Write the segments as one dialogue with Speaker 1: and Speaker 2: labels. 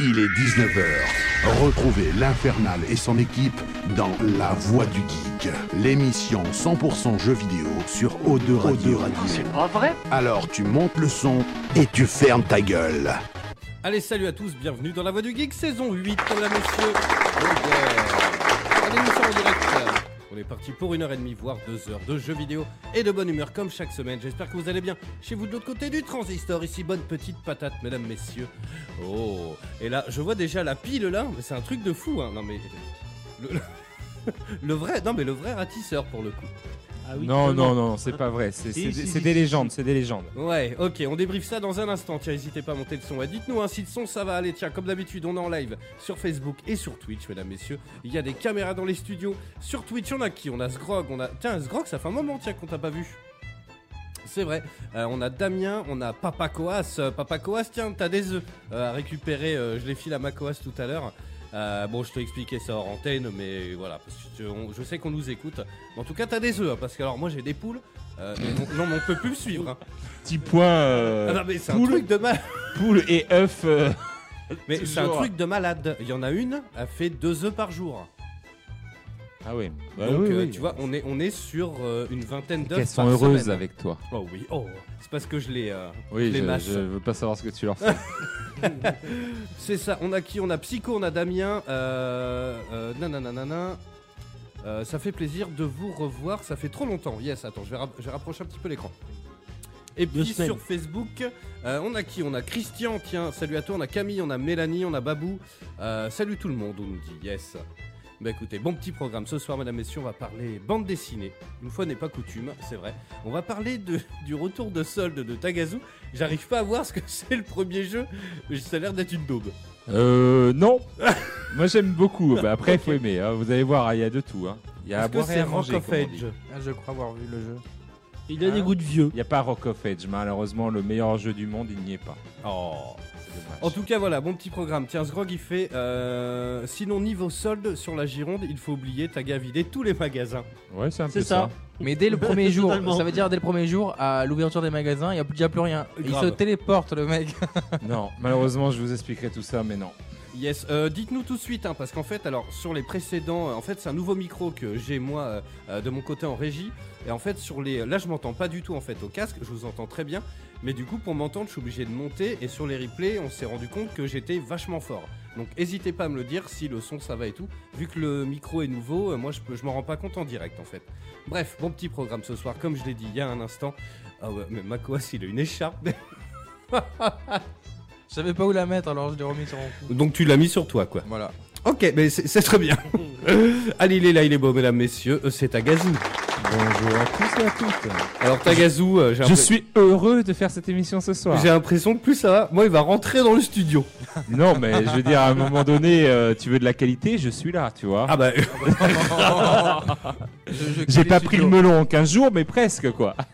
Speaker 1: Il est 19h. Retrouvez l'Infernal et son équipe dans La Voix du Geek, l'émission 100% jeux vidéo sur O2 Radio.
Speaker 2: C'est pas vrai
Speaker 1: Alors tu montes le son et tu fermes ta gueule.
Speaker 3: Allez, salut à tous, bienvenue dans La Voix du Geek, saison 8, mesdames, messieurs. Donc, euh, allez, nous sommes en direct. On est parti pour une heure et demie, voire deux heures de jeux vidéo et de bonne humeur comme chaque semaine. J'espère que vous allez bien. Chez vous de l'autre côté du transistor, ici bonne petite patate, mesdames, messieurs. Oh, et là, je vois déjà la pile là, mais c'est un truc de fou, hein. Non mais le, le vrai, non mais le vrai ratisseur pour le coup.
Speaker 4: Ah oui, non, non, non, c'est pas vrai. C'est c'est
Speaker 5: Si,
Speaker 4: des,
Speaker 5: si,
Speaker 4: c'est
Speaker 5: si,
Speaker 4: des
Speaker 5: si,
Speaker 4: légendes, c'est des légendes.
Speaker 3: Ouais, ok, on débriefe ça dans un instant. Tiens, n'hésitez pas à monter le son. Ouais, Dites-nous hein, si le son ça va aller. Tiens, comme d'habitude, on est en live sur Facebook et sur Twitch, mesdames, messieurs. Il y a des caméras dans les studios. Sur Twitch, on a qui On a Sgrog, on a. Tiens, Sgrog, ça fait un moment, tiens, qu'on t'a pas vu. C'est vrai, Euh, on a Damien, on a Papa Coas. Euh, Papa Coas, tiens, t'as des œufs euh, à récupérer. Euh, je les file à ma Coas tout à l'heure. Euh, bon, je t'ai expliqué ça hors antenne, mais voilà, parce que, euh, on- je sais qu'on nous écoute. En tout cas, t'as des œufs, hein, parce que alors moi j'ai des poules. Euh, mais non, non, mais on peut plus me suivre. hein.
Speaker 4: Petit point
Speaker 3: Ah
Speaker 4: euh,
Speaker 3: non, mais c'est un
Speaker 4: poule,
Speaker 3: truc de mal.
Speaker 4: poule et œuf. euh,
Speaker 3: Mais c'est un
Speaker 4: toujours.
Speaker 3: truc de malade. Il y en a une, elle fait deux œufs par jour.
Speaker 4: Ah oui.
Speaker 3: Donc euh, tu vois, on est on est sur euh, une vingtaine d'œufs.
Speaker 4: Qu'elles sont
Speaker 3: par
Speaker 4: heureuses
Speaker 3: semaine.
Speaker 4: avec toi.
Speaker 3: Oh oui. Oh, c'est parce que je les euh, je
Speaker 4: hein. Oui,
Speaker 3: les
Speaker 4: je,
Speaker 3: masse.
Speaker 4: je veux pas savoir ce que tu leur fais.
Speaker 3: C'est ça. On a qui On a Psycho, on a Damien. Euh, euh, nanananana. Euh, ça fait plaisir de vous revoir. Ça fait trop longtemps. Yes, attends, je vais, rap- je vais rapprocher un petit peu l'écran. Et
Speaker 5: Deux
Speaker 3: puis
Speaker 5: semaines.
Speaker 3: sur Facebook, euh, on a qui On a Christian, tiens, salut à toi, on a Camille, on a Mélanie, on a Babou. Euh, salut tout le monde, on nous dit, yes. Bah écoutez, bon petit programme ce soir, mesdames, messieurs, on va parler bande dessinée. Une fois n'est pas coutume, c'est vrai. On va parler de, du retour de solde de Tagazu. J'arrive pas à voir ce que c'est le premier jeu, mais ça a l'air d'être une daube.
Speaker 4: euh, non. Moi j'aime beaucoup. Bah, après, faut aimer. hein. Vous allez voir, il y a de tout. hein. Il y a à
Speaker 3: Est-ce que
Speaker 4: boire et
Speaker 3: c'est
Speaker 4: à
Speaker 3: Rock
Speaker 4: manger.
Speaker 3: of
Speaker 4: comme on dit.
Speaker 3: Age
Speaker 6: Ah, je crois avoir vu le jeu.
Speaker 5: Il
Speaker 3: Hein
Speaker 5: a des goûts de vieux.
Speaker 4: Il n'y a pas Rock of Age. Malheureusement, le meilleur jeu du monde, il n'y est pas.
Speaker 3: Oh
Speaker 4: C'est dommage.
Speaker 3: En tout cas, voilà, bon petit programme. Tiens, Sgrog, il fait. euh, sinon, niveau solde sur la Gironde, il faut oublier, t'as gavidé tous les magasins.
Speaker 4: Ouais, c'est un
Speaker 5: C'est
Speaker 4: peu ça.
Speaker 5: ça.
Speaker 6: Mais dès le premier jour,
Speaker 5: Totalement.
Speaker 6: ça veut dire dès le premier jour, à l'ouverture des magasins, il n'y a plus- déjà plus rien. Il
Speaker 3: Grave.
Speaker 6: se téléporte, le mec.
Speaker 4: non, malheureusement, je vous expliquerai tout ça, mais non.
Speaker 3: Yes, euh, dites-nous tout de suite, hein, parce qu'en fait, alors sur les précédents, euh, en fait, c'est un nouveau micro que j'ai moi euh, euh, de mon côté en régie. Et en fait, sur les. Là, je m'entends pas du tout en fait au casque, je vous entends très bien. Mais du coup, pour m'entendre, je suis obligé de monter. Et sur les replays, on s'est rendu compte que j'étais vachement fort. Donc, n'hésitez pas à me le dire si le son ça va et tout. Vu que le micro est nouveau, euh, moi, je, peux- je m'en rends pas compte en direct en fait. Bref, bon petit programme ce soir, comme je l'ai dit il y a un instant. Ah ouais, mais Makoas, il a une écharpe.
Speaker 6: Je savais pas où la mettre, alors je l'ai remis sur mon cou.
Speaker 3: Donc, tu l'as mis sur toi, quoi.
Speaker 6: Voilà.
Speaker 3: Ok, mais c'est c'est très bien. Allez, il est là, il est beau, mesdames, messieurs. euh, C'est Tagazu.
Speaker 4: Bonjour à tous et à toutes.
Speaker 3: Alors, Tagazu, euh, j'ai
Speaker 4: Je
Speaker 3: impr-
Speaker 4: suis heureux de faire cette émission ce soir.
Speaker 3: j'ai l'impression que plus ça va, moi, il va rentrer dans le studio.
Speaker 4: Non, mais je veux dire, à un moment donné, euh, tu veux de la qualité, je suis là, tu vois.
Speaker 3: Ah bah,
Speaker 6: Je- je-
Speaker 4: bah. J'ai pas
Speaker 6: les
Speaker 4: pris le
Speaker 6: studios.
Speaker 4: melon en 15 jours, mais presque, quoi.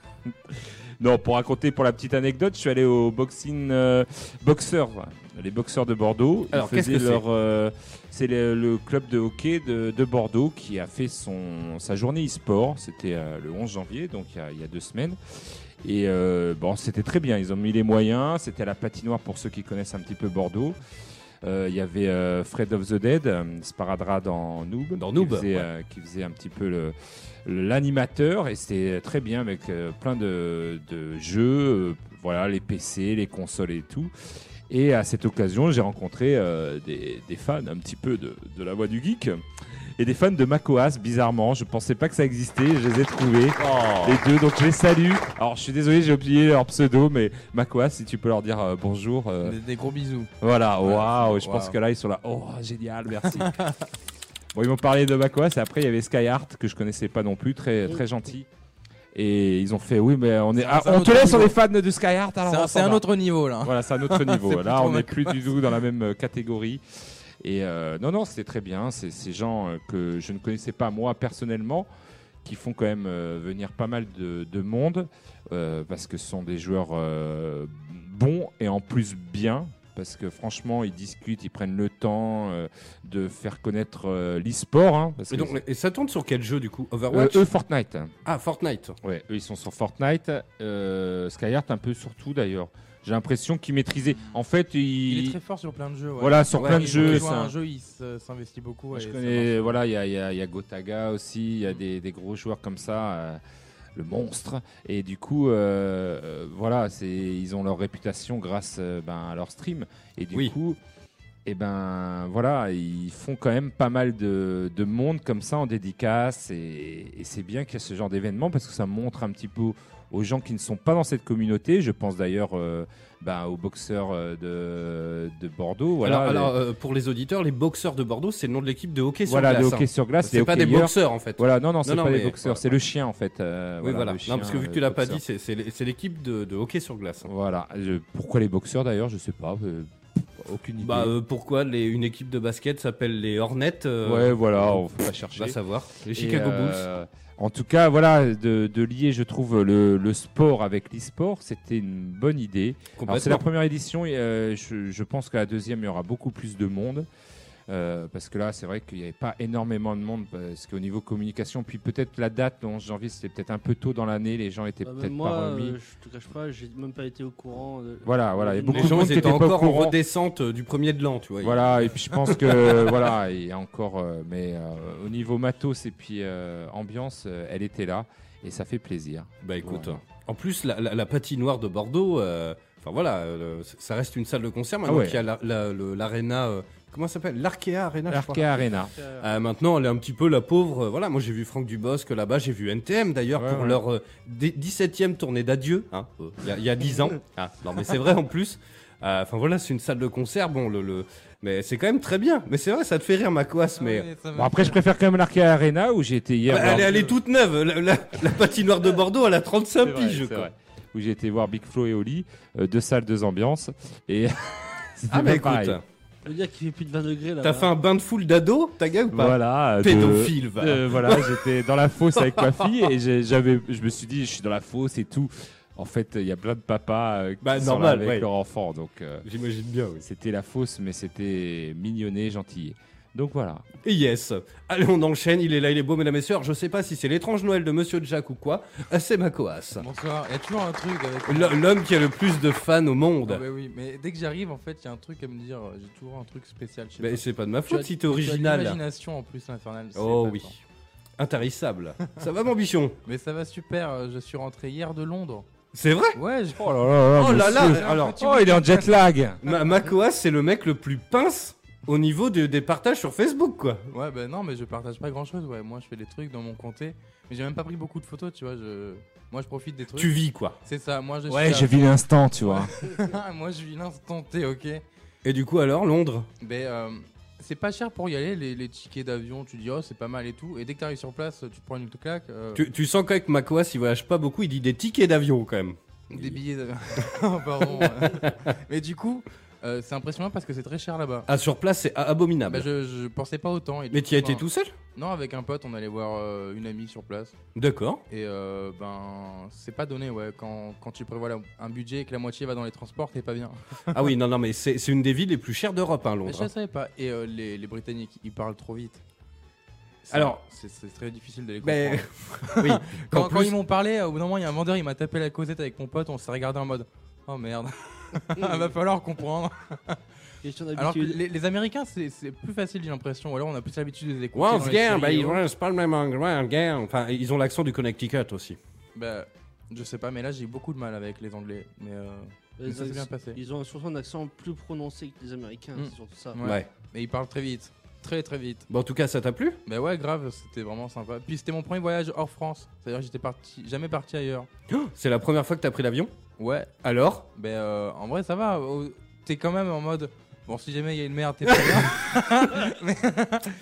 Speaker 4: Non, pour raconter, pour la petite anecdote, je suis allé au boxing euh, boxeur, voilà. les boxeurs de Bordeaux.
Speaker 3: Alors, qu'est-ce
Speaker 4: faisaient
Speaker 3: que c'est
Speaker 4: leur, euh, C'est le, le club de hockey de, de Bordeaux qui a fait son, sa journée e-sport. C'était euh, le 11 janvier, donc il y a- il y, a deux semaines. Et euh, bon, c'était très bien. Ils ont mis les moyens. C'était à la patinoire pour ceux qui connaissent un petit peu Bordeaux. Euh, Il y avait euh, Fred of the Dead, euh, Sparadra dans Noob,
Speaker 3: Dans Noob,
Speaker 4: qui, faisait,
Speaker 3: ouais.
Speaker 4: euh, qui faisait un petit peu le- l'animateur et c'était très bien avec euh, plein de, de jeux, euh, voilà les PC, les consoles et tout. Et à cette occasion, j'ai rencontré euh, des, des fans un petit peu de, de la voix du geek et des fans de Makoas, bizarrement. Je pensais pas que ça existait, je les ai trouvés.
Speaker 6: Oh.
Speaker 4: Les deux, donc je les salue. Alors je suis désolé, j'ai oublié leur pseudo, mais Makoas, si tu peux leur dire euh, bonjour. euh,
Speaker 6: Des, des gros bisous.
Speaker 4: voilà,
Speaker 6: Ouais,
Speaker 4: waouh, je
Speaker 6: waouh.
Speaker 4: pense que là ils sont là, oh génial, merci. bon, ils m'ont parlé de Makoas et après il y avait Skyheart que je connaissais pas non plus, très, très gentil. Et ils ont fait, oui, mais on est.
Speaker 6: C'est un-
Speaker 4: ah,
Speaker 6: c'est un
Speaker 4: on te
Speaker 6: autre
Speaker 4: laisse, on
Speaker 6: niveau.
Speaker 4: est fan de Skyheart alors.
Speaker 6: C'est
Speaker 4: Ah, on
Speaker 6: un-
Speaker 4: s'en
Speaker 6: C'est un
Speaker 4: va.
Speaker 6: autre niveau, là.
Speaker 4: Voilà, c'est un autre niveau.
Speaker 6: C'est
Speaker 4: là,
Speaker 6: plutôt
Speaker 4: on n'est
Speaker 6: Makoas.
Speaker 4: plus du tout dans la même euh, catégorie. Et euh, non, non, c'était très bien. C'est ces gens euh, que je ne connaissais pas moi personnellement qui font quand même euh, venir pas mal de, de monde euh, parce que ce sont des joueurs euh, bons et en plus bien. Parce que franchement, ils discutent, ils prennent le temps euh, de faire connaître euh, l'e-sport. hein, parce
Speaker 3: et,
Speaker 4: que-
Speaker 3: donc, et ça tourne sur quel jeu du coup
Speaker 4: Euh,
Speaker 3: Overwatch
Speaker 4: eux, Fortnite.
Speaker 3: Ah, Fortnite.
Speaker 4: Ouais, eux ils sont sur Fortnite, euh, Skyheart un peu surtout d'ailleurs. J'ai l'impression qu'il maîtrisait. En fait, il.
Speaker 6: Il est très fort sur plein de jeux. ouais.
Speaker 4: Voilà, sur
Speaker 6: Ouais,
Speaker 4: plein de
Speaker 6: il-
Speaker 4: jeux,
Speaker 6: Il joue à
Speaker 4: ça.
Speaker 6: un jeu, il se- s'investit beaucoup.
Speaker 4: Moi,
Speaker 6: et
Speaker 4: je
Speaker 6: ça
Speaker 4: connais,
Speaker 6: marche.
Speaker 4: voilà, il y a, il y a- il y a Gotaga aussi, il y a des, des gros joueurs comme ça, euh, le monstre. Et du coup, euh, euh, voilà, c'est, ils ont leur réputation grâce euh, ben, à leur stream. Et du
Speaker 3: Oui.
Speaker 4: coup, et ben voilà, ils font quand même pas mal de, de monde comme ça en dédicace. Et, et c'est bien qu'il y a ce genre d'événement parce que ça montre un petit peu aux gens qui ne sont pas dans cette communauté. Je pense d'ailleurs euh, ben, aux boxeurs euh, de, de Bordeaux. Voilà,
Speaker 3: alors, alors,
Speaker 4: Les-
Speaker 3: euh, pour les auditeurs, les boxeurs de Bordeaux, c'est le nom de l'équipe de hockey sur
Speaker 4: voilà,
Speaker 3: glace.
Speaker 4: de hockey
Speaker 3: hein.
Speaker 4: sur glace, les
Speaker 3: C'est pas des
Speaker 4: hockeyeurs.
Speaker 3: boxeurs en fait.
Speaker 4: Voilà, non, non, c'est
Speaker 3: non,
Speaker 4: pas les
Speaker 3: mais-
Speaker 4: boxeurs,
Speaker 3: voilà.
Speaker 4: c'est le chien en fait. euh,
Speaker 3: oui, voilà.
Speaker 4: le chien,
Speaker 3: non, parce que vu que
Speaker 4: euh,
Speaker 3: tu l'as pas
Speaker 4: boxeur.
Speaker 3: dit, c'est- c'est l'é- c'est l'équipe de, de hockey sur glace. hein.
Speaker 4: Voilà. Je- pourquoi les boxeurs d'ailleurs, je sais pas. euh, aucune idée.
Speaker 3: Bah, euh, pourquoi les- une équipe de basket s'appelle les Hornets euh,
Speaker 4: ouais, voilà, on va chercher.
Speaker 3: Va savoir. Les
Speaker 4: Et,
Speaker 3: Chicago Bulls.
Speaker 4: euh, En tout cas, voilà, de, de lier, je trouve, le, le sport avec l'e-sport, c'était une bonne idée. Alors, c'est la
Speaker 3: Complètement.
Speaker 4: première édition et euh, je, je pense qu'à la deuxième, il y aura beaucoup plus de monde. Euh, parce que là, c'est vrai qu'il n'y avait pas énormément de monde parce qu'au niveau communication, puis peut-être la date, le 11 janvier, c'était peut-être un peu tôt dans l'année, les gens étaient
Speaker 3: Ah,
Speaker 2: Bah,
Speaker 4: peut-être
Speaker 2: même moi,
Speaker 4: pas
Speaker 2: euh,
Speaker 4: remis.
Speaker 2: je te cache pas, j'ai même pas été au courant. de-
Speaker 4: Voilà, voilà, il y a
Speaker 2: Les
Speaker 4: beaucoup
Speaker 3: Les
Speaker 4: de
Speaker 3: gens
Speaker 4: monde
Speaker 3: ils
Speaker 4: qui
Speaker 3: étaient
Speaker 4: n'étaient pas au
Speaker 3: encore en
Speaker 4: courant.
Speaker 3: redescente euh, du premier de l'an, tu vois.
Speaker 4: Voilà, et puis je pense que voilà, il y a encore, euh, mais euh, au niveau matos et puis euh, ambiance, euh, elle était là et ça fait plaisir.
Speaker 3: Bah écoute,
Speaker 4: Voilà.
Speaker 3: en plus la, la- la patinoire de Bordeaux, euh, enfin voilà, euh, le- ça reste une salle de concert. Maintenant
Speaker 4: Ah ouais.
Speaker 3: qu'il y a la- la- le- l'arena, euh, comment ça s'appelle L'Arkea Arena. Ah, je crois.
Speaker 4: Arca Arena.
Speaker 2: Euh,
Speaker 3: Euh, maintenant, elle est un petit peu la pauvre. euh, voilà, moi j'ai vu Franck Dubosc là-bas, j'ai vu NTM d'ailleurs
Speaker 4: Ouais,
Speaker 3: pour
Speaker 4: ouais.
Speaker 3: leur euh, dé- 17e tournée d'adieu, hein, euh, il y a- il y, a 10 ans. Ah, non, mais c'est vrai en plus. Euh, Enfin voilà, c'est une salle de concert. Bon, le, le- mais c'est quand même très bien. Mais c'est vrai, ça te fait rire ma coasse, mais.
Speaker 6: Ah Ouais, ça
Speaker 4: Bon,
Speaker 6: marche.
Speaker 4: après, je préfère quand même l'Arca Arena où j'ai été hier.
Speaker 3: Bah,
Speaker 4: voir-
Speaker 3: elle, est, elle est toute neuve, la, la- la patinoire de Bordeaux, elle a 35
Speaker 4: C'est vrai,
Speaker 3: piges.
Speaker 4: c'est
Speaker 3: quoi.
Speaker 4: vrai. Où j'ai été voir Big Flo et Oli, euh, deux salles, deux ambiances. Et c'était
Speaker 3: Ah,
Speaker 4: pas
Speaker 3: bah écoute,
Speaker 4: pareil.
Speaker 2: Je veux dire qu'il fait plus de 20 degrés là.
Speaker 3: t'as fait un bain de foule d'ado, ta gueule ou pas
Speaker 4: voilà, euh, de-
Speaker 3: Pédophile, va.
Speaker 4: Euh, voilà, j'étais dans la fosse avec ma fille et j'ai- j'avais, je me suis dit, je suis dans la fosse et tout. En fait, il y a plein de papas euh, qui
Speaker 3: Bah,
Speaker 4: sont là
Speaker 3: normal,
Speaker 4: avec
Speaker 3: ouais.
Speaker 4: leur enfant, donc euh,
Speaker 3: J'imagine bien, oui.
Speaker 4: c'était la fosse, mais c'était mignonné, gentil. Donc voilà.
Speaker 3: Et yes. Allez, on enchaîne, il est là, il est beau, mesdames et messieurs. Je sais pas si c'est l'étrange Noël de Monsieur Jack ou quoi. Ah, C'est ma coasse.
Speaker 6: Bonsoir. Il y a toujours un truc avec.
Speaker 3: L- L'homme qui a le plus de fans au
Speaker 6: Ah,
Speaker 3: monde.
Speaker 6: bah oui, mais dès que j'arrive, en fait, il y a un truc à me dire. euh, J'ai toujours un truc spécial chez moi.
Speaker 3: Mais Bah, c'est pas de ma
Speaker 6: Tu as-
Speaker 3: faute si t'es
Speaker 6: tu as
Speaker 3: original.
Speaker 6: L'imagination en plus, l'infernal. c'est
Speaker 3: Oh
Speaker 6: pas
Speaker 3: oui.
Speaker 6: tant.
Speaker 3: Intarissable. Ça va, mon bichon
Speaker 6: Mais ça va super. euh, Je suis rentré hier de Londres.
Speaker 3: C'est vrai
Speaker 6: Ouais, je
Speaker 4: Oh là là,
Speaker 3: Oh là là,
Speaker 4: monsieur.
Speaker 3: alors-
Speaker 4: oh, il est en jet lag.
Speaker 3: Ma, ma coasse, c'est le mec le plus pince au niveau de- des partages sur Facebook, quoi.
Speaker 6: Ouais, bah non, mais je partage pas grand chose. Ouais, moi je fais des trucs dans mon comté. Mais j'ai même pas pris beaucoup de photos, tu vois. Je... Moi je profite des trucs.
Speaker 3: Tu vis, quoi.
Speaker 6: C'est ça, moi je
Speaker 4: Ouais,
Speaker 6: suis.
Speaker 4: j'ai vu l'instant, tu vois.
Speaker 6: à- moi je vis l'instant T, ok.
Speaker 3: Et du coup, alors, Londres
Speaker 6: Mais euh, c'est pas cher pour y aller, les, les tickets d'avion. Tu dis, oh, c'est pas mal et tout. Et dès que t'arrives sur place, tu te prends une claque. euh,
Speaker 3: tu, tu sens quand même que ma coasse, il voyage pas beaucoup, il dit des tickets d'avion, quand même.
Speaker 6: Des billets d'avion. Oh, Pardon. ouais. mais du coup, euh, c'est impressionnant parce que c'est très cher là-bas.
Speaker 3: Ah, sur place, c'est a- abominable.
Speaker 6: Bah, je, je pensais pas autant. Et du
Speaker 3: Mais
Speaker 6: coup,
Speaker 3: tu y as été
Speaker 6: ben,
Speaker 3: tout seul
Speaker 6: Non, avec un pote, on allait voir euh, une amie sur place.
Speaker 3: D'accord.
Speaker 6: Et euh, ben, c'est pas donné, ouais. Quand, quand tu prévois la- un budget et que la moitié va dans les transports, t'es pas bien.
Speaker 3: Ah oui, non, non, mais c'est c'est une des villes les plus chères d'Europe, hein,
Speaker 6: Mais
Speaker 3: Londres.
Speaker 6: je le savais pas. Et euh, les, les Britanniques, ils parlent trop vite. Ça,
Speaker 3: Alors-
Speaker 6: c'est c'est très difficile de les comprendre.
Speaker 3: Mais oui,
Speaker 6: ben, quand,
Speaker 3: en
Speaker 6: quand
Speaker 3: plus-
Speaker 6: ils m'ont parlé, euh, au bout d'un moment, il y a un vendeur, il m'a tapé la causette avec mon pote, on s'est regardé en mode Oh merde, va falloir comprendre.
Speaker 2: Question
Speaker 6: Ah, bah. Alors que
Speaker 2: d'habitude.
Speaker 6: les, les Américains, c'est c'est plus facile, j'ai l'impression. Ou alors on a plus l'habitude de les écouter. dans
Speaker 3: Once
Speaker 6: les
Speaker 3: again,
Speaker 6: séries
Speaker 3: bah,
Speaker 6: et
Speaker 3: ils
Speaker 6: autres.
Speaker 3: c'est pas le même anglais, again. Enfin, ils ont l'accent du Connecticut aussi.
Speaker 6: Bah, je sais pas, mais là, j'ai eu beaucoup de mal avec les Anglais. Mais euh,
Speaker 2: Bah,
Speaker 6: mais ça
Speaker 2: ils-
Speaker 6: s'est bien passé.
Speaker 2: Ils ont surtout un accent plus prononcé que les Américains,
Speaker 6: Mm.
Speaker 2: c'est surtout ça.
Speaker 6: Ouais. mais ils parlent très vite. Très très vite.
Speaker 3: Bon, en tout cas, ça t'a plu
Speaker 6: Mais ouais, grave, c'était vraiment sympa. Puis c'était mon premier voyage hors France. C'est-à-dire que j'étais parti, jamais parti ailleurs.
Speaker 3: C'est la première fois que t'as pris l'avion
Speaker 6: Ouais,
Speaker 3: Alors
Speaker 6: mais euh, en vrai, ça va. Oh, T'es quand même en mode. Bon, si jamais il y a une merde, t'es pas bien. Mais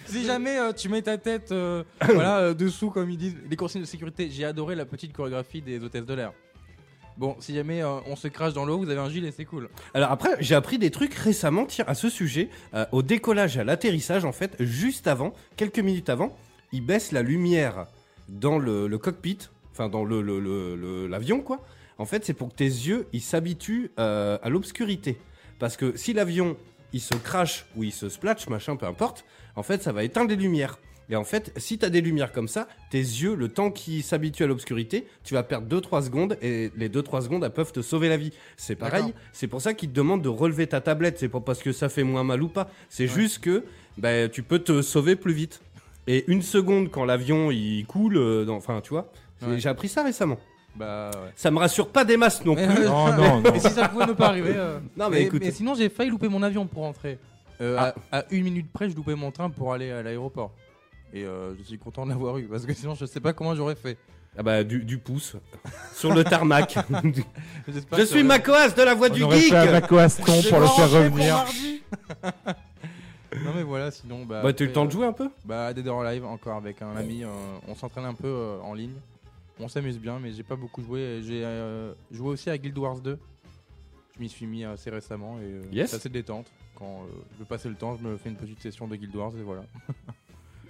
Speaker 6: si jamais euh, tu mets ta tête euh, voilà, euh, dessous, comme ils disent, les consignes de sécurité, j'ai adoré la petite chorégraphie des hôtesses de l'air. Bon, si jamais euh, on se crache dans l'eau, vous avez un gilet, c'est cool.
Speaker 3: Alors après, j'ai appris des trucs récemment tiens, à ce sujet. Euh, au décollage, à l'atterrissage, en fait, juste avant, quelques minutes avant, ils baissent la lumière dans le, le cockpit, enfin dans l'avion, le, le, le- l'avion, quoi. En fait, c'est pour que tes yeux, ils s'habituent euh, à l'obscurité. Parce que si l'avion, il se crache ou il se splatch, machin, peu importe, en fait, ça va éteindre les lumières. Et en fait, si t'as des lumières comme ça, tes yeux, le temps qui s'habitue à l'obscurité, tu vas perdre 2-3 secondes et les 2-3 secondes, elles peuvent te sauver la vie. C'est pareil,
Speaker 6: D'accord.
Speaker 3: c'est pour ça qu'ils te demandent de relever ta tablette. C'est pas parce que ça fait moins mal ou pas. C'est
Speaker 6: Ouais.
Speaker 3: juste que bah, tu peux te sauver plus vite. Et une seconde quand l'avion il coule, euh, dans- enfin tu vois,
Speaker 6: Ouais.
Speaker 3: j'ai appris ça récemment.
Speaker 6: Bah ouais.
Speaker 3: Ça me rassure pas des masses non plus.
Speaker 6: Mais- euh,
Speaker 4: Non, non, non.
Speaker 6: Mais si ça pouvait ne pas arriver. euh,
Speaker 3: Non, mais écoute. ah.
Speaker 6: sinon, j'ai failli louper mon avion pour rentrer. Euh, à- à, une minute près, je loupais mon train pour aller à l'aéroport. Et euh, je suis content de l'avoir eu parce que sinon, je sais pas comment j'aurais fait.
Speaker 3: Ah bah du, du pouce sur le tarmac.
Speaker 6: J'espère
Speaker 3: Je
Speaker 6: que-
Speaker 3: suis Macoas de la voix
Speaker 4: On
Speaker 3: du
Speaker 4: aurait
Speaker 3: geek.
Speaker 4: fait un Maco Aston pour le faire revenir.
Speaker 6: Non mais voilà, sinon bah.
Speaker 3: Bah t'as eu le
Speaker 6: après,
Speaker 3: temps de
Speaker 6: euh,
Speaker 3: jouer un peu
Speaker 6: Bah Dead or Alive encore avec un ami. euh, on s'entraîne un peu euh, en ligne. On s'amuse bien, mais j'ai pas beaucoup joué. et J'ai euh, joué aussi à Guild Wars 2. Je m'y suis mis assez récemment et euh,
Speaker 3: Yes.
Speaker 6: c'est assez détente. Quand euh, je veux passer le temps, je me fais une petite session de Guild Wars et voilà.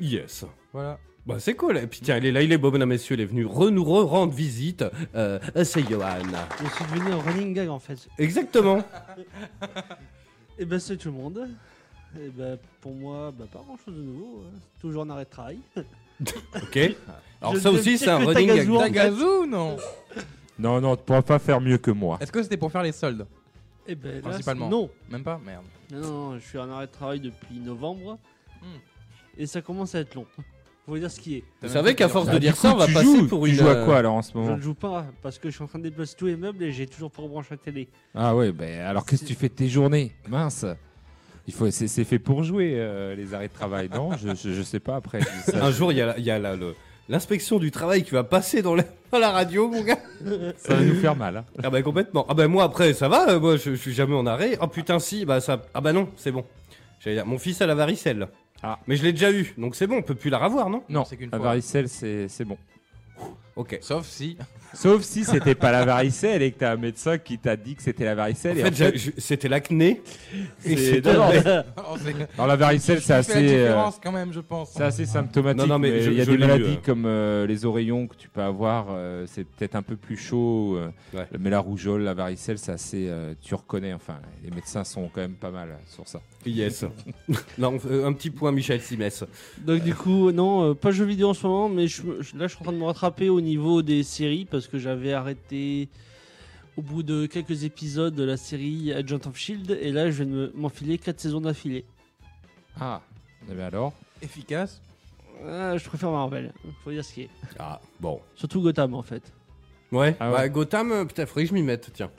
Speaker 3: Yes.
Speaker 6: Voilà.
Speaker 3: Bah c'est cool. Et puis tiens, il est là, il est beau bonhomme messieurs, il est venu re- nous re- rendre visite. Euh, c'est Johan.
Speaker 2: Je suis devenu un running gag en fait.
Speaker 3: Exactement.
Speaker 2: Et ben c'est tout le monde. Et ben pour moi, bah, pas grand chose de nouveau. hein. C'est Toujours en arrêt de travail.
Speaker 3: Ok. Alors
Speaker 2: Je
Speaker 3: ça
Speaker 2: ne
Speaker 3: aussi
Speaker 2: fais
Speaker 3: c'est un
Speaker 2: que
Speaker 3: running
Speaker 2: Tagazu en
Speaker 3: gag.
Speaker 6: Tagazu non
Speaker 4: Non, non, tu pourras pas faire mieux que moi.
Speaker 6: Est-ce que c'était pour faire les soldes
Speaker 2: Et ben là,
Speaker 6: Principalement.
Speaker 2: c'est- Non.
Speaker 6: Même pas Merde.
Speaker 2: non, non, non, je suis en arrêt de travail depuis novembre.
Speaker 6: Hmm.
Speaker 2: Et ça commence à être long. Faut dire ce qui est.
Speaker 3: Vous savez qu'à force
Speaker 4: Bah,
Speaker 3: de
Speaker 4: du
Speaker 3: dire
Speaker 4: coup,
Speaker 3: ça, on va
Speaker 4: tu
Speaker 3: passer
Speaker 4: joues,
Speaker 3: pour
Speaker 4: tu
Speaker 3: une.
Speaker 4: joues à
Speaker 3: euh,
Speaker 4: quoi alors en ce
Speaker 2: Je
Speaker 4: moment
Speaker 2: ne joue pas parce que je suis en train de déplacer tous les meubles et j'ai toujours pas rebranché la télé.
Speaker 4: Ah ouais, bah, alors qu'est-ce que tu fais de tes journées Mince il faut, c'est, c'est fait pour jouer euh, les arrêts de travail, non je, je, je sais pas après. je dis ça.
Speaker 3: Un jour il y a, la- il y a la- le- l'inspection du travail qui va passer dans la, dans la radio, mon gars.
Speaker 4: ça va nous faire mal. hein.
Speaker 3: Ah bah complètement. Ah bah moi après ça va, euh, moi je, je suis jamais en arrêt. Ah putain si, bah ça. Ah bah non, c'est bon. J'allais dire, mon fils a la varicelle.
Speaker 4: Ah.
Speaker 3: Mais je l'ai déjà eu, donc c'est bon, on peut plus la revoir, non
Speaker 4: Non,
Speaker 6: c'est qu'une
Speaker 4: la
Speaker 6: fois.
Speaker 4: varicelle, c'est, c'est bon.
Speaker 3: Ok.
Speaker 6: Sauf si.
Speaker 4: Sauf si c'était pas la varicelle et que t'as un médecin qui t'a dit que c'était la varicelle.
Speaker 3: En
Speaker 4: et
Speaker 3: fait,
Speaker 4: en fait,
Speaker 3: je- je- c'était l'acné. Et
Speaker 4: C'est
Speaker 3: c'était-
Speaker 4: dommage.
Speaker 6: On sait-
Speaker 4: dans la varicelle,
Speaker 6: Je
Speaker 4: c'est
Speaker 6: fais la
Speaker 4: assez, euh,
Speaker 6: différence quand même, je pense.
Speaker 4: c'est assez symptomatique.
Speaker 3: Non, non, mais
Speaker 4: mais
Speaker 3: je-
Speaker 4: il y a
Speaker 3: je
Speaker 4: des
Speaker 3: l'ai eu,
Speaker 4: maladies
Speaker 3: euh.
Speaker 4: comme euh, les oreillons que tu peux avoir. euh, c'est peut-être un peu plus chaud. euh,
Speaker 3: Ouais.
Speaker 4: Mais la rougeole, la varicelle, c'est assez. euh, tu reconnais. Enfin, les médecins sont quand même pas mal euh, sur ça.
Speaker 3: Yes. non, euh, un petit point, Michel Simès.
Speaker 2: Donc du coup, non, euh, pas jeux vidéo en ce moment, mais je, me- je- là je suis en train de me rattraper au niveau des séries parce que j'avais arrêté au bout de quelques épisodes de la série Agent of Shield E et là je vais me- m'enfiler 4 saisons d'affilée.
Speaker 4: Ah, mais alors
Speaker 6: Efficace.
Speaker 2: Ah, je préfère Marvel, faut dire ce qui est.
Speaker 3: Ah, bon.
Speaker 2: Surtout Gotham en fait.
Speaker 3: Ouais.
Speaker 4: Ah ouais.
Speaker 3: Bah, Gotham, euh, putain, faudrait que je m'y mette, tiens.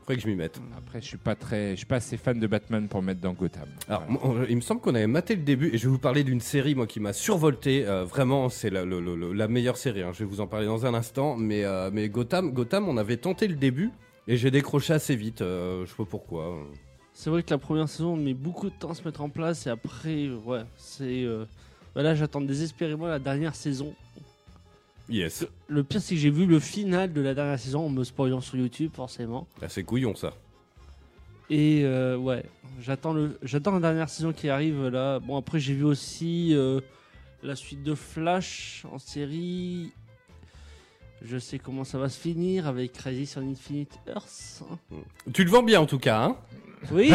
Speaker 3: Faudrait que je m'y mette.
Speaker 4: Après, je suis pas très, je suis pas assez fan de Batman pour mettre dans Gotham.
Speaker 3: Alors,
Speaker 4: Voilà.
Speaker 3: moi, il me semble qu'on avait maté le début, et je vais vous parler d'une série, moi, qui m'a survolté. euh, vraiment, c'est la, le- le- le- la meilleure série. hein. Je vais vous en parler dans un instant. Mais, euh, mais Gotham, Gotham, on avait tenté le début, et j'ai décroché assez vite. euh, je sais pas pourquoi.
Speaker 2: C'est vrai que la première saison met beaucoup de temps à se mettre en place et après, euh, ouais, c'est... euh, bah là j'attends désespérément la dernière saison.
Speaker 3: Yes.
Speaker 2: Le pire c'est que j'ai vu le final de la dernière saison en me spoilant sur YouTube forcément.
Speaker 3: Ah, c'est couillon, ça.
Speaker 2: Et euh, ouais, j'attends le, j'attends la dernière saison qui arrive là. Bon après j'ai vu aussi euh, la suite de Flash en série. Je sais comment ça va se finir avec Crazy sur Infinite Earth.
Speaker 3: Tu le vends bien, en tout cas, hein
Speaker 2: Oui.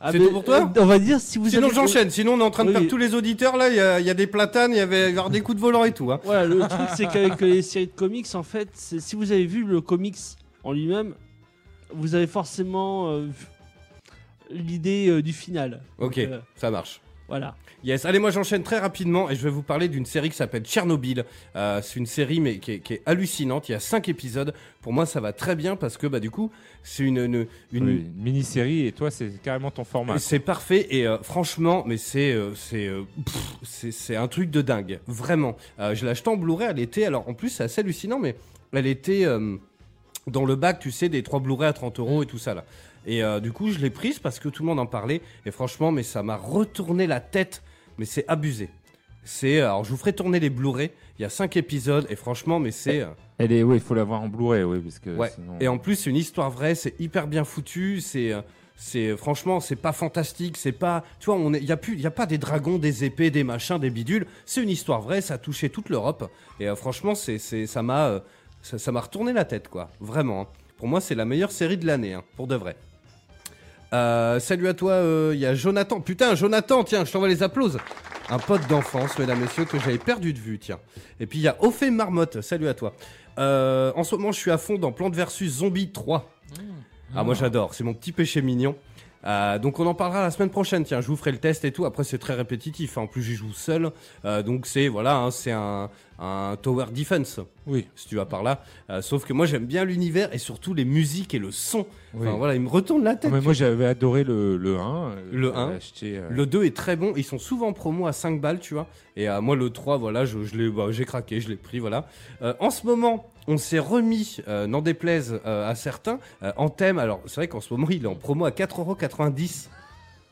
Speaker 2: Ah,
Speaker 3: C'est
Speaker 2: mais,
Speaker 3: tout pour toi
Speaker 2: euh, On va dire si vous
Speaker 3: Sinon
Speaker 2: avez-
Speaker 3: j'enchaîne, sinon on est en train de
Speaker 2: Oui.
Speaker 3: perdre tous les auditeurs là, il y, a- il y a des platanes, il y avait il va y avoir des coups de volant et tout. Hein.
Speaker 2: Voilà, le truc c'est qu'avec les séries de comics, en fait, c'est- si vous avez vu le comics en lui-même, vous avez forcément euh, vu l'idée euh, du final.
Speaker 3: Ok,
Speaker 2: Donc, euh,
Speaker 3: ça marche.
Speaker 2: voilà.
Speaker 3: Yes, allez moi j'enchaîne très rapidement et je vais vous parler d'une série qui s'appelle Tchernobyl. Euh, c'est une série mais qui est, qui est hallucinante, il y a 5 épisodes. Pour moi ça va très bien parce que bah du coup c'est une... une, une-
Speaker 4: Oui, une mini-série et toi, c'est carrément ton format.
Speaker 3: C'est parfait et euh, franchement, mais c'est euh, c'est euh, pff, c'est c'est un truc de dingue, vraiment. Euh, je l'ai acheté en Blu-ray, elle était alors en plus c'est assez hallucinant, mais elle était euh, dans le bac, tu sais, des trois Blu-ray à 30 euros et tout ça là. Et euh, du coup, je l'ai prise parce que tout le monde en parlait et franchement, mais ça m'a retourné la tête, mais c'est abusé. C'est euh, alors je vous ferai tourner les Blu-ray. Il y a cinq épisodes et franchement, mais c'est euh,
Speaker 4: Elle est, oui, il faut l'avoir en Blu-ray, oui, parce que
Speaker 3: Ouais.
Speaker 4: sinon-
Speaker 3: et en plus, c'est une histoire vraie, c'est hyper bien foutu, c'est euh, c'est franchement, c'est pas fantastique, c'est pas tu vois, on est- il y a plus il y a pas des dragons, des épées, des machins, des bidules, c'est une histoire vraie, ça a touché toute l'Europe et euh, franchement, c'est c'est ça m'a euh, ça ça m'a retourné la tête quoi, vraiment. hein. Pour moi, c'est la meilleure série de l'année hein, pour de vrai. Euh, salut à toi, euh, il y a Jonathan. Putain, Jonathan, tiens, je t'envoie les applauses. Un pote d'enfance, mesdames, messieurs, que j'avais perdu de vue, tiens. Et puis il y a Ophé Marmotte, salut à toi. Euh, en ce moment, je suis à fond dans Plante vs Zombie 3.
Speaker 4: Mmh.
Speaker 3: Ah, moi j'adore, c'est mon petit péché mignon. Euh, donc on en parlera la semaine prochaine, tiens, je vous ferai le test et tout. Après, c'est très répétitif, hein. en plus j'y joue seul. Euh, donc c'est, voilà, hein, c'est un, un tower defense,
Speaker 4: Oui.
Speaker 3: si tu vas par là. Euh, sauf que moi j'aime bien l'univers et surtout les musiques et le son.
Speaker 4: Oui.
Speaker 3: Enfin voilà, il me retourne la
Speaker 4: Ah,
Speaker 3: tête.
Speaker 4: mais moi j'avais adoré le, le 1.
Speaker 3: Le
Speaker 4: J'avais
Speaker 3: 1.
Speaker 4: Acheté, euh,
Speaker 3: Le 2 est très bon, ils sont souvent en promo à 5 balles, tu vois. Et euh, moi, le 3, voilà, je, je l'ai, bah, j'ai craqué, je l'ai pris, voilà. Euh, en ce moment, on s'est remis, euh, n'en déplaise euh, à certains, euh, en thème. Alors, c'est vrai qu'en ce moment, il est en promo à 4,90€.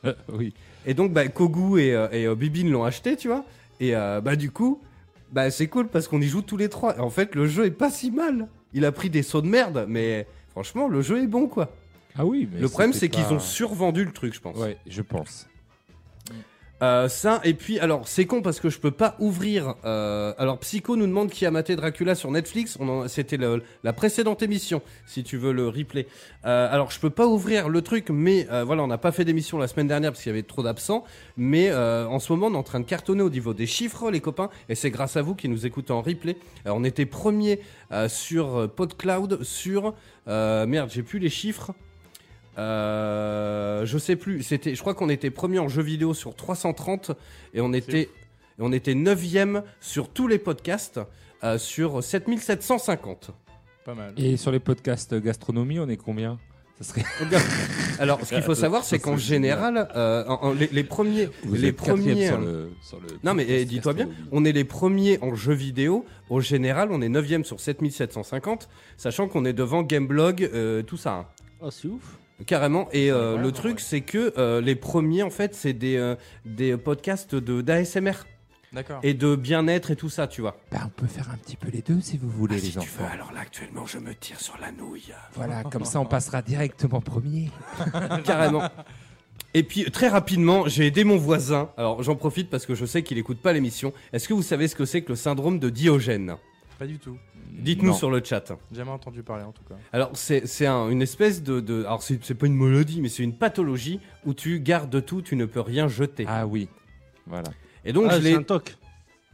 Speaker 4: euh, oui.
Speaker 3: Et donc, bah, Kogu et, euh, et, euh, Bibine l'ont acheté, tu vois. Et euh, bah, du coup, bah, c'est cool parce qu'on y joue tous les trois. Et en fait, le jeu est pas si mal. Il a pris des sauts de merde, mais franchement, le jeu est bon, quoi.
Speaker 4: Ah oui, mais
Speaker 3: le problème, c'est
Speaker 4: c'était
Speaker 3: qu'ils
Speaker 4: pas-
Speaker 3: ont survendu le truc, je pense.
Speaker 4: Ouais, je pense.
Speaker 3: Euh, ça, et puis, alors, c'est con parce que je peux pas ouvrir. euh, alors, Psycho nous demande qui a maté Dracula sur Netflix. On en- C'était le- la précédente émission, si tu veux le replay. Euh, alors, je peux pas ouvrir le truc, mais euh, voilà, on n'a pas fait d'émission la semaine dernière parce qu'il y avait trop d'absents. Mais euh, en ce moment, on est en train de cartonner au niveau des chiffres, les copains. Et c'est grâce à vous qui nous écoutez en replay. Alors, on était premier euh, sur euh, PodCloud, sur. euh, merde, j'ai plus les chiffres. Euh, je sais plus. C'était, je crois qu'on était premier en jeux vidéo sur 330 et on était, et on était neuvième sur tous les podcasts euh, sur 7750.
Speaker 6: Pas mal.
Speaker 4: Et sur les podcasts gastronomie, on est combien Ça serait
Speaker 3: Alors, ce
Speaker 4: Euh,
Speaker 3: qu'il faut savoir, c'est qu'en général, euh, en- en- les, les premiers,
Speaker 4: Vous
Speaker 3: les
Speaker 4: êtes quatrième
Speaker 3: premiers. hein.
Speaker 4: sur le, sur le
Speaker 3: Non mais eh,
Speaker 4: podcast
Speaker 3: dis-toi bien,
Speaker 4: gastronomie.
Speaker 3: on est les premiers en jeux vidéo. Au général, on est 9 sur 7750, sachant qu'on est devant Gameblog, euh, tout ça. hein.
Speaker 2: Ah, c'est ouf.
Speaker 3: Carrément. Et euh,
Speaker 6: Carrément,
Speaker 3: le truc,
Speaker 6: ouais.
Speaker 3: c'est que euh, les premiers, en fait, c'est des, euh, des podcasts de d'ASMR
Speaker 6: D'accord.
Speaker 3: et de bien-être et tout ça, tu vois.
Speaker 4: Bah, on peut faire un petit peu les deux si vous
Speaker 3: Ah,
Speaker 4: voulez, les enfants.
Speaker 3: alors là, actuellement, je me tire sur la nouille.
Speaker 4: Voilà, comme ça, on passera directement premier.
Speaker 3: Ah, Carrément. Et puis, très rapidement, j'ai aidé mon voisin. Alors, j'en profite parce que je sais qu'il écoute pas l'émission. Est-ce que vous savez ce que c'est que le syndrome de Diogène
Speaker 6: Pas du tout.
Speaker 3: Dites-nous
Speaker 4: Non.
Speaker 3: sur le chat.
Speaker 6: J'ai Jamais entendu parler en tout cas.
Speaker 3: Alors, c'est c'est un- une espèce de. de alors, c'est c'est pas une maladie, mais c'est une pathologie où tu gardes tout, tu ne peux rien jeter.
Speaker 4: Ah oui. Voilà.
Speaker 3: Et donc,
Speaker 2: Ah,
Speaker 3: je l'ai.
Speaker 2: c'est un toc.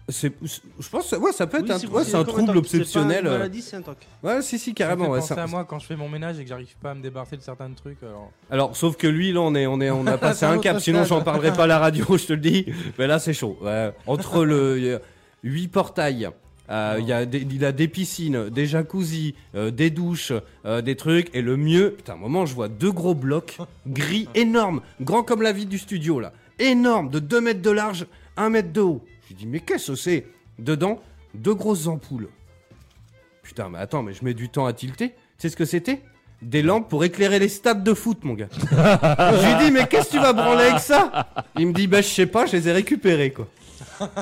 Speaker 3: C'est, c'est- je pense, que- ouais, ça peut être
Speaker 2: Oui,
Speaker 3: un,
Speaker 2: c'est-
Speaker 3: ouais, c'est un
Speaker 2: comme
Speaker 3: trouble
Speaker 2: toc. C'est pas
Speaker 3: obsessionnel.
Speaker 2: une
Speaker 3: euh.
Speaker 2: maladie, c'est un toc.
Speaker 3: Ouais, si, si, carrément.
Speaker 6: Ça
Speaker 3: ouais,
Speaker 6: fait penser
Speaker 3: ça-
Speaker 6: à moi quand je fais mon ménage et que j'arrive pas à me débarrasser de certains trucs. Alors,
Speaker 3: Alors, sauf que lui, là, on est, on est, on a passé
Speaker 6: C'est un
Speaker 3: un
Speaker 6: autre
Speaker 3: cap. Sinon,
Speaker 6: stade.
Speaker 3: j'en parlerai pas à la radio, je te le dis. Mais là, c'est chaud. Ouais. Entre le 8 portails, euh, il y a des, il a des piscines, des jacuzzis, euh, des douches, euh, des trucs. Et le mieux, putain, à un moment, je vois deux gros blocs gris énormes, grands comme la vie du studio là, énormes, de 2 mètres de large, 1 mètre de haut. Je dis, mais qu'est-ce que c'est Dedans, deux grosses ampoules. Putain, mais attends, mais je mets du temps à tilter. Tu sais ce que c'était Des lampes pour éclairer les stades de foot, mon gars. je lui dis, mais qu'est-ce que tu vas branler avec ça Il me dit, bah, je sais pas, je les ai récupérés, quoi.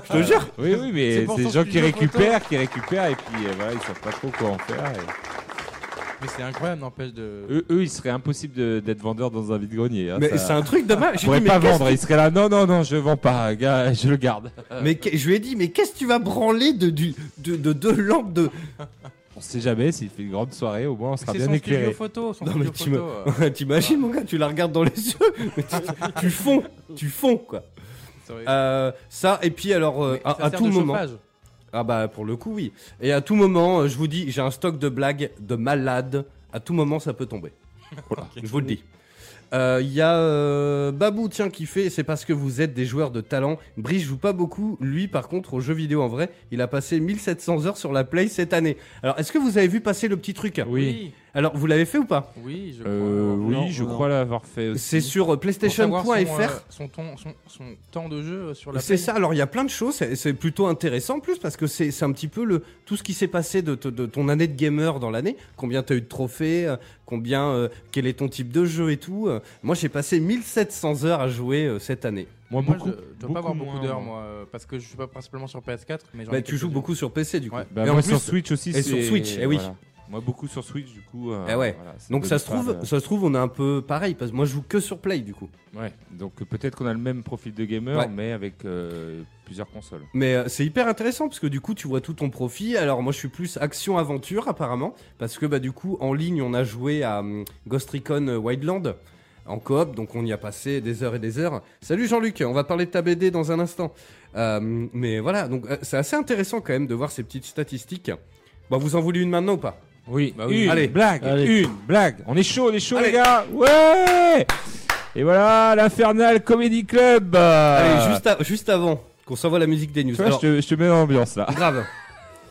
Speaker 3: Je te jure.
Speaker 4: Oui, oui,
Speaker 6: C'est
Speaker 4: mais
Speaker 6: pour
Speaker 4: c'est des
Speaker 6: ton
Speaker 4: gens qui
Speaker 6: studio photo.
Speaker 4: récupèrent, qui récupèrent, et puis euh, voilà, ils savent pas trop quoi en faire. et-
Speaker 6: mais c'est incroyable, n'empêche de.
Speaker 4: Eux, eux, il serait impossible de- d'être vendeur dans un vide-grenier. hein,
Speaker 3: Mais
Speaker 4: ça-
Speaker 3: c'est un truc de mal.
Speaker 4: Ils
Speaker 3: Je lui
Speaker 4: pourraient
Speaker 3: dis, mais
Speaker 4: pas
Speaker 3: qu'est-ce
Speaker 4: vendre, ils seraient là. Non, non, non, je vends pas, gars, je le garde.
Speaker 3: Mais que- je lui ai dit, mais qu'est-ce que tu vas branler de du de de deux lampes de
Speaker 4: On sait jamais s'il fait une grande soirée, au moins on sera
Speaker 6: C'est
Speaker 4: bien
Speaker 6: son studio
Speaker 4: éclairé.
Speaker 6: photo, son
Speaker 3: Non, mais
Speaker 6: studio
Speaker 3: tu me-
Speaker 6: photo. euh,
Speaker 3: T'imagines mon gars, tu la regardes dans les yeux, mais tu, tu fonds, tu fonds quoi.
Speaker 6: c'est vrai.
Speaker 3: Euh, ça et puis alors euh,
Speaker 6: Mais ça
Speaker 3: à, à
Speaker 6: sert
Speaker 3: tout
Speaker 6: de
Speaker 3: moment.
Speaker 6: chauffage.
Speaker 3: Ah bah pour le coup oui. Et à tout moment, euh, je vous dis, j'ai un stock de blagues de malades. À tout moment, ça peut tomber. Voilà, Je vous le dis. Euh, Il y a euh, Babou tiens qui fait c'est parce que vous êtes des joueurs de talent. Brice joue pas beaucoup, lui par contre aux jeux vidéo en vrai, il a passé 1700 heures sur la play cette année. Alors est-ce que vous avez vu passer le petit truc
Speaker 4: Oui,
Speaker 3: Alors vous l'avez fait ou pas
Speaker 6: Oui, je crois.
Speaker 4: Euh, oui,
Speaker 2: Non,
Speaker 4: je
Speaker 2: non.
Speaker 4: crois l'avoir fait aussi.
Speaker 3: C'est sur euh,
Speaker 6: Bah, Pour savoir son,
Speaker 3: PlayStation.fr.
Speaker 6: euh, son, ton- son- son temps de jeu euh, sur la
Speaker 3: C'est
Speaker 6: play.
Speaker 3: ça, alors il y a plein de choses, c'est- c'est plutôt intéressant en plus parce que c'est c'est un petit peu le, tout ce qui s'est passé de, te- de ton année de gamer dans l'année, combien t'as eu de trophées, euh, combien, euh, quel est ton type de jeu et tout. euh. Moi j'ai passé 1700 heures à jouer euh, cette année.
Speaker 4: Moi,
Speaker 6: Moi,
Speaker 4: beaucoup.
Speaker 6: je je dois pas avoir beaucoup
Speaker 4: moins,
Speaker 6: d'heures, moi, euh, parce que je suis pas principalement sur PS4. Mais j'en ai
Speaker 3: Bah, tu joues
Speaker 6: quelques-unes.
Speaker 3: beaucoup sur PC du coup.
Speaker 6: Ouais.
Speaker 4: Bah,
Speaker 3: Et en
Speaker 4: moi
Speaker 3: plus-
Speaker 4: sur Switch aussi.
Speaker 3: et sur
Speaker 4: c'est-
Speaker 3: Switch, eh oui.
Speaker 4: voilà. Moi beaucoup sur Switch du coup. euh,
Speaker 3: Eh ouais.
Speaker 4: voilà, ça
Speaker 3: Donc
Speaker 4: donne
Speaker 3: ça se,
Speaker 4: pas
Speaker 3: trouve,
Speaker 4: de-
Speaker 3: ça se trouve on est un peu pareil parce que moi je joue que sur Play du coup.
Speaker 4: Ouais. Donc euh, peut-être qu'on a le même profil de gamer,
Speaker 3: Ouais.
Speaker 4: mais avec euh, plusieurs consoles.
Speaker 3: Mais euh, c'est hyper intéressant parce que du coup tu vois tout ton profit. Alors moi je suis plus action aventure apparemment parce que bah du coup en ligne on a joué à hum, Ghost Recon euh, Wildland. en coop, donc on y a passé des heures et des heures. Salut Jean-Luc, on va parler de ta BD dans un instant. Euh, mais voilà, donc euh, c'est assez intéressant quand même de voir ces petites statistiques. Bah, vous en voulez une maintenant ou pas
Speaker 4: Oui,
Speaker 6: Bah oui.
Speaker 4: une
Speaker 3: Allez.
Speaker 4: blague,
Speaker 2: Allez.
Speaker 4: une blague. On est chaud, on est chaud,
Speaker 3: Allez.
Speaker 4: les gars. Ouais Et voilà, l'Infernal Comedy Club. euh,
Speaker 3: Allez, juste, a- juste avant qu'on s'envoie la musique des news.
Speaker 4: Tu vois,
Speaker 3: Alors,
Speaker 4: je, te, je te mets dans l'ambiance là.
Speaker 3: grave.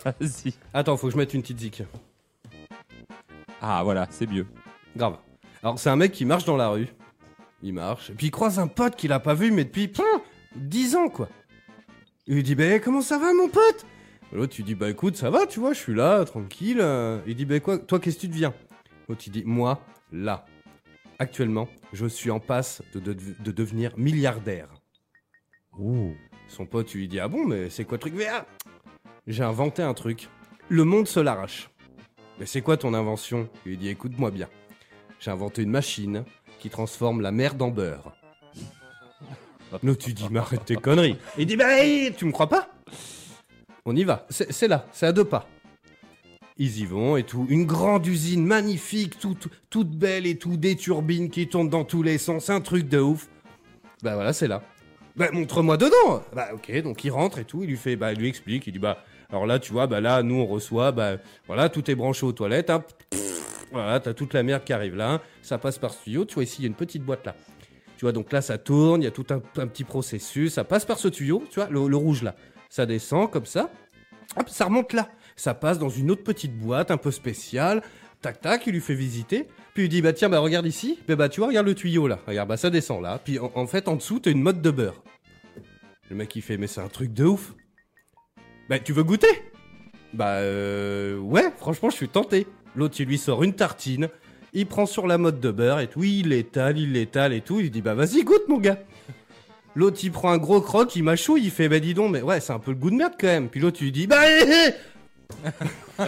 Speaker 4: Vas-y.
Speaker 3: Attends, faut que je mette une petite zik.
Speaker 4: Ah voilà, c'est mieux.
Speaker 3: Grave. Alors, c'est un mec qui marche dans la rue. Il marche. Et puis, il croise un pote qu'il a pas vu, mais depuis pin, 10 ans, quoi. Il lui dit, ben, comment ça va, mon pote L'autre, il dit, bah écoute, ça va, tu vois, je suis là, tranquille. euh. Il dit, ben, quoi, toi, qu'est-ce que tu deviens L'autre, il dit, moi, là, actuellement, je suis en passe de, de- de devenir milliardaire. Son pote, il lui dit, ah bon, mais c'est quoi le truc Mais, ah, J'ai inventé un truc. Le monde se l'arrache. Mais c'est quoi ton invention Il lui dit, écoute-moi bien. J'ai inventé une machine qui transforme la merde en beurre. L'autre, tu dis, mais arrête tes conneries. Il dit, bah, hey, tu me crois pas On y va. C'est c'est là, c'est à deux pas. Ils y vont et tout. Une grande usine magnifique, toute, toute belle et tout. Des turbines qui tournent dans tous les sens. Un truc de ouf. Bah voilà, c'est là. Bah montre-moi dedans. Bah ok, donc il rentre et tout. Il lui fait, bah il lui explique. Il dit, bah alors là, tu vois, bah là, nous on reçoit, bah voilà, tout est branché aux toilettes. Hein. Voilà, t'as toute la merde qui arrive là. hein. Ça passe par ce tuyau. Tu vois, ici, il y a une petite boîte là. Tu vois, donc là, ça tourne. Il y a tout un, un petit processus. Ça passe par ce tuyau, tu vois, le, le rouge là. Ça descend comme ça. Hop, ça remonte là. Ça passe dans une autre petite boîte un peu spéciale. Tac, tac, il lui fait visiter. Puis il dit, bah tiens, bah regarde ici. Bah, bah tu vois, regarde le tuyau là. Regarde, bah ça descend là. Puis en, en fait, en dessous, t'as une mode de beurre. Le mec, il fait, mais c'est un truc de ouf. Bah tu veux goûter bah euh, ouais, franchement, je suis tenté. L'autre, il lui sort une tartine, il prend sur la mode de beurre et tout, il l'étale, il l'étale et tout, il dit bah vas-y, goûte mon gars. L'autre, il prend un gros croc, il mâchouille, il fait bah dis donc, mais ouais, c'est un peu le goût de merde quand même. Puis l'autre, il dit bah hé, hé,
Speaker 6: Non,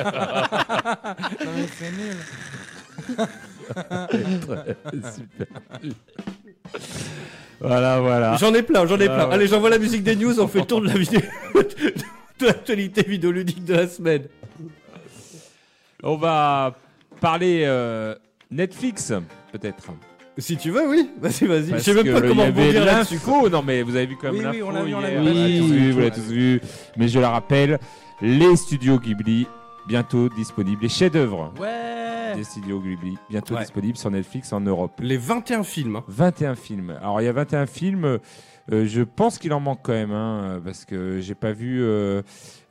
Speaker 6: mais c'est nul.
Speaker 4: Super. voilà, voilà.
Speaker 3: j'en ai plein, j'en ai
Speaker 4: Ah
Speaker 3: plein.
Speaker 4: ouais.
Speaker 3: Allez, j'envoie la musique des news, on fait le tour de la vidéo. de l'actualité vidéoludique de la semaine.
Speaker 4: On va parler euh, Netflix, peut-être.
Speaker 3: Si tu veux, oui. Vas-y, vas-y. Je
Speaker 4: Parce
Speaker 3: sais même
Speaker 4: que
Speaker 3: pas
Speaker 4: le-
Speaker 3: comment
Speaker 4: il y avait
Speaker 3: rebondir là-dessus.
Speaker 4: l'info. Non, mais vous avez vu quand même
Speaker 6: Oui, oui,
Speaker 4: l'info
Speaker 6: on l'a vu, on l'a
Speaker 4: hier.
Speaker 6: vu, on l'a
Speaker 2: vu.
Speaker 4: Vous l'avez tous vu,
Speaker 6: Oui.
Speaker 4: vous l'avez tous vu. Mais je la rappelle, les studios Ghibli, bientôt disponibles. Les chefs-d'œuvre
Speaker 6: Ouais.
Speaker 4: des studios Ghibli, bientôt
Speaker 3: Ouais.
Speaker 4: disponibles sur Netflix en Europe.
Speaker 3: Les 21 films. hein.
Speaker 4: 21 films. Alors, il y a 21 films. euh, je pense qu'il en manque quand même, hein, parce que j'ai pas vu euh,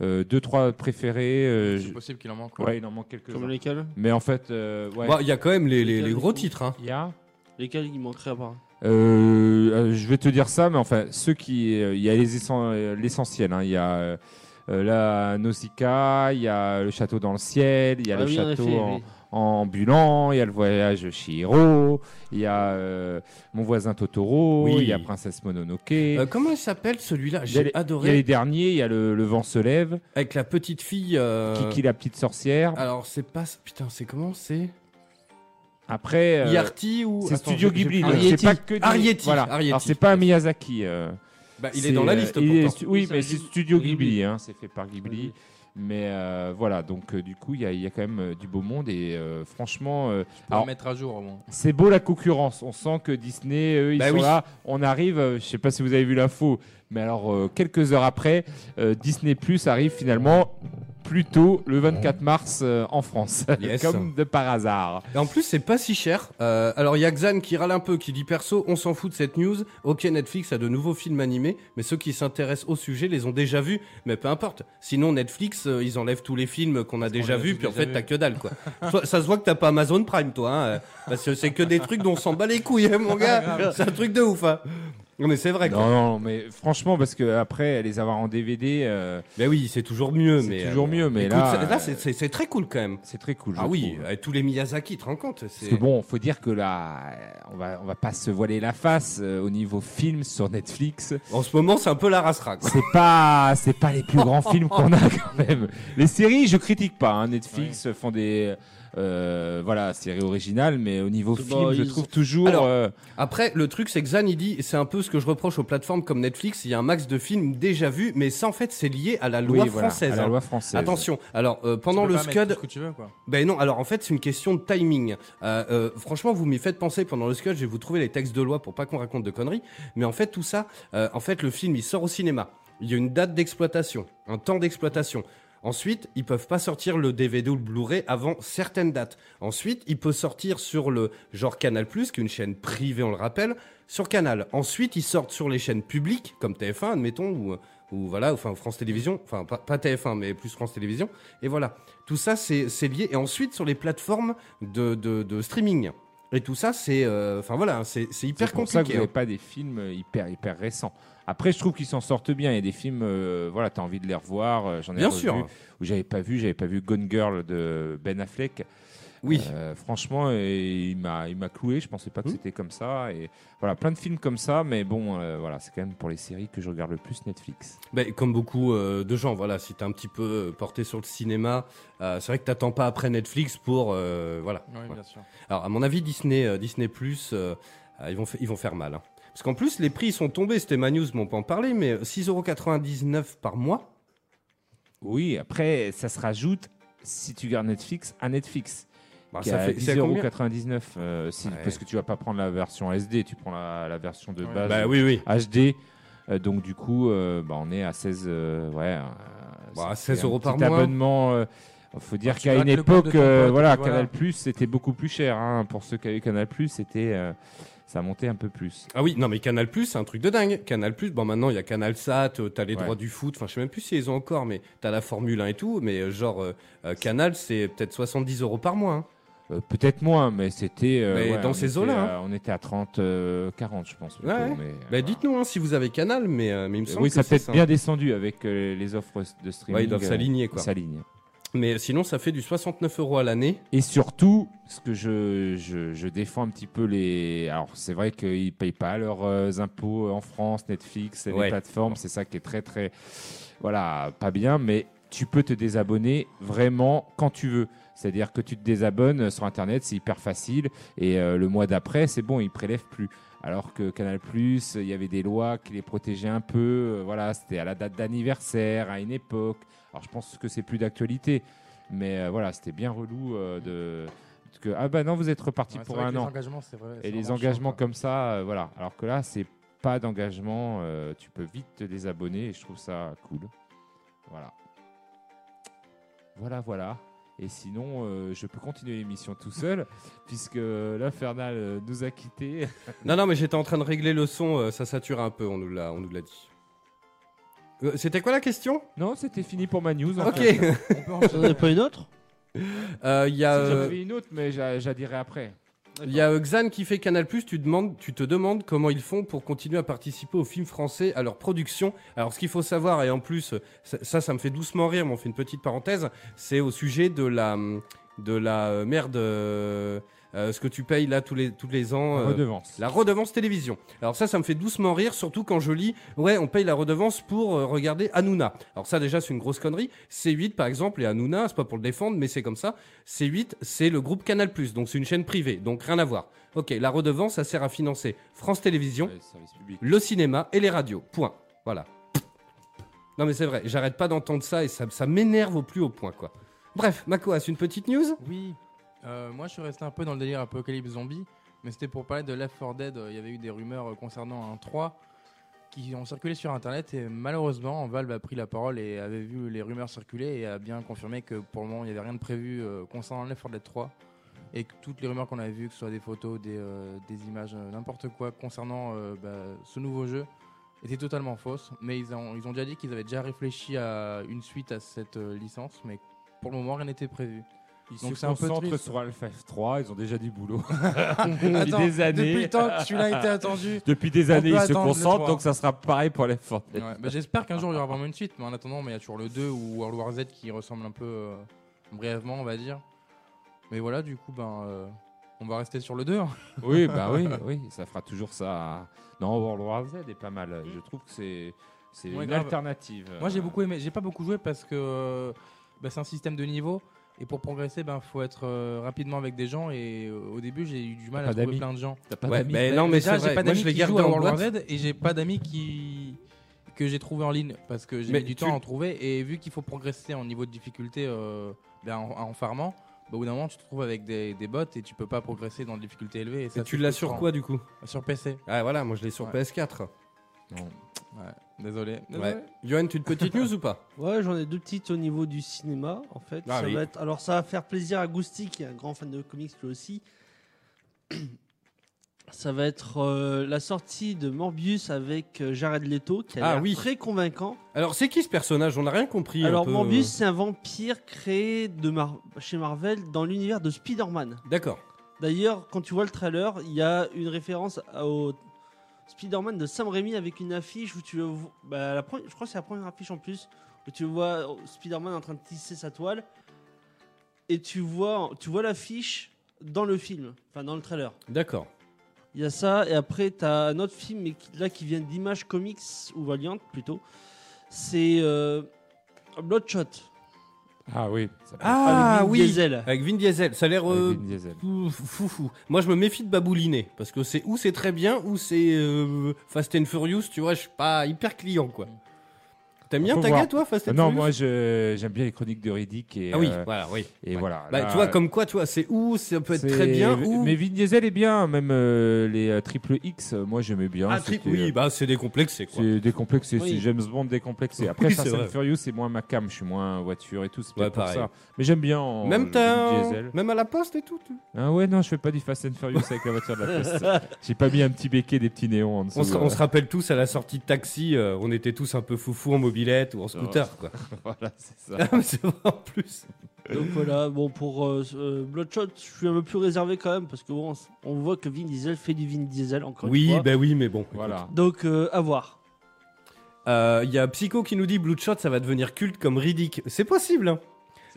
Speaker 4: euh, deux, trois préférés. euh, je-
Speaker 6: C'est possible qu'il en manque.
Speaker 4: Ouais, il en manque
Speaker 2: Comme
Speaker 4: quelques-uns.
Speaker 2: lesquels
Speaker 4: Mais en fait, euh, ouais.
Speaker 3: Bon, Bah, Il y a quand même les, les- les gros titres. Hein.
Speaker 4: Il y a.
Speaker 2: Lesquels il manquerait à part
Speaker 4: Euh, euh, je vais te dire ça, mais enfin, ceux qui. euh, Il y a les essen- euh, l'essentiel. hein. Il y a euh, euh, la Nausicaa, il y a le château dans le ciel, il y a
Speaker 2: Ah
Speaker 4: le
Speaker 2: oui, en
Speaker 4: château
Speaker 2: effet,
Speaker 4: en,
Speaker 3: hein.
Speaker 2: oui.
Speaker 4: en ambulant, il y a le voyage Shiro, il y a euh, mon voisin Totoro,
Speaker 3: Oui.
Speaker 4: il y a Princesse Mononoke.
Speaker 3: Euh, comment il s'appelle celui-là
Speaker 4: il, y a
Speaker 3: J'ai
Speaker 4: les, il y
Speaker 3: adoré.
Speaker 4: a les derniers, il y a le, le vent se lève,
Speaker 3: Avec la petite fille. euh,
Speaker 4: Kiki la petite sorcière.
Speaker 3: Alors, c'est pas. Putain, c'est comment C'est.
Speaker 4: Après, euh,
Speaker 3: Yarty ou. Attends,
Speaker 4: c'est
Speaker 3: Ah,
Speaker 4: Studio
Speaker 3: j'ai- j'ai
Speaker 4: Ghibli,
Speaker 3: plus-
Speaker 4: donc
Speaker 3: Arrietty.
Speaker 4: c'est pas que des-
Speaker 3: Arrietty,
Speaker 4: Voilà.
Speaker 3: Arrietty.
Speaker 4: Alors c'est pas un Miyazaki. euh,
Speaker 3: Bah, il est
Speaker 4: C'est,
Speaker 3: dans la
Speaker 4: euh,
Speaker 3: liste
Speaker 4: il est
Speaker 3: pourtant.
Speaker 4: stu- oui,
Speaker 2: Oui,
Speaker 4: mais
Speaker 2: ça,
Speaker 4: c'est
Speaker 2: Ghibli.
Speaker 4: Studio
Speaker 2: Ghibli.
Speaker 4: Ghibli, hein, c'est fait par Ghibli.
Speaker 2: Ghibli.
Speaker 4: Mais euh, voilà, donc euh, du coup, il y a, il y a quand même euh, du beau monde et euh, franchement, euh,
Speaker 6: Pour
Speaker 4: Alors-
Speaker 6: le mettre à jour au moins.
Speaker 4: c'est beau la concurrence. On sent que Disney, eux, ils
Speaker 3: Bah
Speaker 4: sont
Speaker 3: oui.
Speaker 4: là. On arrive, euh, je sais pas si vous avez vu l'info, mais alors euh, quelques heures après, euh, Disney Plus arrive finalement plus tôt le 24 mars euh, en France,
Speaker 3: Yes.
Speaker 4: comme de par hasard.
Speaker 3: Et en plus, c'est pas si cher. Euh, alors, il y a Xan qui râle un peu, qui dit perso, on s'en fout de cette news. Ok, Netflix a de nouveaux films animés, mais ceux qui s'intéressent au sujet les ont déjà vus. Mais peu importe. Sinon, Netflix, euh, ils enlèvent tous les films qu'on a déjà
Speaker 6: les a
Speaker 3: vus,
Speaker 6: tous
Speaker 3: puis en
Speaker 6: déjà
Speaker 3: fait,
Speaker 6: vus.
Speaker 3: t'as que dalle, quoi. Soit- ça se voit que t'as pas Amazon Prime, toi, hein, euh, parce que c'est que des trucs dont on s'en bat les couilles, hein, mon
Speaker 6: Ah,
Speaker 3: gars. C'est un truc de ouf, hein. Non, mais c'est vrai, quoi.
Speaker 4: Non, non, mais franchement, parce que après, les avoir en DVD, euh,
Speaker 3: Mais oui, c'est toujours mieux.
Speaker 4: C'est
Speaker 3: mais,
Speaker 4: toujours
Speaker 3: euh,
Speaker 4: mieux, mais
Speaker 3: écoute,
Speaker 4: là,
Speaker 3: ça-
Speaker 4: euh,
Speaker 3: c'est- c'est c'est très cool quand même.
Speaker 4: c'est très cool. je
Speaker 3: Ah oui,
Speaker 4: trouve.
Speaker 3: avec tous les Miyazaki, tu te rends compte
Speaker 4: Parce
Speaker 3: c'est-
Speaker 4: que bon, faut dire que là, euh, on va, on va pas se voiler la face euh, au niveau film sur Netflix.
Speaker 3: En ce moment, c'est un peu la rasera. quoi.
Speaker 4: C'est pas, c'est pas les plus grands films qu'on a quand même. Les séries, je critique pas. hein. Netflix euh, font des, euh, voilà, série originale, mais au niveau
Speaker 2: The
Speaker 4: film, je
Speaker 2: Boys.
Speaker 4: trouve toujours.
Speaker 3: Alors,
Speaker 4: euh,
Speaker 3: Après, le truc, c'est que Zan, il dit, et c'est un peu ce que je reproche aux plateformes comme Netflix, il y a un max de films déjà vus, mais ça, en fait, c'est lié à la loi
Speaker 4: oui, voilà,
Speaker 3: française.
Speaker 4: à la
Speaker 3: hein.
Speaker 4: loi française.
Speaker 3: Attention, alors euh,
Speaker 6: Tu
Speaker 3: pendant
Speaker 6: peux
Speaker 3: le
Speaker 6: pas mettre tout
Speaker 3: Scud,
Speaker 6: ce que tu veux, quoi.
Speaker 3: ben non, alors en fait c'est une question de timing. Euh, euh, franchement, vous m'y faites penser pendant le Scud, je vais vous trouver les textes de loi pour pas qu'on raconte de conneries, mais en fait tout ça, euh, en fait le film il sort au cinéma, il y a une date d'exploitation, un temps d'exploitation. Ensuite, ils peuvent pas sortir le DVD ou le Blu-ray avant certaines dates. Ensuite, il peut sortir sur le genre Canal+, qui est une chaîne privée, on le rappelle, sur Canal. Ensuite, ils sortent sur les chaînes publiques, comme TF1, admettons, ou, euh, ou voilà, enfin France Télévisions, enfin pas, pas TF1, mais plus France Télévisions. Et voilà, tout ça c'est c'est lié. Et ensuite, sur les plateformes de, de, de streaming. Et tout ça, c'est, euh, enfin voilà, c'est c'est hyper
Speaker 4: C'est pour ça que
Speaker 3: compliqué.
Speaker 4: vous n'avez
Speaker 3: hein.
Speaker 4: pas des films euh, hyper hyper récents. Après, je trouve qu'ils s'en sortent bien. Il y a des films, euh, voilà, t'as envie de les revoir. euh, J'en ai
Speaker 3: Bien
Speaker 4: revu,
Speaker 3: sûr.
Speaker 4: Où j'avais pas vu, j'avais pas vu Gone Girl de Ben Affleck.
Speaker 3: Oui.
Speaker 4: Euh, franchement, et il m'a il m'a cloué. Je pensais pas que
Speaker 3: Mhm.
Speaker 4: c'était comme ça. Et voilà, plein de films comme ça. Mais bon, euh, voilà, c'est quand même pour les séries que je regarde le plus Netflix.
Speaker 3: Ben, comme beaucoup euh, de gens, voilà, si t'es un petit peu euh, porté sur le cinéma, euh, c'est vrai que t'attends pas après Netflix pour, euh, voilà.
Speaker 6: Oui,
Speaker 3: Ouais.
Speaker 6: bien sûr.
Speaker 3: Alors, à mon avis, Disney, euh, Disney Plus, ils, vont fa- ils vont faire mal. hein. Parce qu'en plus, les prix ils sont tombés. C'était ma news, mais on peut en parler. Mais euh, 6,99€ par mois.
Speaker 4: Oui. Après, ça se rajoute si tu gardes Netflix à Netflix.
Speaker 3: bah,
Speaker 4: qui est à
Speaker 3: c'est à combien
Speaker 4: 10,99 euh, si-
Speaker 3: Ouais.
Speaker 4: parce que tu vas pas prendre la version SD, tu prends la, la version de
Speaker 6: Ouais.
Speaker 4: base.
Speaker 3: Bah oui, oui.
Speaker 4: HD. euh, donc du coup, euh, bah, on est à 16, euh, ouais, euh,
Speaker 3: Bah,
Speaker 4: c'est
Speaker 3: 16
Speaker 4: un
Speaker 3: euros par
Speaker 4: petit
Speaker 3: mois. Bah,
Speaker 4: abonnement. euh, faut dire
Speaker 6: tu
Speaker 4: qu'à une
Speaker 6: rates le compte de
Speaker 4: époque,
Speaker 6: ton
Speaker 4: euh,
Speaker 6: pote,
Speaker 4: voilà,
Speaker 6: et voilà.
Speaker 4: Canal Plus c'était beaucoup plus cher. hein. Pour ceux qui avaient Canal Plus, c'était euh, ça montait un peu plus.
Speaker 3: Ah oui, non mais Canal Plus, c'est un truc de dingue. Canal Plus, bon maintenant il y a Canal Sat, euh, t'as les
Speaker 4: Ouais.
Speaker 3: droits du foot, enfin je sais même plus si ils ont encore, mais t'as la Formule 1 et tout, mais euh, genre euh, euh, Canal c'est peut-être 70 euros par mois. hein.
Speaker 4: Euh, Peut-être moins, mais c'était. euh,
Speaker 3: Mais dans
Speaker 4: on
Speaker 3: ces
Speaker 4: était
Speaker 3: eaux-là, hein.
Speaker 4: à- On était à 30, euh, 40, je pense. plutôt,
Speaker 3: Ouais, ouais.
Speaker 4: mais, euh,
Speaker 3: Bah
Speaker 4: voilà.
Speaker 3: dites-nous hein, si vous avez Canal, mais, euh, mais il me semble
Speaker 4: Oui,
Speaker 3: que
Speaker 4: ça a
Speaker 3: c'est
Speaker 4: peut-être bien descendu avec euh, les offres de streaming.
Speaker 3: Ouais, ils doivent
Speaker 4: euh,
Speaker 3: s'aligner quoi.
Speaker 4: s'alignent.
Speaker 3: Mais sinon ça fait du 69 euros à l'année.
Speaker 4: Et surtout, ce que je, je, je défends un petit peu les. Alors, c'est vrai qu'ils ne payent pas leurs euh, impôts en France, Netflix, et les
Speaker 3: Ouais.
Speaker 4: plateformes. C'est ça qui est très, très. Voilà, pas bien, mais tu peux te désabonner vraiment quand tu veux. C'est-à-dire que tu te désabonnes euh, sur Internet, c'est hyper facile. Et euh, le mois d'après, c'est bon, ils prélèvent plus. Alors que Canal, euh, il y avait des lois qui les protégeaient un peu. euh, Voilà, c'était à la date d'anniversaire, à une époque. Alors, je pense que c'est plus d'actualité. Mais euh, voilà, c'était bien relou euh, de. de Que, ah bah non, vous êtes reparti
Speaker 6: Ouais, c'est
Speaker 4: pour
Speaker 6: vrai que
Speaker 4: un
Speaker 6: les
Speaker 4: an.
Speaker 6: engagements, c'est vrai, c'est
Speaker 4: Et les
Speaker 6: vraiment
Speaker 4: engagements
Speaker 6: chiant, quoi.
Speaker 4: comme ça, euh, voilà. Alors que là, c'est pas d'engagement. euh, tu peux vite te désabonner et je trouve ça cool. Voilà. Voilà, voilà. Et sinon, euh, je peux continuer l'émission tout seul, puisque l'Infernal euh, nous a quittés.
Speaker 3: Non non mais j'étais en train de régler le son, euh, ça sature un peu, on nous l'a on nous l'a dit. Euh, C'était quoi la question
Speaker 4: Non, c'était fini pour ma news. en
Speaker 3: Ok,
Speaker 4: fait.
Speaker 3: Euh,
Speaker 6: On peut
Speaker 2: Vous n'en
Speaker 6: enchaîner.
Speaker 2: avez pas une autre
Speaker 3: il y a...
Speaker 4: J'en
Speaker 3: euh,
Speaker 4: avais une autre, mais j'a- j'adirai après.
Speaker 3: Il y a euh, Xan qui fait Canal+, tu, demandes, tu te demandes comment ils font pour continuer à participer aux films français, à leur production. Alors ce qu'il faut savoir, et en plus, euh, ça, ça, ça me fait doucement rire, mais on fait une petite parenthèse, c'est au sujet de la, hum, de la euh, merde, euh, euh, ce que tu payes là tous les, tous les ans. euh,
Speaker 4: Redevance.
Speaker 3: la redevance télévision. Alors ça, ça me fait doucement rire, surtout quand je lis, ouais, on paye la redevance pour euh, regarder Hanouna. Alors ça, déjà, c'est une grosse connerie. C8, par exemple, et Hanouna, c'est pas pour le défendre, mais c'est comme ça. C8, c'est le groupe Canal+, donc c'est une chaîne privée, donc rien à voir. Ok, la redevance, ça sert à financer France Télévisions,
Speaker 4: Ouais, service public.
Speaker 3: le cinéma et les radios. Point. Voilà. Non mais c'est vrai, j'arrête pas d'entendre ça et ça, ça m'énerve au plus haut point, quoi. Bref, Makoas, une petite news
Speaker 6: Oui. Euh, moi, je suis resté un peu dans le délire Apocalypse Zombie, mais c'était pour parler de Left 4 Dead. Euh, Il y avait eu des rumeurs euh, concernant un 3 qui ont circulé sur Internet et malheureusement, Valve a pris la parole et avait vu les rumeurs circuler et a bien confirmé que pour le moment, il n'y avait rien de prévu euh, concernant Left 4 Dead 3 et que toutes les rumeurs qu'on avait vues, que ce soit des photos, des, euh, des images, euh, n'importe quoi concernant euh, bah, ce nouveau jeu, étaient totalement fausses. Mais ils ont, ils ont déjà dit qu'ils avaient déjà réfléchi à une suite à cette euh, licence, mais pour le moment, rien n'était prévu.
Speaker 4: Ils
Speaker 6: Donc
Speaker 4: se
Speaker 6: c'est un peu
Speaker 4: concentrent
Speaker 6: triste.
Speaker 4: sur Alpha 3 ils ont déjà du boulot. depuis
Speaker 6: Attends,
Speaker 4: des années.
Speaker 6: Depuis le temps que celui-là a été attendu.
Speaker 4: Depuis des
Speaker 6: On
Speaker 4: années,
Speaker 6: peut
Speaker 4: ils se
Speaker 6: attendre le
Speaker 4: concentrent,
Speaker 6: trois.
Speaker 4: donc ça sera pareil pour les fortes.
Speaker 6: Ouais, bah, J'espère qu'un jour il y aura vraiment une suite, mais en attendant, mais il y a toujours le 2 ou World War Z qui ressemble un peu euh, brièvement, on va dire. Mais voilà, du coup, ben, euh, on va rester sur le 2. hein.
Speaker 4: Oui, bah oui, oui, ça fera toujours ça. Non, World War Z est pas mal. Je trouve que c'est c'est
Speaker 6: Ouais,
Speaker 4: une
Speaker 6: grave.
Speaker 4: alternative.
Speaker 6: Moi j'ai
Speaker 4: Euh,
Speaker 6: beaucoup aimé, j'ai pas beaucoup joué parce que euh, bah, c'est un ben, système de niveau Et pour progresser, ben faut être euh, rapidement avec des gens. Et euh, au début, j'ai eu du mal
Speaker 4: Pas
Speaker 6: à trouver
Speaker 4: d'amis.
Speaker 6: plein de gens.
Speaker 4: T'as pas
Speaker 3: Ouais,
Speaker 4: d'amis
Speaker 3: mais Eh, non, mais
Speaker 6: Déjà,
Speaker 3: c'est vrai. Moi,
Speaker 6: Bah, j'ai pas d'amis
Speaker 3: je les
Speaker 6: qui
Speaker 3: garde
Speaker 6: jouent à
Speaker 3: en
Speaker 6: World War
Speaker 3: boîte.
Speaker 6: Z et j'ai pas d'amis qui que j'ai trouvé en ligne parce que j'ai
Speaker 3: Mais
Speaker 6: mis du
Speaker 3: tu-
Speaker 6: temps à en trouver et vu qu'il faut progresser en niveau de difficulté euh, ben, en, en farmant, bah, au bout d'un moment tu te trouves avec des, des bots et tu peux pas progresser dans des difficultés élevées. Et ça,
Speaker 3: Et tu
Speaker 6: c'est
Speaker 3: l'as sur
Speaker 6: frustrant.
Speaker 3: quoi du coup
Speaker 6: Sur PC.
Speaker 3: Ah voilà, moi je l'ai sur
Speaker 6: Ouais. Ah
Speaker 3: PS4.
Speaker 6: Ouais, désolé.
Speaker 3: Ouais. Yoann, tu as une petite news ou pas
Speaker 2: Ouais, j'en ai deux petites au niveau du cinéma, en fait.
Speaker 3: Ah
Speaker 2: ça
Speaker 3: oui.
Speaker 2: va être- Alors, ça va faire plaisir à Gousti, qui est un grand fan de comics lui aussi. Ça va être euh, la sortie de Morbius avec euh, Jared Leto, qui a
Speaker 3: Ah
Speaker 2: l'air
Speaker 3: oui.
Speaker 2: très convaincant.
Speaker 3: Alors c'est qui ce personnage On n'a rien compris. un
Speaker 2: Alors,
Speaker 3: peu. euh.
Speaker 2: Morbius, c'est un vampire créé de Mar- chez Marvel dans l'univers de Spider-Man.
Speaker 3: D'accord.
Speaker 2: D'ailleurs, quand tu vois le trailer, il y a une référence à- au Spider-Man de Sam Raimi avec une affiche où tu le vois. bah, la pre- je crois que c'est la première affiche en plus où tu vois Spider-Man en train de tisser sa toile et tu vois, tu vois l'affiche dans le film, enfin dans le trailer.
Speaker 3: D'accord.
Speaker 2: Il y a ça, et après, tu as un autre film, mais qui- là qui vient d'Image Comics, ou Valiant plutôt. C'est euh, Bloodshot
Speaker 4: Ah oui. ça peut
Speaker 3: Ah
Speaker 2: avec Vin
Speaker 3: oui
Speaker 2: Diesel.
Speaker 3: Avec Vin Diesel. Ça a l'air
Speaker 4: être avec
Speaker 3: euh,
Speaker 4: Vin Diesel.
Speaker 3: fou, fou, fou. Moi je me méfie de babouliner. Parce que c'est ou c'est très bien ou c'est euh, Fast and Furious. Tu vois, je suis pas hyper client quoi. T'aimes bien
Speaker 4: Faut
Speaker 3: ta
Speaker 4: voir.
Speaker 3: gueule, toi Fast and
Speaker 4: Non,
Speaker 3: Furious
Speaker 4: moi je- j'aime bien les chroniques de Riddick et,
Speaker 3: Ah oui,
Speaker 4: euh,
Speaker 3: voilà, oui.
Speaker 4: et voilà.
Speaker 3: Bah,
Speaker 4: Là,
Speaker 3: tu vois, comme quoi, tu vois, c'est ou ça peut être très
Speaker 4: c'est-
Speaker 3: bien ou.
Speaker 4: Mais Vin Diesel est bien, même euh, les euh, triple X, euh, moi j'aimais bien.
Speaker 3: Ah, tri-
Speaker 4: c'était,
Speaker 3: oui,
Speaker 4: euh,
Speaker 3: bah c'est décomplexé quoi.
Speaker 4: C'est décomplexé,
Speaker 2: Oui.
Speaker 4: c'est James Bond décomplexé. Après,
Speaker 3: Oui,
Speaker 4: Fast
Speaker 3: c'est
Speaker 4: and
Speaker 3: vrai.
Speaker 4: Furious, c'est moins ma cam, je suis moins voiture et tout, c'est
Speaker 3: Ouais,
Speaker 4: peut-être pour
Speaker 3: pareil.
Speaker 4: ça. Mais j'aime bien en
Speaker 3: Même,
Speaker 4: le
Speaker 3: t'as
Speaker 4: Vin
Speaker 3: un-
Speaker 4: Diesel.
Speaker 3: Même à la poste et tout. tu-
Speaker 4: Ah ouais, non, je fais pas du Fast and Furious avec la voiture de la poste. J'ai pas mis un petit béquet des petits néons en dessous. euh.
Speaker 3: On se,
Speaker 4: là.
Speaker 3: on se rappelle tous à la sortie de taxi, euh, on était tous un peu foufou en mobilette ou en scooter, quoi.
Speaker 4: voilà, c'est ça.
Speaker 3: Ah, mais c'est vrai en plus.
Speaker 2: Donc voilà, bon pour euh, ce- euh, Bloodshot, je suis un peu plus réservé quand même parce que bon, on voit que Vin Diesel fait du Vin Diesel encore une
Speaker 3: Oui,
Speaker 2: fois.
Speaker 3: bah oui, mais bon.
Speaker 4: Voilà.
Speaker 2: Donc euh, à voir.
Speaker 3: Il y a Psycho qui nous dit Bloodshot, ça va devenir culte comme Riddick. C'est possible, hein.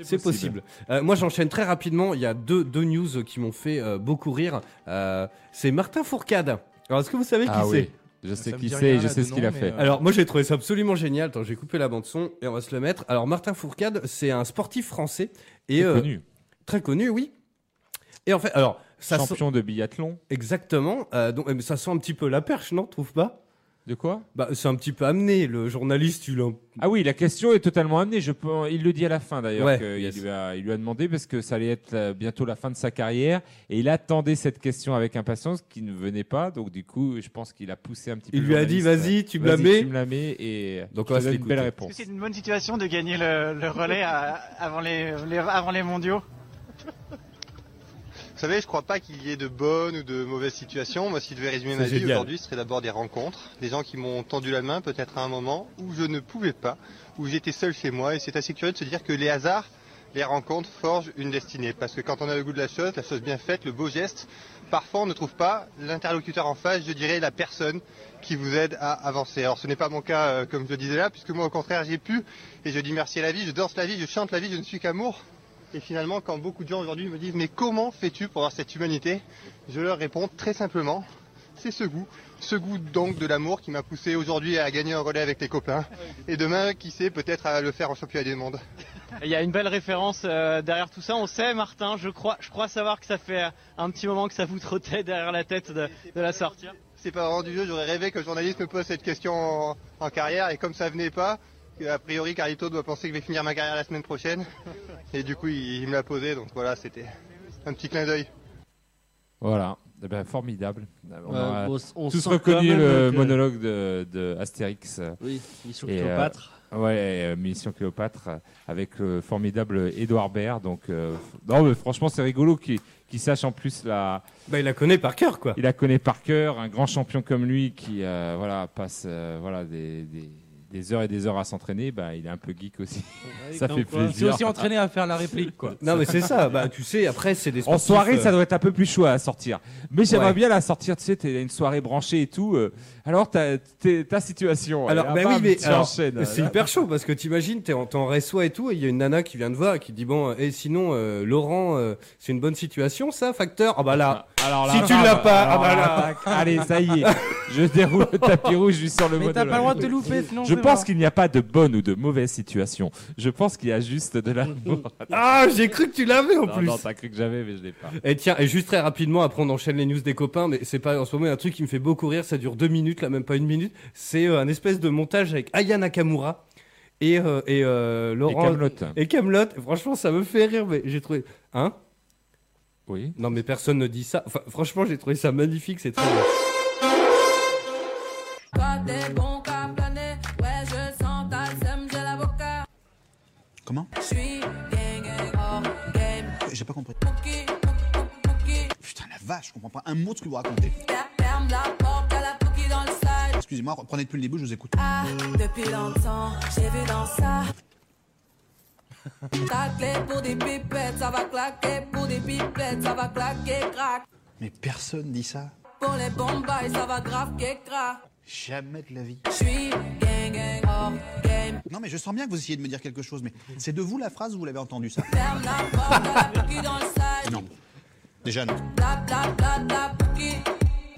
Speaker 3: C'est possible. Euh, moi, j'enchaîne très rapidement. Il y a deux, deux news qui m'ont fait euh, beaucoup rire. Euh, c'est Martin Fourcade. Alors, est-ce que vous savez qui
Speaker 4: Ah
Speaker 3: c'est
Speaker 4: oui, je sais
Speaker 6: me
Speaker 4: qui
Speaker 6: dit
Speaker 4: c'est,
Speaker 6: rien,
Speaker 4: je
Speaker 6: là,
Speaker 4: sais
Speaker 6: de
Speaker 4: ce qu'il a
Speaker 6: nom,
Speaker 4: fait.
Speaker 6: mais, euh,
Speaker 3: Alors moi j'ai trouvé ça absolument génial. Attends, j'ai coupé la bande son et on va se le mettre. Alors Martin Fourcade, c'est un sportif français et
Speaker 4: C'est
Speaker 3: euh,
Speaker 4: connu.
Speaker 3: très connu, oui. Et en fait, alors ça sent-
Speaker 4: Champion de biathlon.
Speaker 3: exactement. euh, donc, mais ça sent un petit peu la perche, non Trouve pas
Speaker 4: De quoi
Speaker 3: Bah c'est un petit peu amené. Le journaliste, tu l'as.
Speaker 4: Ah oui, la question est totalement amenée. Je peux, il le dit à la fin d'ailleurs.
Speaker 3: Ouais,
Speaker 4: qu'il
Speaker 3: yes.
Speaker 4: lui a, il lui a demandé parce que ça allait être euh, bientôt la fin de sa carrière et il attendait cette question avec impatience qui ne venait pas. Donc du coup, je pense qu'il a poussé un petit peu.
Speaker 3: Il
Speaker 4: le
Speaker 3: lui a dit,
Speaker 4: journaliste.
Speaker 3: vas-y, tu me
Speaker 4: Vas-y,
Speaker 3: la mets.
Speaker 4: tu me la mets et
Speaker 3: Donc,
Speaker 4: je
Speaker 3: on va
Speaker 4: te
Speaker 3: se
Speaker 4: donne une
Speaker 3: l'écouter.
Speaker 4: belle
Speaker 5: Est-ce que
Speaker 4: réponse.
Speaker 5: c'est une bonne situation de gagner le, le relais à- avant, les, les- avant les mondiaux
Speaker 7: Vous savez, je crois pas qu'il y ait de bonnes ou de mauvaises situations. Moi, si je devais résumer
Speaker 3: C'est
Speaker 7: ma vie
Speaker 3: génial.
Speaker 7: aujourd'hui, ce serait d'abord des rencontres, des gens qui m'ont tendu la main peut-être à un moment où je ne pouvais pas, où j'étais seul chez moi. Et c'est assez curieux de se dire que les hasards, les rencontres forgent une destinée. Parce que quand on a le goût de la chose, la chose bien faite, le beau geste, parfois on ne trouve pas l'interlocuteur en face, je dirais la personne qui vous aide à avancer. Alors ce n'est pas mon cas, euh, comme je le disais là, puisque moi au contraire j'ai pu, et je dis merci à la vie, je danse la vie, je chante la vie, je ne suis qu'amour. Et finalement, quand beaucoup de gens aujourd'hui me disent mais comment fais-tu pour avoir cette humanité Je leur réponds très simplement, c'est ce goût. Ce goût donc de l'amour qui m'a poussé aujourd'hui à gagner un relais avec les copains. Et demain, qui sait, peut-être à le faire en championnat du monde.
Speaker 5: Il y a une belle référence euh, derrière tout ça. On sait, Martin, je crois, je crois savoir que ça fait euh, un petit moment que ça vous trottait derrière la tête de, de la sortir.
Speaker 7: C'est pas vraiment du jeu, j'aurais rêvé que le journaliste me pose cette question en, en carrière. Et comme ça venait pas, a priori Carlito doit penser que je vais finir ma carrière la semaine prochaine. Et du coup, il, il me l'a posé, donc voilà, c'était un petit clin d'œil.
Speaker 4: Voilà, Eh ben, formidable. On
Speaker 2: Ouais,
Speaker 4: aura
Speaker 2: Euh, bon, s- on
Speaker 4: tous
Speaker 2: sent quand
Speaker 4: reconnu
Speaker 2: même
Speaker 4: le
Speaker 2: que-
Speaker 4: monologue de, de Astérix. euh,
Speaker 2: Oui, Mission
Speaker 4: Et, euh,
Speaker 2: Cléopâtre.
Speaker 4: Ouais, euh, Mission Cléopâtre euh, avec le formidable Édouard Baird. Donc, euh, f- non, mais franchement, c'est rigolo qu'il qu'il sache en plus la.
Speaker 3: Bah il la connaît par cœur, quoi.
Speaker 4: Il la connaît par cœur, un grand champion comme lui qui euh, voilà, passe euh, voilà, des, des- des heures et des heures à s'entraîner. Bah, il est un peu geek aussi.
Speaker 3: euh,
Speaker 2: Ouais,
Speaker 4: ça
Speaker 2: comme
Speaker 4: fait
Speaker 2: quoi.
Speaker 4: plaisir.
Speaker 6: C'est aussi entraîné à faire la réplique quoi.
Speaker 3: Non mais c'est ça. Bah tu sais, après c'est des.
Speaker 4: En
Speaker 3: sportifs,
Speaker 4: soirée,
Speaker 3: euh,
Speaker 4: ça doit être un peu plus chaud à sortir. Mais j'aimerais
Speaker 3: Ouais.
Speaker 4: bien la sortir, tu sais, t'es une soirée branchée et tout. euh, alors, ta- t'es- ta situation.
Speaker 3: Alors,
Speaker 4: elle,
Speaker 3: bah
Speaker 4: bam,
Speaker 3: oui, mais
Speaker 4: tu
Speaker 3: alors,
Speaker 4: enchaînes.
Speaker 3: C'est hyper chaud parce que t'imagines, t'es en, t'es en resto et tout, et il y a une nana qui vient te voir et qui te dit Bon, et sinon, euh, Laurent, euh, c'est une bonne situation ça, facteur Ah bah là,
Speaker 4: Alors
Speaker 3: Si tu l'as pas, ah bah
Speaker 4: alors
Speaker 3: là.
Speaker 4: là, tac, Allez, ça y est. Je déroule le tapis rouge, je suis sur le
Speaker 6: Mais
Speaker 4: mode
Speaker 6: t'as
Speaker 4: de
Speaker 6: pas le
Speaker 4: la-
Speaker 6: droit de te louper, sinon.
Speaker 4: Je
Speaker 6: c'est
Speaker 4: pense
Speaker 6: mort.
Speaker 4: qu'il n'y a pas de bonne ou de mauvaise situation. Je pense qu'il y a juste de l'amour.
Speaker 3: Ah, j'ai cru que tu l'avais en
Speaker 4: Non,
Speaker 3: plus.
Speaker 4: non, t'as cru que j'avais, mais je l'ai pas.
Speaker 3: Et Eh, tiens, et juste très rapidement, après on enchaîne les news des copains, mais c'est pas en ce moment il y a un truc qui me fait beaucoup rire, ça dure deux minutes, là même pas une minute. C'est euh, un espèce de montage avec Aya Nakamura et, euh, et euh,
Speaker 4: Et
Speaker 3: Laurent
Speaker 4: Camelot.
Speaker 3: et Camelot. Franchement, ça me fait rire, mais j'ai trouvé. Hein
Speaker 4: Oui.
Speaker 3: Non, mais personne ne dit ça. Enfin, franchement, j'ai trouvé ça magnifique, c'est très bien.
Speaker 8: Toi t'es bon qu'à planer, ouais je sens ta sème, j'ai la boca.
Speaker 9: Comment
Speaker 8: Je suis gang gang hors game,
Speaker 9: J'ai pas compris.
Speaker 8: Mookie, Mookie, Mookie,
Speaker 9: Putain, la vache, je comprends pas un mot de ce que vous racontez.
Speaker 8: Fer- ferme la porte, y'a la Pookie dans le side.
Speaker 9: Excusez-moi, reprenez depuis le début, je vous écoute.
Speaker 8: Ah, depuis longtemps, j'ai vu dans ça. Ta clé pour des pipettes, ça va claquer pour des pipettes, ça va claquer crack.
Speaker 9: Mais personne dit ça.
Speaker 8: Pour les bombailles, ça va grave que crack.
Speaker 9: Jamais de la vie.
Speaker 8: Je suis gang gang hors game,
Speaker 9: Non, mais je sens bien que vous essayez de me dire quelque chose, mais c'est de vous la phrase ou vous l'avez entendu ça
Speaker 8: ferme la porte, y'a la Pookie dans le side.
Speaker 9: Non. Déjà, non.
Speaker 8: Bla bla bla bla Pookie.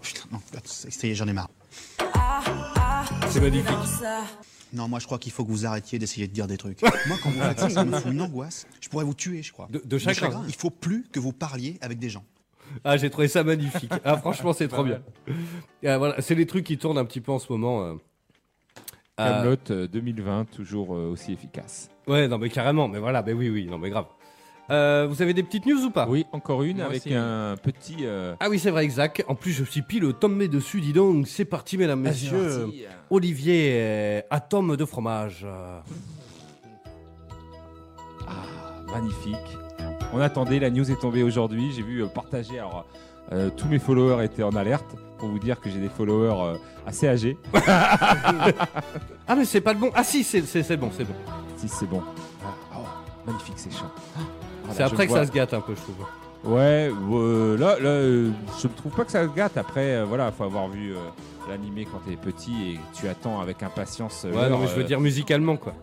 Speaker 9: Putain, non, ça y est, j'en ai marre.
Speaker 8: Ah,
Speaker 3: C'est magnifique.
Speaker 9: Non, moi je crois qu'il faut que vous arrêtiez d'essayer de dire des trucs. Moi, quand vous faites ça, ça me fout une angoisse. Je pourrais vous tuer, je crois.
Speaker 3: De- de chagrin.
Speaker 9: Il faut plus que vous parliez avec des gens.
Speaker 3: Ah, j'ai trouvé ça magnifique. Ah, franchement, c'est trop bien. Ah, voilà, c'est les trucs qui tournent un petit peu en ce moment. euh. Ah,
Speaker 4: Camelot euh, 2020, toujours euh, aussi efficace.
Speaker 3: ouais, non, mais carrément, mais voilà, mais oui, oui, non, mais grave. Euh, vous avez des petites news ou pas
Speaker 4: Oui, encore une
Speaker 6: Moi
Speaker 4: avec
Speaker 6: aussi.
Speaker 4: un petit. euh,
Speaker 3: Ah oui, c'est vrai, exact. En plus, je suis pile au tombé dessus, dis donc. C'est parti, mesdames,
Speaker 4: Ah,
Speaker 3: messieurs. Olivier, euh, atome de fromage. euh.
Speaker 4: Ah, magnifique. On attendait, la news est tombée aujourd'hui. J'ai vu euh, partager. Alors, euh, tous mes followers étaient en alerte pour vous dire que j'ai des followers euh, assez âgés.
Speaker 3: Ah, mais c'est pas le bon. Ah, si, c'est c'est- c'est bon, c'est bon.
Speaker 4: Si c'est bon. Ah, oh, magnifique ces chants. Ah, voilà,
Speaker 3: c'est après
Speaker 4: je
Speaker 3: que
Speaker 4: vois.
Speaker 3: ça se gâte un peu, je trouve.
Speaker 4: Ouais, euh, là, là euh, je ne trouve pas que ça se gâte. Après, euh, voilà, faut avoir vu euh, l'animé quand t'es petit et tu attends avec impatience. euh,
Speaker 3: Ouais, non, mais je
Speaker 4: euh,
Speaker 3: veux dire musicalement, quoi.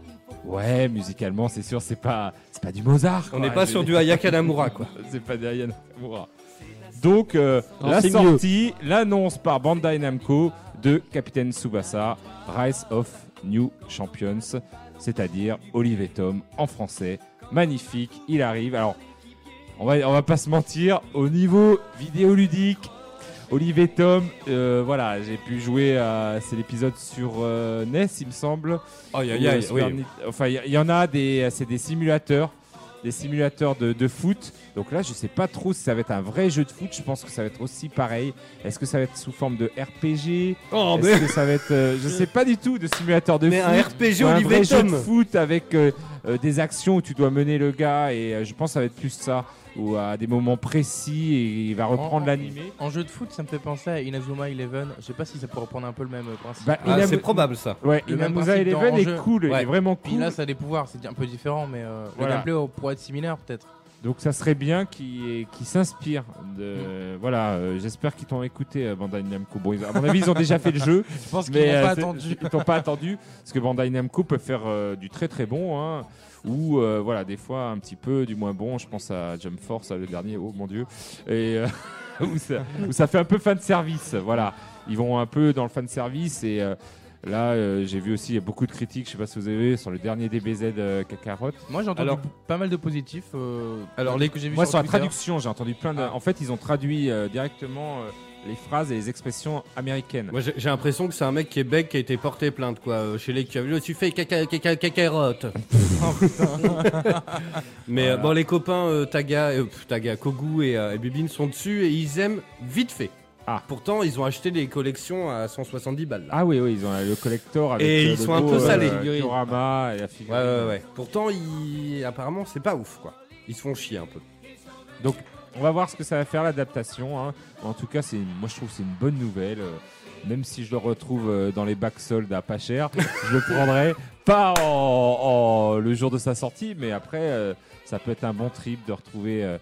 Speaker 4: Ouais, musicalement, c'est sûr, c'est pas, c'est pas du Mozart.
Speaker 3: On
Speaker 4: quoi.
Speaker 3: n'est pas
Speaker 4: Je-
Speaker 3: sur du Hayaka Namura, quoi.
Speaker 4: c'est pas derrière Nakamura. Donc, euh,
Speaker 2: Non,
Speaker 4: la
Speaker 2: c'est
Speaker 4: sortie, l'annonce par Bandai Namco de Capitaine Tsubasa, Rise of New Champions, c'est-à-dire Olive et Tom en français. Magnifique, il arrive. Alors, on va, on va pas se mentir, au niveau vidéoludique, Olive et Tom, euh, voilà, j'ai pu jouer à. C'est l'épisode sur euh, NES, il me semble.
Speaker 3: Aïe,
Speaker 4: Ou, euh, Super Nit- Enfin, il y, y en a des, euh, c'est des simulateurs, des simulateurs de, de foot. Donc là, je sais pas trop si ça va être un vrai jeu de foot. Je pense que ça va être aussi pareil. Est-ce que ça va être sous forme de RPG
Speaker 3: Oh,
Speaker 4: Est-ce que ça va être, euh, je sais pas du tout, de simulateur de
Speaker 3: Mais
Speaker 4: foot.
Speaker 3: un RPG
Speaker 4: ou un
Speaker 3: Olivier
Speaker 4: vrai jeu de
Speaker 3: Tom
Speaker 4: foot avec euh, euh, des actions où tu dois mener le gars et euh, je pense que ça va être plus ça ou à des moments précis et il va reprendre
Speaker 6: Oh.
Speaker 4: l'animé.
Speaker 6: En jeu de foot, ça me fait penser à Inazuma Eleven. Je sais pas si ça pourrait reprendre un peu le même euh, principe.
Speaker 4: Bah,
Speaker 3: Ah,
Speaker 4: il a-
Speaker 3: c'est probable, ça.
Speaker 4: Ouais,
Speaker 6: le même
Speaker 4: Inamusa
Speaker 6: principe dans
Speaker 4: Eleven est
Speaker 6: Enjeu.
Speaker 4: cool, il
Speaker 3: Ouais.
Speaker 4: est vraiment
Speaker 6: Puis
Speaker 4: cool.
Speaker 6: là, ça a des pouvoirs, c'est un peu différent, mais euh,
Speaker 4: Voilà.
Speaker 6: le gameplay euh, pourrait être similaire peut-être.
Speaker 4: Donc ça serait bien qu'ils qu'ils s'inspirent
Speaker 6: Mm.
Speaker 4: de voilà. euh, J'espère qu'ils t'ont écouté euh, Bandai Namco. Bon, ils- à mon avis ils ont déjà fait le jeu,
Speaker 6: Je pense qu'ils
Speaker 4: mais
Speaker 6: n'ont
Speaker 4: euh,
Speaker 6: pas
Speaker 4: c'est-
Speaker 6: attendu.
Speaker 4: Ils t'ont pas attendu parce que Bandai Namco peut faire euh, du très très bon hein, ou euh, voilà des fois un petit peu du moins bon. Je pense à Jump Force, à le dernier. Oh mon dieu et euh, où, ça, où ça fait un peu fan service. Voilà, ils vont un peu dans le fan service et euh, là euh, j'ai vu aussi il y a beaucoup de critiques. Je sais pas si vous avez vu sur le dernier DBZ euh, Kakarot.
Speaker 6: Moi, j'ai entendu
Speaker 4: Alors-
Speaker 6: pas mal de positifs. euh,
Speaker 3: Alors,
Speaker 6: les que j'ai vu
Speaker 4: Moi,
Speaker 6: sur,
Speaker 4: sur Ah. la
Speaker 6: Twitter.
Speaker 4: traduction, j'ai entendu plein de. En fait, ils ont traduit euh, directement euh, les phrases et les expressions américaines.
Speaker 3: Moi, j'ai j'ai l'impression que c'est un mec Québec qui a été porté plainte, quoi. euh, Chez les qui a vu, tu fais caca, caca, cacarotte. Mais euh,
Speaker 4: Oh, Voilà.
Speaker 3: bon, les copains euh, Taga, euh, pff, Taga, Kogu et, euh, et Bibine sont dessus et ils aiment vite fait.
Speaker 4: Ah.
Speaker 3: Pourtant, ils ont acheté des collections à 170 balles. là.
Speaker 4: Ah oui, oui, ils ont euh, le collector avec
Speaker 3: Et
Speaker 4: euh,
Speaker 3: ils
Speaker 4: le
Speaker 3: sont un
Speaker 4: beau,
Speaker 3: peu
Speaker 4: euh,
Speaker 3: salés.
Speaker 4: le diorama et la
Speaker 3: Ouais,
Speaker 4: figurine.
Speaker 3: ouais, ouais. Pourtant, ils... apparemment, c'est pas ouf, quoi. Ils se font chier un peu.
Speaker 4: Donc, on va voir ce que ça va faire l'adaptation. hein. En tout cas, c'est une- moi, je trouve que c'est une bonne nouvelle. euh, Même si je le retrouve euh, dans les bacs soldes à pas cher, je le prendrai pas en, en- le jour de sa sortie, mais après, euh, ça peut être un bon trip de retrouver euh,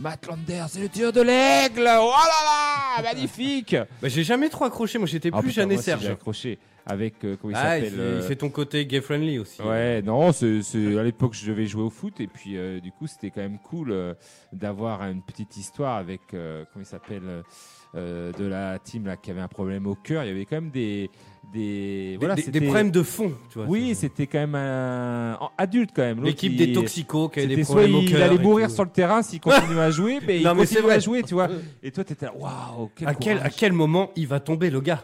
Speaker 4: Matt Lander, c'est le tir de l'aigle! Oh là là! Magnifique!
Speaker 3: Bah, j'ai jamais trop accroché. Moi, j'étais
Speaker 4: Ah,
Speaker 3: plus
Speaker 4: putain,
Speaker 3: Jeanne et
Speaker 4: moi aussi,
Speaker 3: Serge.
Speaker 4: J'ai accroché. avec euh, comment il
Speaker 3: Ah, il
Speaker 4: s'appelle
Speaker 3: fait-
Speaker 4: euh,
Speaker 3: il fait ton côté gay friendly aussi.
Speaker 4: Ouais, non, c'est- c'est- à l'époque je devais jouer au foot et puis euh, du coup c'était quand même cool euh, d'avoir une petite histoire avec, euh, comment il s'appelle, euh, euh, de la team là, qui avait un problème au cœur. Il y avait quand même des... Des,
Speaker 3: Des,
Speaker 4: voilà,
Speaker 3: des- des
Speaker 4: c'était-
Speaker 3: problèmes de fond, tu vois.
Speaker 4: Oui,
Speaker 3: c'est-
Speaker 4: c'était quand même un en- adulte quand même. L'autre,
Speaker 3: L'équipe
Speaker 4: il-
Speaker 3: des toxicos qui avait
Speaker 4: c'était
Speaker 3: des
Speaker 4: soit
Speaker 3: problèmes au
Speaker 4: il
Speaker 3: cœur.
Speaker 4: allait
Speaker 3: et
Speaker 4: mourir
Speaker 3: tout.
Speaker 4: sur le terrain s'il continuait à jouer, mais il
Speaker 3: Non, mais c'est
Speaker 4: continuait
Speaker 3: vrai.
Speaker 4: à jouer, tu vois. Et toi, t'étais là, waouh, quel
Speaker 3: à quel, à
Speaker 4: courage.
Speaker 3: quel moment il va tomber, le gars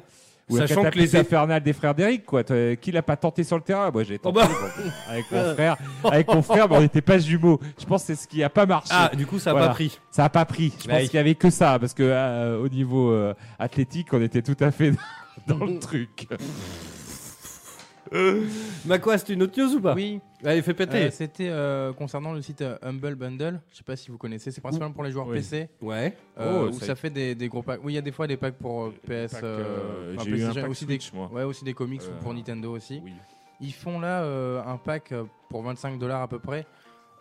Speaker 4: Ou la
Speaker 3: Sachant que les
Speaker 4: catapulte infernale des frères d'Eric, quoi. T'as- Qui l'a pas tenté sur le terrain Moi, j'ai
Speaker 3: Oh
Speaker 4: tenté bon, avec mon frère. Avec mon frère, mais on n'était pas jumeaux. Je pense que c'est ce qui a pas marché.
Speaker 3: Ah, du coup, ça a
Speaker 4: Voilà.
Speaker 3: pas pris.
Speaker 4: Ça a pas pris. Je
Speaker 3: Ouais.
Speaker 4: pense qu'il y avait que ça, parce que euh, au niveau euh, athlétique, on était tout à fait dans le truc.
Speaker 3: Macquas, c'est une autre news ou pas
Speaker 6: Oui,
Speaker 3: Allez, fais
Speaker 6: euh,
Speaker 3: péter.
Speaker 6: c'était euh, concernant le site euh, Humble Bundle. Je sais pas si vous connaissez. C'est principalement pour les joueurs
Speaker 4: Oui.
Speaker 6: PC.
Speaker 3: ouais.
Speaker 6: euh,
Speaker 4: Oh,
Speaker 6: où
Speaker 4: ça-
Speaker 6: ça, fait des, des gros packs. Oui, il y a des fois des packs pour euh, PS.
Speaker 4: packs,
Speaker 6: euh,
Speaker 4: euh,
Speaker 6: enfin,
Speaker 4: j'ai eu un
Speaker 6: PlayStation,
Speaker 4: pack
Speaker 6: aussi
Speaker 4: Switch,
Speaker 6: des,
Speaker 4: moi.
Speaker 6: Ouais, aussi des comics ou
Speaker 4: Euh,
Speaker 6: pour Nintendo aussi.
Speaker 4: Oui.
Speaker 6: Ils font là euh, un pack euh, pour 25 dollars à peu près.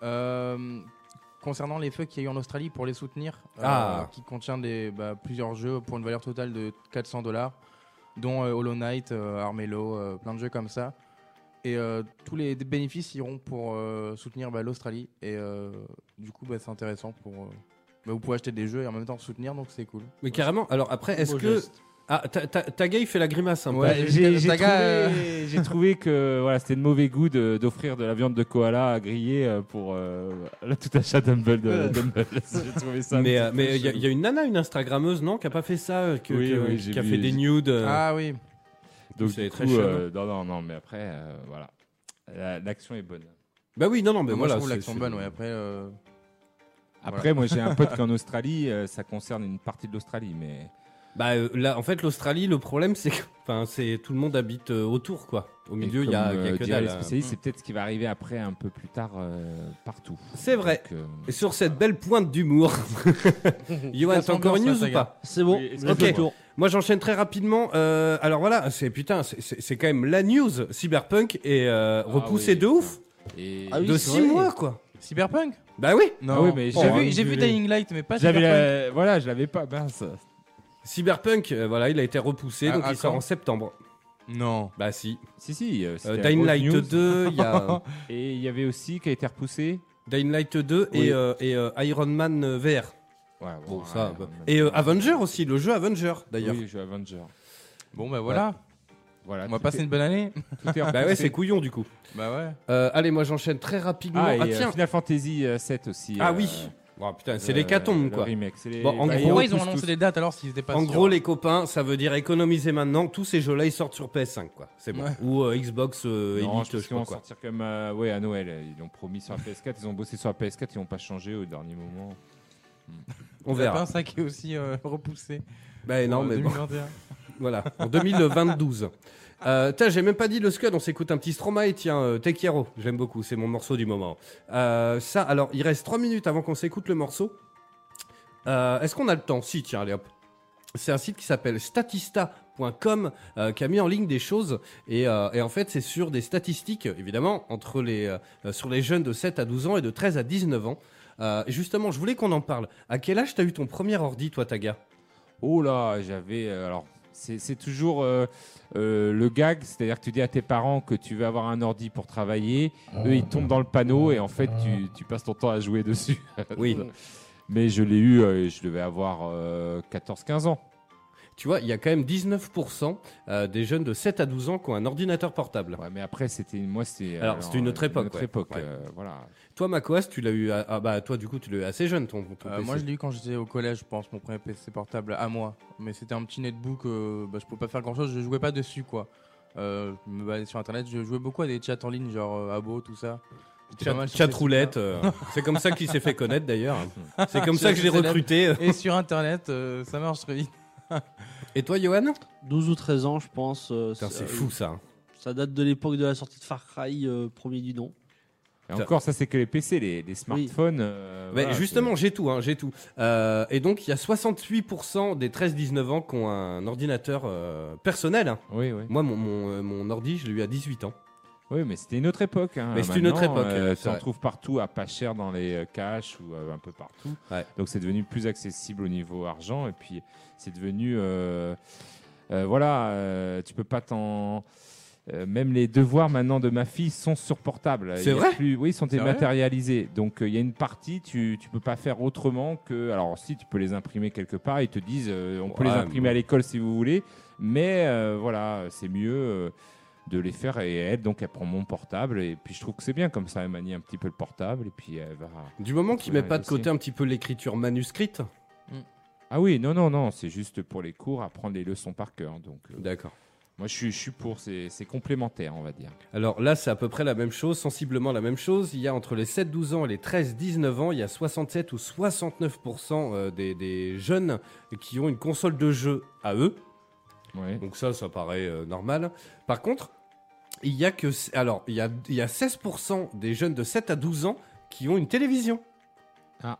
Speaker 6: euh, concernant les feux qu'il y a eu en Australie pour les soutenir, euh,
Speaker 3: Ah.
Speaker 6: qui contient des, bah, plusieurs jeux pour une valeur totale de 400 dollars, dont euh, Hollow Knight, euh, Armello, euh, plein de jeux comme ça. Et euh, tous les bénéfices iront pour euh, soutenir bah, l'Australie. Et euh, du coup, bah, c'est intéressant pour. euh, bah, vous pouvez acheter des jeux et en même temps soutenir, donc c'est cool.
Speaker 3: Mais carrément. Alors après, est-ce
Speaker 2: Beau
Speaker 3: que.
Speaker 2: geste.
Speaker 3: Ah, ta- ta- ta gay, il fait la grimace un peu.
Speaker 6: Ouais,
Speaker 4: J'ai Bah,
Speaker 6: Jusqu'à-
Speaker 4: j'ai
Speaker 6: ta
Speaker 4: trouvé,
Speaker 6: gars,
Speaker 4: j'ai trouvé que voilà, c'était de mauvais goût de- d'offrir de, la viande de koala à griller euh, pour euh, le tout achat d'Humble. de- d'Humble. J'ai trouvé ça. un
Speaker 3: Mais
Speaker 4: petit
Speaker 3: euh,
Speaker 4: peu
Speaker 3: mais il y, a-
Speaker 4: chelou.
Speaker 3: y a une nana, une Instagrammeuse, non, qui a pas fait ça, euh, que-
Speaker 4: Oui,
Speaker 3: que-
Speaker 4: oui,
Speaker 3: qui
Speaker 4: j'ai
Speaker 3: a
Speaker 4: vu,
Speaker 3: fait des
Speaker 4: j'ai-
Speaker 3: nudes. euh,
Speaker 6: Ah oui,
Speaker 4: Donc
Speaker 3: C'est
Speaker 4: du
Speaker 3: très
Speaker 4: coup,
Speaker 3: chelou.
Speaker 4: euh, non, non, non, mais après, euh, voilà, La- l'action est bonne.
Speaker 3: Bah oui, non, non, mais
Speaker 6: moi
Speaker 3: voilà.
Speaker 6: je trouve
Speaker 3: c'est-
Speaker 6: l'action
Speaker 3: c'est-
Speaker 6: bonne. Ouais. Après, euh,
Speaker 4: Après, moi, j'ai un pote qu'en Australie, euh, ça concerne une partie de l'Australie, mais
Speaker 3: Bah euh, là, en fait, l'Australie, le problème, c'est que, enfin, c'est tout le monde habite euh, autour, quoi. Au milieu, il y a,
Speaker 4: comme,
Speaker 3: il y a
Speaker 4: euh,
Speaker 3: que dalle. hein.
Speaker 4: diraient
Speaker 3: Mm.
Speaker 4: les spécialistes, c'est peut-être ce qui va arriver après, un peu plus tard, euh, partout.
Speaker 3: C'est vrai.
Speaker 4: Donc, euh,
Speaker 3: Et sur cette belle pointe d'humour, Yoann, t'as
Speaker 6: Ça
Speaker 3: encore une
Speaker 6: s'ambiance,
Speaker 3: news
Speaker 6: la
Speaker 3: ou pas
Speaker 2: C'est bon,
Speaker 4: Oui,
Speaker 2: on a fait
Speaker 3: ok.
Speaker 2: le tour.
Speaker 3: Moi, j'enchaîne très rapidement. Euh, alors voilà, c'est putain, c'est- c'est c'est quand même la news Cyberpunk est euh, repoussé
Speaker 4: Ah oui,
Speaker 3: de ouf,
Speaker 4: et-
Speaker 2: Ah oui,
Speaker 3: de
Speaker 2: c'est
Speaker 3: 6
Speaker 2: vrai.
Speaker 3: mois, quoi.
Speaker 6: Cyberpunk
Speaker 3: Bah oui,
Speaker 6: Non,
Speaker 4: Ah oui, mais
Speaker 6: j'ai
Speaker 4: j'ai
Speaker 6: vu, j'ai vu
Speaker 3: envie de
Speaker 6: Dying Light, mais
Speaker 3: Ah,
Speaker 6: pas
Speaker 4: J'avais,
Speaker 6: Cyberpunk.
Speaker 4: la- voilà, je l'avais pas. Mince.
Speaker 3: Cyberpunk, euh, voilà, il a été repoussé,
Speaker 6: Ah,
Speaker 3: donc
Speaker 6: à
Speaker 3: il sort
Speaker 6: quand
Speaker 3: en septembre.
Speaker 6: Non.
Speaker 3: Bah si.
Speaker 4: Si, si. euh, c'était
Speaker 3: Euh,
Speaker 4: la
Speaker 3: Dying
Speaker 4: grosse
Speaker 3: Light euh.
Speaker 4: news.
Speaker 3: 2, il y a
Speaker 4: Et il y avait aussi qui a été repoussé.
Speaker 3: Dying Light 2 et,
Speaker 4: Oui.
Speaker 3: euh, et, euh, Iron Man euh, VR.
Speaker 4: Ouais,
Speaker 3: Bon,
Speaker 4: ouais,
Speaker 3: ça.
Speaker 4: ouais,
Speaker 3: bah.
Speaker 4: ouais.
Speaker 3: Et euh, Avenger aussi, le jeu Avenger d'ailleurs.
Speaker 4: Oui, je suis Avenger.
Speaker 6: Bon, bah voilà.
Speaker 3: Ah,
Speaker 4: Voilà.
Speaker 6: On va
Speaker 4: tout
Speaker 6: passer
Speaker 4: est- Ah,
Speaker 6: une bonne année.
Speaker 4: tout est
Speaker 3: Bah ouais,
Speaker 4: repoussé.
Speaker 3: c'est couillon du coup.
Speaker 6: Bah ouais.
Speaker 3: Euh, allez, moi j'enchaîne très rapidement.
Speaker 4: Ah,
Speaker 3: Ah,
Speaker 4: et, euh,
Speaker 3: tiens.
Speaker 4: Final Fantasy euh, 7 aussi.
Speaker 3: ah
Speaker 4: euh,
Speaker 3: oui. Oh, putain, c'est
Speaker 4: euh,
Speaker 3: l'hécatombe
Speaker 4: le
Speaker 3: quoi.
Speaker 4: remake, c'est les-
Speaker 3: Bon, en
Speaker 4: bah,
Speaker 3: gros,
Speaker 6: Pourquoi
Speaker 4: on
Speaker 6: ils ont
Speaker 4: pousse
Speaker 6: annoncé
Speaker 4: tous.
Speaker 6: les dates alors s'ils étaient pas
Speaker 3: En
Speaker 6: sûrs
Speaker 3: gros, les copains, ça veut dire économiser maintenant. Tous ces jeux-là, ils sortent sur PS5, quoi. C'est bon.
Speaker 6: Ouais.
Speaker 3: Ou euh, Xbox euh,
Speaker 4: Non,
Speaker 3: Elite,
Speaker 4: je
Speaker 3: je sais
Speaker 4: pense
Speaker 3: pas
Speaker 4: qu'ils vont
Speaker 3: quoi.
Speaker 4: sortir comme euh, ouais, à Noël. Ils l'ont promis sur la PS4, ils ont bossé sur la PS4, ils n'ont pas changé au dernier moment.
Speaker 3: On
Speaker 6: Il y a pas
Speaker 3: verra.
Speaker 6: un sac qui est aussi euh, repoussé.
Speaker 3: Bah non,
Speaker 6: pour, euh,
Speaker 3: mais bon.
Speaker 6: 2021.
Speaker 3: Voilà. En 2022. Euh, tiens, j'ai même pas dit le Scud, on s'écoute un petit Stromae, tiens, euh, Take Hero, j'aime beaucoup, c'est mon morceau du moment. Euh, ça, alors, il reste 3 minutes avant qu'on s'écoute le morceau. Euh, Est-ce qu'on a le temps Si, tiens, allez hop. C'est un site qui s'appelle statista.com euh, qui a mis en ligne des choses et, euh, et en fait c'est sur des statistiques évidemment entre les euh, sur les jeunes de 7 à 12 ans et de 13 à 19 ans. Euh, justement, je voulais qu'on en parle. À quel âge t'as eu ton premier ordi, toi, Taga
Speaker 4: Oh là, j'avais. euh, alors, c'est c'est toujours euh, euh, le gag, c'est-à-dire que tu dis à tes parents que tu veux avoir un ordi pour travailler, eux ils tombent dans le panneau et en fait tu, tu passes ton temps à jouer dessus.
Speaker 3: Oui.
Speaker 4: Mais je l'ai eu, euh, je devais avoir 14-15 ans.
Speaker 3: Tu vois, il y a quand même 19% euh, des jeunes de 7 à 12 ans qui ont un ordinateur portable.
Speaker 4: Ouais, mais après, c'était une- moi, c'était.
Speaker 3: Alors, c'était une autre
Speaker 4: euh,
Speaker 3: époque,
Speaker 4: autre
Speaker 3: ouais.
Speaker 4: époque,
Speaker 3: Ouais.
Speaker 4: euh, voilà.
Speaker 3: Toi, Macoas, tu l'as eu. à- ah bah, toi, du coup, tu l'as eu assez jeune, ton, ton
Speaker 6: Euh,
Speaker 3: PC.
Speaker 6: moi, je l'ai eu quand j'étais au collège, je pense, mon premier PC portable à moi. Mais c'était un petit netbook, euh, bah, je pouvais pas faire grand chose, je jouais pas dessus quoi. Euh, je me baladais sur internet, je jouais beaucoup à des chats en ligne, genre euh, Abo, tout ça. J'étais pas
Speaker 3: Chat,
Speaker 6: mal sur
Speaker 3: chat
Speaker 6: ces
Speaker 3: roulette,
Speaker 6: sites-là.
Speaker 3: euh, c'est comme ça qu'il s'est fait connaître d'ailleurs. C'est comme ça que je l'ai recruté.
Speaker 6: Et sur internet, euh, ça marche très vite.
Speaker 3: Et toi, Johan
Speaker 2: 12 ou 13 ans, je pense. euh,
Speaker 3: Putain, C'est
Speaker 2: euh,
Speaker 3: fou ça.
Speaker 2: Ça date de l'époque de la sortie de Far Cry, euh, premier du nom.
Speaker 4: Et
Speaker 3: Ça-
Speaker 4: encore, ça, c'est que les PC, les, les smartphones. euh,
Speaker 3: Mais
Speaker 4: voilà,
Speaker 3: justement, j'ai tout, hein, j'ai tout. Euh, et donc, il y a 68% des 13-19 ans qui ont un ordinateur euh, personnel. hein.
Speaker 4: c'est- Oui, oui.
Speaker 3: Moi, mon, mon, euh, mon ordi, je l'ai eu à 18 ans.
Speaker 4: Oui, mais c'était une autre époque. hein.
Speaker 3: Mais c'est une autre
Speaker 4: Maintenant,
Speaker 3: époque,
Speaker 4: euh,
Speaker 3: c'est
Speaker 4: tu en
Speaker 3: vrai.
Speaker 4: trouves partout, à pas cher dans les euh, caches ou euh, un peu partout.
Speaker 3: Ouais.
Speaker 4: Donc c'est devenu plus accessible au niveau argent et puis c'est devenu euh, euh, voilà, euh, tu peux pas t'en. euh, même les devoirs maintenant de ma fille sont sur portable.
Speaker 3: C'est
Speaker 4: Il y a
Speaker 3: vrai
Speaker 4: plus- Oui, ils sont
Speaker 6: C'est vrai
Speaker 4: dématérialisés. Donc euh, il y a une partie, tu tu peux pas faire autrement que. Alors si tu peux les imprimer quelque part, ils te disent, euh, on peut
Speaker 3: Ouais,
Speaker 4: les
Speaker 3: mais
Speaker 4: imprimer à l'école si vous voulez, mais euh, voilà, c'est mieux. euh, de les faire et elle donc elle prend mon portable et puis je trouve que c'est bien comme ça elle manie un petit peu le portable et puis elle va
Speaker 3: Du moment qu'il
Speaker 4: Ouais,
Speaker 3: met pas de
Speaker 4: aussi.
Speaker 3: côté un petit peu l'écriture manuscrite.
Speaker 4: ah oui non non non c'est juste pour les cours apprendre les leçons par cœur donc euh,
Speaker 3: D'accord.
Speaker 4: moi je suis, je suis pour c'est c'est complémentaire on va dire
Speaker 3: Alors là, c'est à peu près la même chose, sensiblement la même chose. Il y a entre les 7-12 ans et les 13-19 ans, il y a 67 ou 69% euh, des, des jeunes qui ont une console de jeu à eux.
Speaker 4: ouais
Speaker 3: Donc ça, ça paraît euh, normal. Par contre, il y a que... Alors, il y a, il y a 16% des jeunes de 7 à 12 ans qui ont une télévision.
Speaker 4: Ah.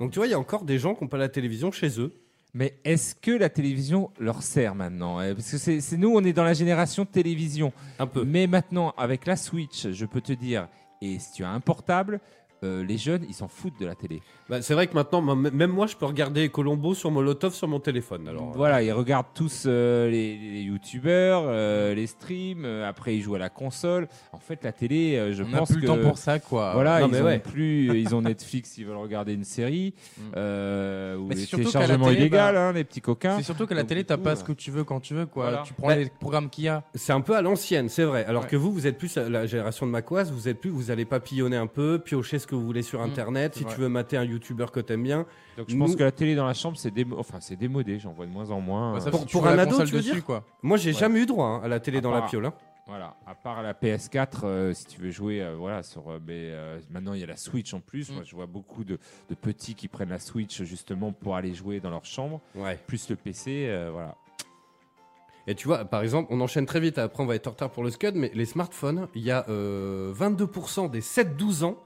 Speaker 3: Donc tu vois, il y a encore des gens qui n'ont pas la télévision chez eux.
Speaker 4: Mais est-ce que la télévision leur sert maintenant Eh, Parce que c'est c'est nous, on est dans la génération télévision.
Speaker 3: Un peu.
Speaker 4: Mais maintenant, avec la Switch, je peux te dire, et si tu as un portable, euh, les jeunes, ils s'en foutent de la télé.
Speaker 3: Bah, c'est vrai que maintenant, moi, même moi, je peux regarder Colombo sur Molotov sur mon téléphone. Alors, euh,
Speaker 4: voilà, ils regardent tous euh, les, les youtubeurs, euh, les streams, euh, après ils jouent à la console. En fait, la télé, euh, je
Speaker 6: on n'a
Speaker 4: pense
Speaker 6: plus
Speaker 4: que... Ah,
Speaker 6: le temps pour ça, quoi.
Speaker 4: Voilà,
Speaker 3: Non,
Speaker 4: ils
Speaker 3: mais
Speaker 4: ont
Speaker 3: ouais.
Speaker 4: plus, euh, ils ont Netflix, ils veulent regarder une série,
Speaker 6: Mm.
Speaker 4: euh, ou
Speaker 6: Mais c'est
Speaker 4: des
Speaker 6: surtout qu'à la
Speaker 4: téléchargements
Speaker 6: télé,
Speaker 4: illégaux,
Speaker 6: bah,
Speaker 4: hein, les petits coquins.
Speaker 6: C'est surtout que la
Speaker 4: Donc,
Speaker 6: télé,
Speaker 4: du
Speaker 6: t'as
Speaker 4: coup,
Speaker 6: pas
Speaker 4: euh,
Speaker 6: ce que tu veux quand tu veux, quoi.
Speaker 4: Voilà.
Speaker 6: Tu prends
Speaker 3: Bah-
Speaker 6: les programmes qu'il y a.
Speaker 3: C'est un peu à l'ancienne, c'est vrai. Alors
Speaker 6: Ouais.
Speaker 3: que vous, vous êtes plus la génération de Macoise, vous êtes plus, vous allez papillonner un peu, piocher ce que vous voulez sur internet.
Speaker 6: c'est
Speaker 3: Si
Speaker 6: vrai.
Speaker 3: tu veux mater un youtubeur que t'aimes bien,
Speaker 4: Donc je pense
Speaker 3: Nous-
Speaker 4: que la télé dans la chambre, c'est démo... enfin, c'est démodé, j'en vois de moins en moins.
Speaker 6: Bah,
Speaker 4: Euh,
Speaker 6: sauf
Speaker 3: pour-
Speaker 6: si tu
Speaker 3: pour
Speaker 6: veux
Speaker 3: un
Speaker 6: la
Speaker 3: ado,
Speaker 6: console
Speaker 3: tu veux
Speaker 6: dessus,
Speaker 3: dire
Speaker 6: quoi.
Speaker 3: moi j'ai
Speaker 4: Ouais.
Speaker 3: jamais eu droit hein, à la télé
Speaker 4: À
Speaker 3: dans la
Speaker 4: part-
Speaker 3: piole. hein.
Speaker 4: Voilà, à part la PS4, euh, si tu veux jouer, euh, voilà, sur, euh, mais euh, maintenant il y a la Switch en plus.
Speaker 6: Mm.
Speaker 4: Moi, je vois beaucoup de, de petits qui prennent la Switch justement pour aller jouer dans leur chambre,
Speaker 3: Ouais.
Speaker 4: plus le PC, euh, voilà.
Speaker 3: Et tu vois, par exemple, on enchaîne très vite. Après, on va être en retard pour le scud, mais les smartphones, il y a euh, 22% des 7-12 ans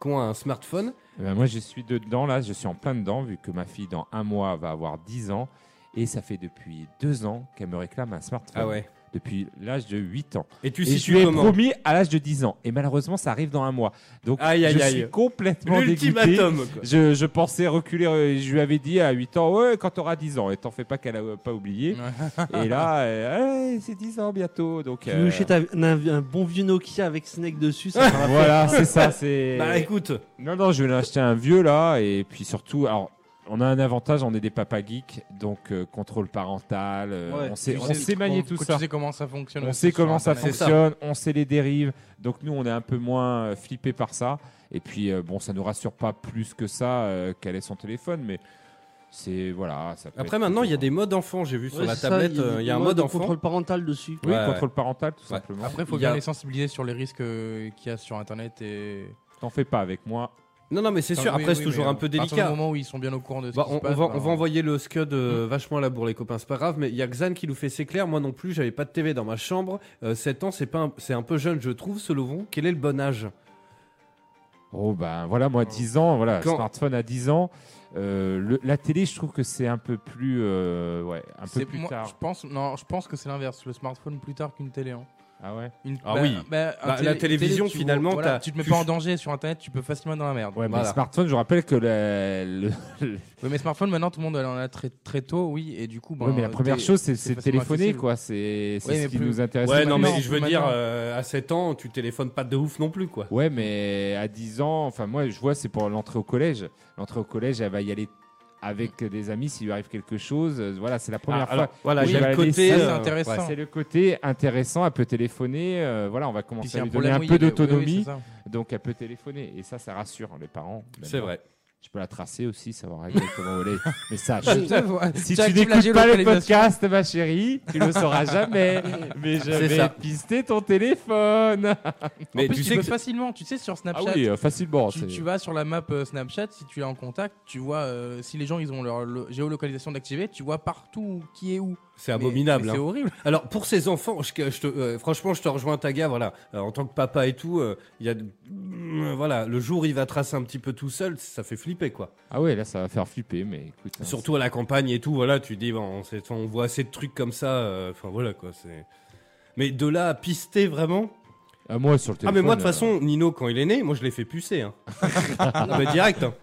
Speaker 3: qui ont un smartphone.
Speaker 4: Eh ben, moi, je suis dedans là, je suis en plein dedans vu que ma fille dans un mois va avoir 10 ans et ça fait depuis deux ans qu'elle me réclame un smartphone. Depuis l'âge de 8 ans.
Speaker 3: Et Ah tu
Speaker 4: Ah Et je
Speaker 3: situes
Speaker 4: lui ai
Speaker 3: comment
Speaker 4: promis à l'âge de 10 ans. Et malheureusement, ça arrive dans un mois. Donc,
Speaker 3: Aïe, aïe,
Speaker 4: je
Speaker 3: aïe.
Speaker 4: suis complètement dégoûté.
Speaker 3: L'ultimatum. quoi.
Speaker 4: Je, je pensais reculer, euh, je lui avais dit à 8 ans, ouais, quand t'auras 10 ans, et t'en fais pas qu'elle a euh, pas oublié. et là, euh, Ouais, c'est 10 ans bientôt, donc.
Speaker 2: Tu
Speaker 4: euh,
Speaker 2: veux jeter un, un- un bon vieux Nokia avec Snake dessus, ça fera
Speaker 4: voilà, c'est ça, c'est.
Speaker 3: Bah écoute,
Speaker 4: Non, non, je vais l'acheter un vieux là, et puis surtout, alors. On a un avantage, on est des papas geeks, donc euh, contrôle parental, euh,
Speaker 2: Ouais,
Speaker 4: on sait,
Speaker 6: Tu
Speaker 4: on sait manier tout
Speaker 6: tu
Speaker 4: ça.
Speaker 6: sais comment ça fonctionne.
Speaker 4: On
Speaker 6: aussi
Speaker 4: sait
Speaker 6: sur
Speaker 4: comment ça
Speaker 6: Internet.
Speaker 3: C'est ça.
Speaker 4: fonctionne, on sait les dérives. Donc nous, on est un peu moins euh, flippés par ça. Et puis, euh, bon, ça nous rassure pas plus que ça euh, qu'elle ait son téléphone, mais c'est voilà. Ça peut
Speaker 3: après
Speaker 4: être
Speaker 3: maintenant, il y a des
Speaker 4: toujours-
Speaker 3: modes enfants. J'ai vu sur
Speaker 2: Ouais,
Speaker 3: la
Speaker 2: c'est ça,
Speaker 3: tablette, euh, il y a un mode
Speaker 2: de
Speaker 3: enfant.
Speaker 2: contrôle parental dessus.
Speaker 4: oui,
Speaker 3: Ouais, ouais.
Speaker 4: contrôle parental tout
Speaker 3: Ouais.
Speaker 4: simplement.
Speaker 6: Après, il faut
Speaker 3: Il y a-
Speaker 6: bien les sensibiliser sur les risques euh, qu'il y a sur Internet et.
Speaker 4: T'en fais pas avec moi.
Speaker 3: Non, non, mais c'est sûr.
Speaker 6: Enfin, oui,
Speaker 3: Après,
Speaker 6: oui,
Speaker 3: c'est
Speaker 6: mais
Speaker 3: toujours un peu
Speaker 6: à partir du
Speaker 3: délicat.
Speaker 6: moment où ils sont bien au courant de ce
Speaker 3: Bah,
Speaker 6: qui
Speaker 3: on,
Speaker 6: se passe.
Speaker 3: on va,
Speaker 6: bah, Mmh.
Speaker 3: on va envoyer le scud euh, vachement à la bourre les copains, c'est pas grave, mais il y a Xan qui nous fait c'est clair, moi non plus, j'avais pas de TV dans ma chambre, Euh, 7 ans c'est pas un- c'est un peu jeune je trouve, selon vous, quel est le bon âge
Speaker 4: Oh ben voilà, moi 10 ans, voilà,
Speaker 3: Quand-
Speaker 4: smartphone à 10 ans. Euh, le- la télé, je trouve que c'est un peu plus, euh, ouais, un peu
Speaker 6: c'est-
Speaker 4: plus
Speaker 6: moi,
Speaker 4: tard.
Speaker 6: Je pense, non, je pense que c'est l'inverse. Le smartphone plus tard qu'une télé. hein.
Speaker 4: Ah ouais.
Speaker 6: Une-
Speaker 3: Ah oui.
Speaker 6: bah, un
Speaker 3: Bah, la télévision,
Speaker 6: tu vois,
Speaker 3: finalement,
Speaker 6: voilà,
Speaker 3: t'as-
Speaker 6: tu te mets
Speaker 3: tu-
Speaker 6: pas en danger sur Internet, tu peux facilement être dans la merde.
Speaker 4: Ouais, mais
Speaker 3: Voilà.
Speaker 4: smartphone, je rappelle que la- le,
Speaker 6: Oui, mais smartphone, maintenant, tout le monde en a très, très tôt, oui, et du coup. ben,
Speaker 4: Ouais, mais la première
Speaker 6: t'es-
Speaker 4: chose, c'est
Speaker 6: c'est
Speaker 4: c'est
Speaker 6: facilement
Speaker 4: téléphoner,
Speaker 6: accessible.
Speaker 4: quoi. C'est c'est
Speaker 6: Ouais,
Speaker 4: ce
Speaker 6: mais
Speaker 4: qui
Speaker 6: plus-
Speaker 4: nous intéresse.
Speaker 3: Ouais, non,
Speaker 4: maintenant.
Speaker 3: mais je veux
Speaker 6: maintenant.
Speaker 3: dire, euh, à 7 ans, tu téléphones pas de ouf non plus, quoi.
Speaker 4: Ouais, mais à 10 ans, enfin, moi, je vois, c'est pour l'entrée au collège. L'entrée au collège, elle va y aller avec des amis s'il lui arrive quelque chose. Euh, Voilà, c'est la première
Speaker 3: Ah, alors,
Speaker 4: fois.
Speaker 3: voilà,
Speaker 4: Oui,
Speaker 3: il y a le
Speaker 4: bah, les-
Speaker 3: côté.
Speaker 6: ça, c'est
Speaker 3: euh,
Speaker 6: intéressant.
Speaker 3: ouais.
Speaker 4: C'est le côté intéressant. Elle peut téléphoner. euh, voilà, on va
Speaker 6: Puis
Speaker 4: commencer
Speaker 6: c'est
Speaker 4: à
Speaker 6: un
Speaker 4: lui donner
Speaker 6: problème,
Speaker 4: un
Speaker 6: oui,
Speaker 4: peu
Speaker 6: oui, oui,
Speaker 4: d'autonomie.
Speaker 6: c'est ça.
Speaker 4: donc, elle peut téléphoner. Et ça, ça rassure hein, les parents.
Speaker 3: C'est
Speaker 6: Ben
Speaker 4: Maintenant,
Speaker 3: vrai.
Speaker 4: Je peux la tracer aussi, savoir exactement où elle est. Mais ça, je- Si tu
Speaker 6: actives la
Speaker 4: n'écoutes pas le
Speaker 6: géolocalisation.
Speaker 4: podcast, ma chérie, tu le sauras jamais. Mais je
Speaker 3: C'est ça.
Speaker 4: vais pister ton téléphone.
Speaker 6: En
Speaker 3: Mais
Speaker 6: plus,
Speaker 3: tu
Speaker 6: tu
Speaker 3: sais
Speaker 6: peux
Speaker 3: que.
Speaker 6: facilement, tu sais, sur
Speaker 4: Ah
Speaker 6: Snapchat.
Speaker 4: oui, euh, facilement.
Speaker 6: Tu,
Speaker 4: c'est-
Speaker 6: tu vas sur la map euh, Snapchat, si tu es en contact, tu vois euh, si les gens ils ont leur lo- géolocalisation d'activer, tu vois partout où- qui est où.
Speaker 3: C'est
Speaker 6: Mais-
Speaker 3: abominable.
Speaker 6: mais
Speaker 3: hein.
Speaker 6: C'est horrible.
Speaker 3: Alors pour ces enfants, je, je te- euh, franchement, je te rejoins Taga. Voilà, Euh, en tant que papa et tout, euh, il y a, de- Mm, voilà, le jour où il va tracer un petit peu tout seul, ça fait flipper quoi.
Speaker 4: Ah ouais, là, ça va faire flipper, mais écoute. hein,
Speaker 3: Bah, Surtout à la campagne et tout, voilà, tu dis, bon, on, s'est- on voit assez de trucs comme ça, euh, enfin voilà quoi. c'est... Mais de là à pister vraiment.
Speaker 4: c'est- Ah, moi, sur le
Speaker 3: ah,
Speaker 4: téléphone.
Speaker 3: mais moi de
Speaker 4: euh,
Speaker 3: toute façon, Nino, quand il est né, moi je l'ai fait pucer. Hein. Ah, bah, direct. hein.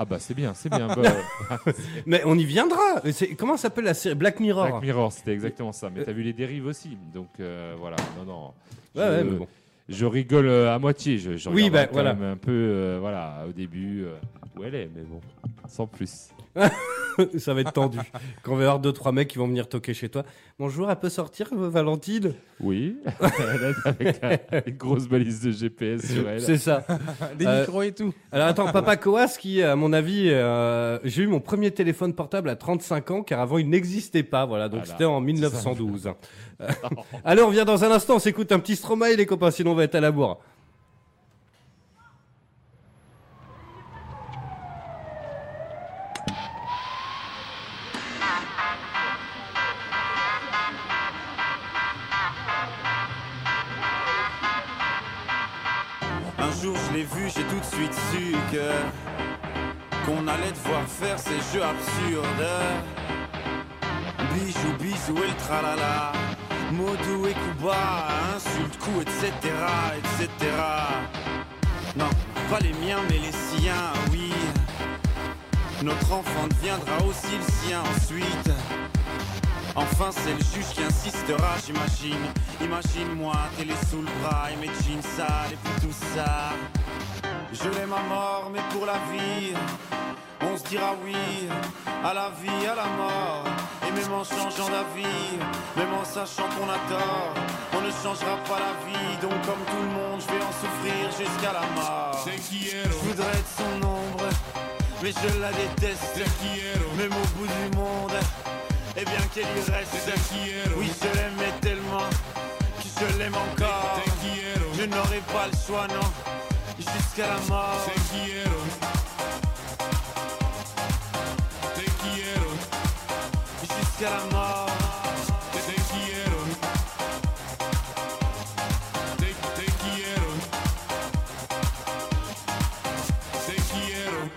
Speaker 4: Ah bah c'est bien, c'est bien. Bah, euh,
Speaker 3: Mais on y viendra. C'est- Comment s'appelle la série Black Mirror.
Speaker 4: Black Mirror, c'était exactement ça. Mais t'as vu les dérives aussi, donc euh, voilà. Non non.
Speaker 3: Ouais, ouais, mais bon.
Speaker 4: Je rigole euh, à moitié. Je, je
Speaker 3: Oui,
Speaker 4: regarde
Speaker 3: bah,
Speaker 4: quand
Speaker 3: voilà.
Speaker 4: même un peu, euh, voilà, au début euh, où elle est, mais bon, sans plus.
Speaker 3: ça va être tendu. Quand on va y avoir deux trois mecs qui vont venir toquer chez toi. Bonjour, elle peut sortir euh, Valentine
Speaker 4: Oui, Elle est avec la- une grosse balise de GPS sur elle.
Speaker 3: C'est ça.
Speaker 6: hein, Des
Speaker 3: Euh,
Speaker 6: micros et tout.
Speaker 3: Alors attends, papa Coas qui à mon avis euh, j'ai eu mon premier téléphone portable à 35 ans car avant il n'existait pas voilà. Donc
Speaker 4: Voilà.
Speaker 3: c'était en 1912. Euh, Allez, on revient dans un instant, on s'écoute un petit Stromae les copains sinon on va être à la bourre.
Speaker 10: Un jour je l'ai vu, j'ai tout de suite su que qu'on allait devoir faire ces jeux absurdes. Bijou, bisou et le tralala. Modou et Kuba, insulte, coup, etc., etc. Non, pas les miens, mais les siens, oui. Notre enfant deviendra aussi le sien ensuite. Enfin, c'est le juge qui insistera, j'imagine. Imagine-moi, télé sous le bras et mes jeans sales et puis tout ça. Je l'aime à mort, mais pour la vie, on se dira oui à la vie, à la mort. Et même en changeant d'avis, même en sachant qu'on a tort, on ne changera pas la vie. Donc, comme tout le monde, je vais en souffrir jusqu'à la mort. Je voudrais être son ombre, mais je la déteste. Même au bout du monde, et bien qu'elle y reste. Oui, je l'aimais tellement que je l'aime encore. Je n'aurai pas le choix, non, jusqu'à la mort. Jusqu'à la mort.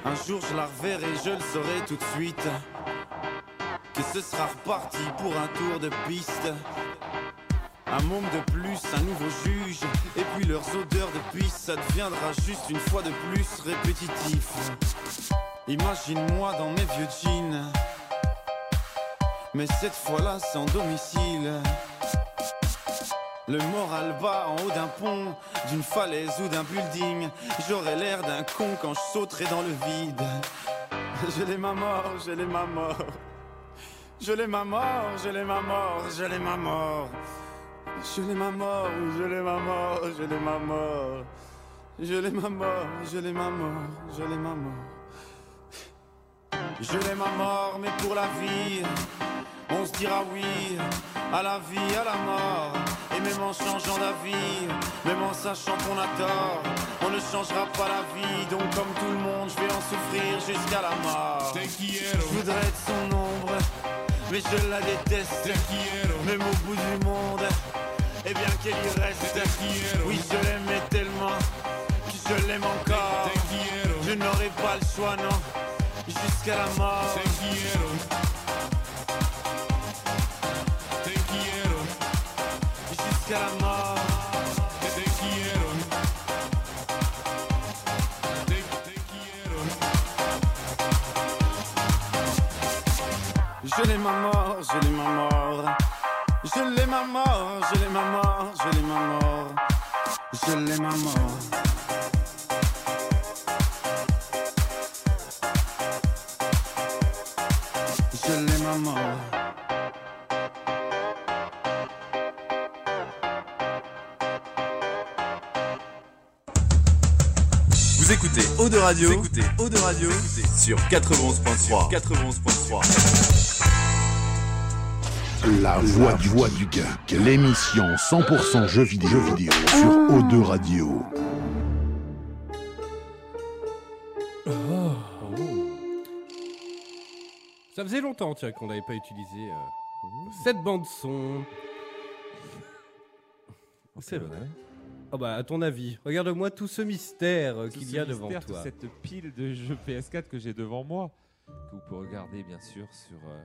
Speaker 10: Un jour je la reverrai, je le saurai tout de suite. Que ce sera reparti pour un tour de piste. Un monde de plus, un nouveau juge. Et puis leurs odeurs de piste, ça deviendra juste une fois de plus répétitif. Imagine-moi dans mes vieux jeans. Mais cette fois-là sans domicile. Le moral bas en haut d'un pont, d'une falaise ou d'un building. J'aurais l'air d'un con quand je sauterai dans le vide. Je l'ai ma mort, je l'ai ma mort. Je l'ai ma mort, je l'ai ma mort, je l'ai ma mort. Je l'ai ma mort, je l'ai ma mort, je l'ai ma mort. Je l'ai ma mort, je l'ai ma mort, je l'ai ma mort. Je l'ai ma mort, mais pour la vie, on se dira oui à la vie, à la mort. Et même en changeant d'avis, même en sachant qu'on a tort, on ne changera pas la vie. Donc, comme tout le monde, je vais en souffrir jusqu'à la mort. Je voudrais être son ombre, mais je la déteste. Même au bout du monde, et bien qu'elle y reste. Oui, je l'aimais tellement que je l'aime encore. Je n'aurai pas le choix, non, jusqu'à la mort. Jusqu'à la mort. Je l'ai ma mort, je l'ai ma mort. Je l'ai ma mort, je l'ai ma mort, je l'ai ma mort. Je l'ai ma mort. Je l'ai ma mort.
Speaker 11: Vous écoutez Eau de Radio, vous écoutez Eau de Radio sur 91.3. 91.3.
Speaker 1: La voix du, voix du geek. L'émission 100% jeux vidéo, jeux vidéo sur O2 Radio.
Speaker 3: Ça faisait longtemps tiens qu'on n'avait pas utilisé euh, cette bande son. C'est vrai. Ah bah à ton avis, regarde-moi tout ce mystère euh, qu'il y a devant
Speaker 4: mystère, toute
Speaker 3: toi.
Speaker 4: cette pile de jeux PS4 que j'ai devant moi, que vous pouvez regarder bien sûr sur euh,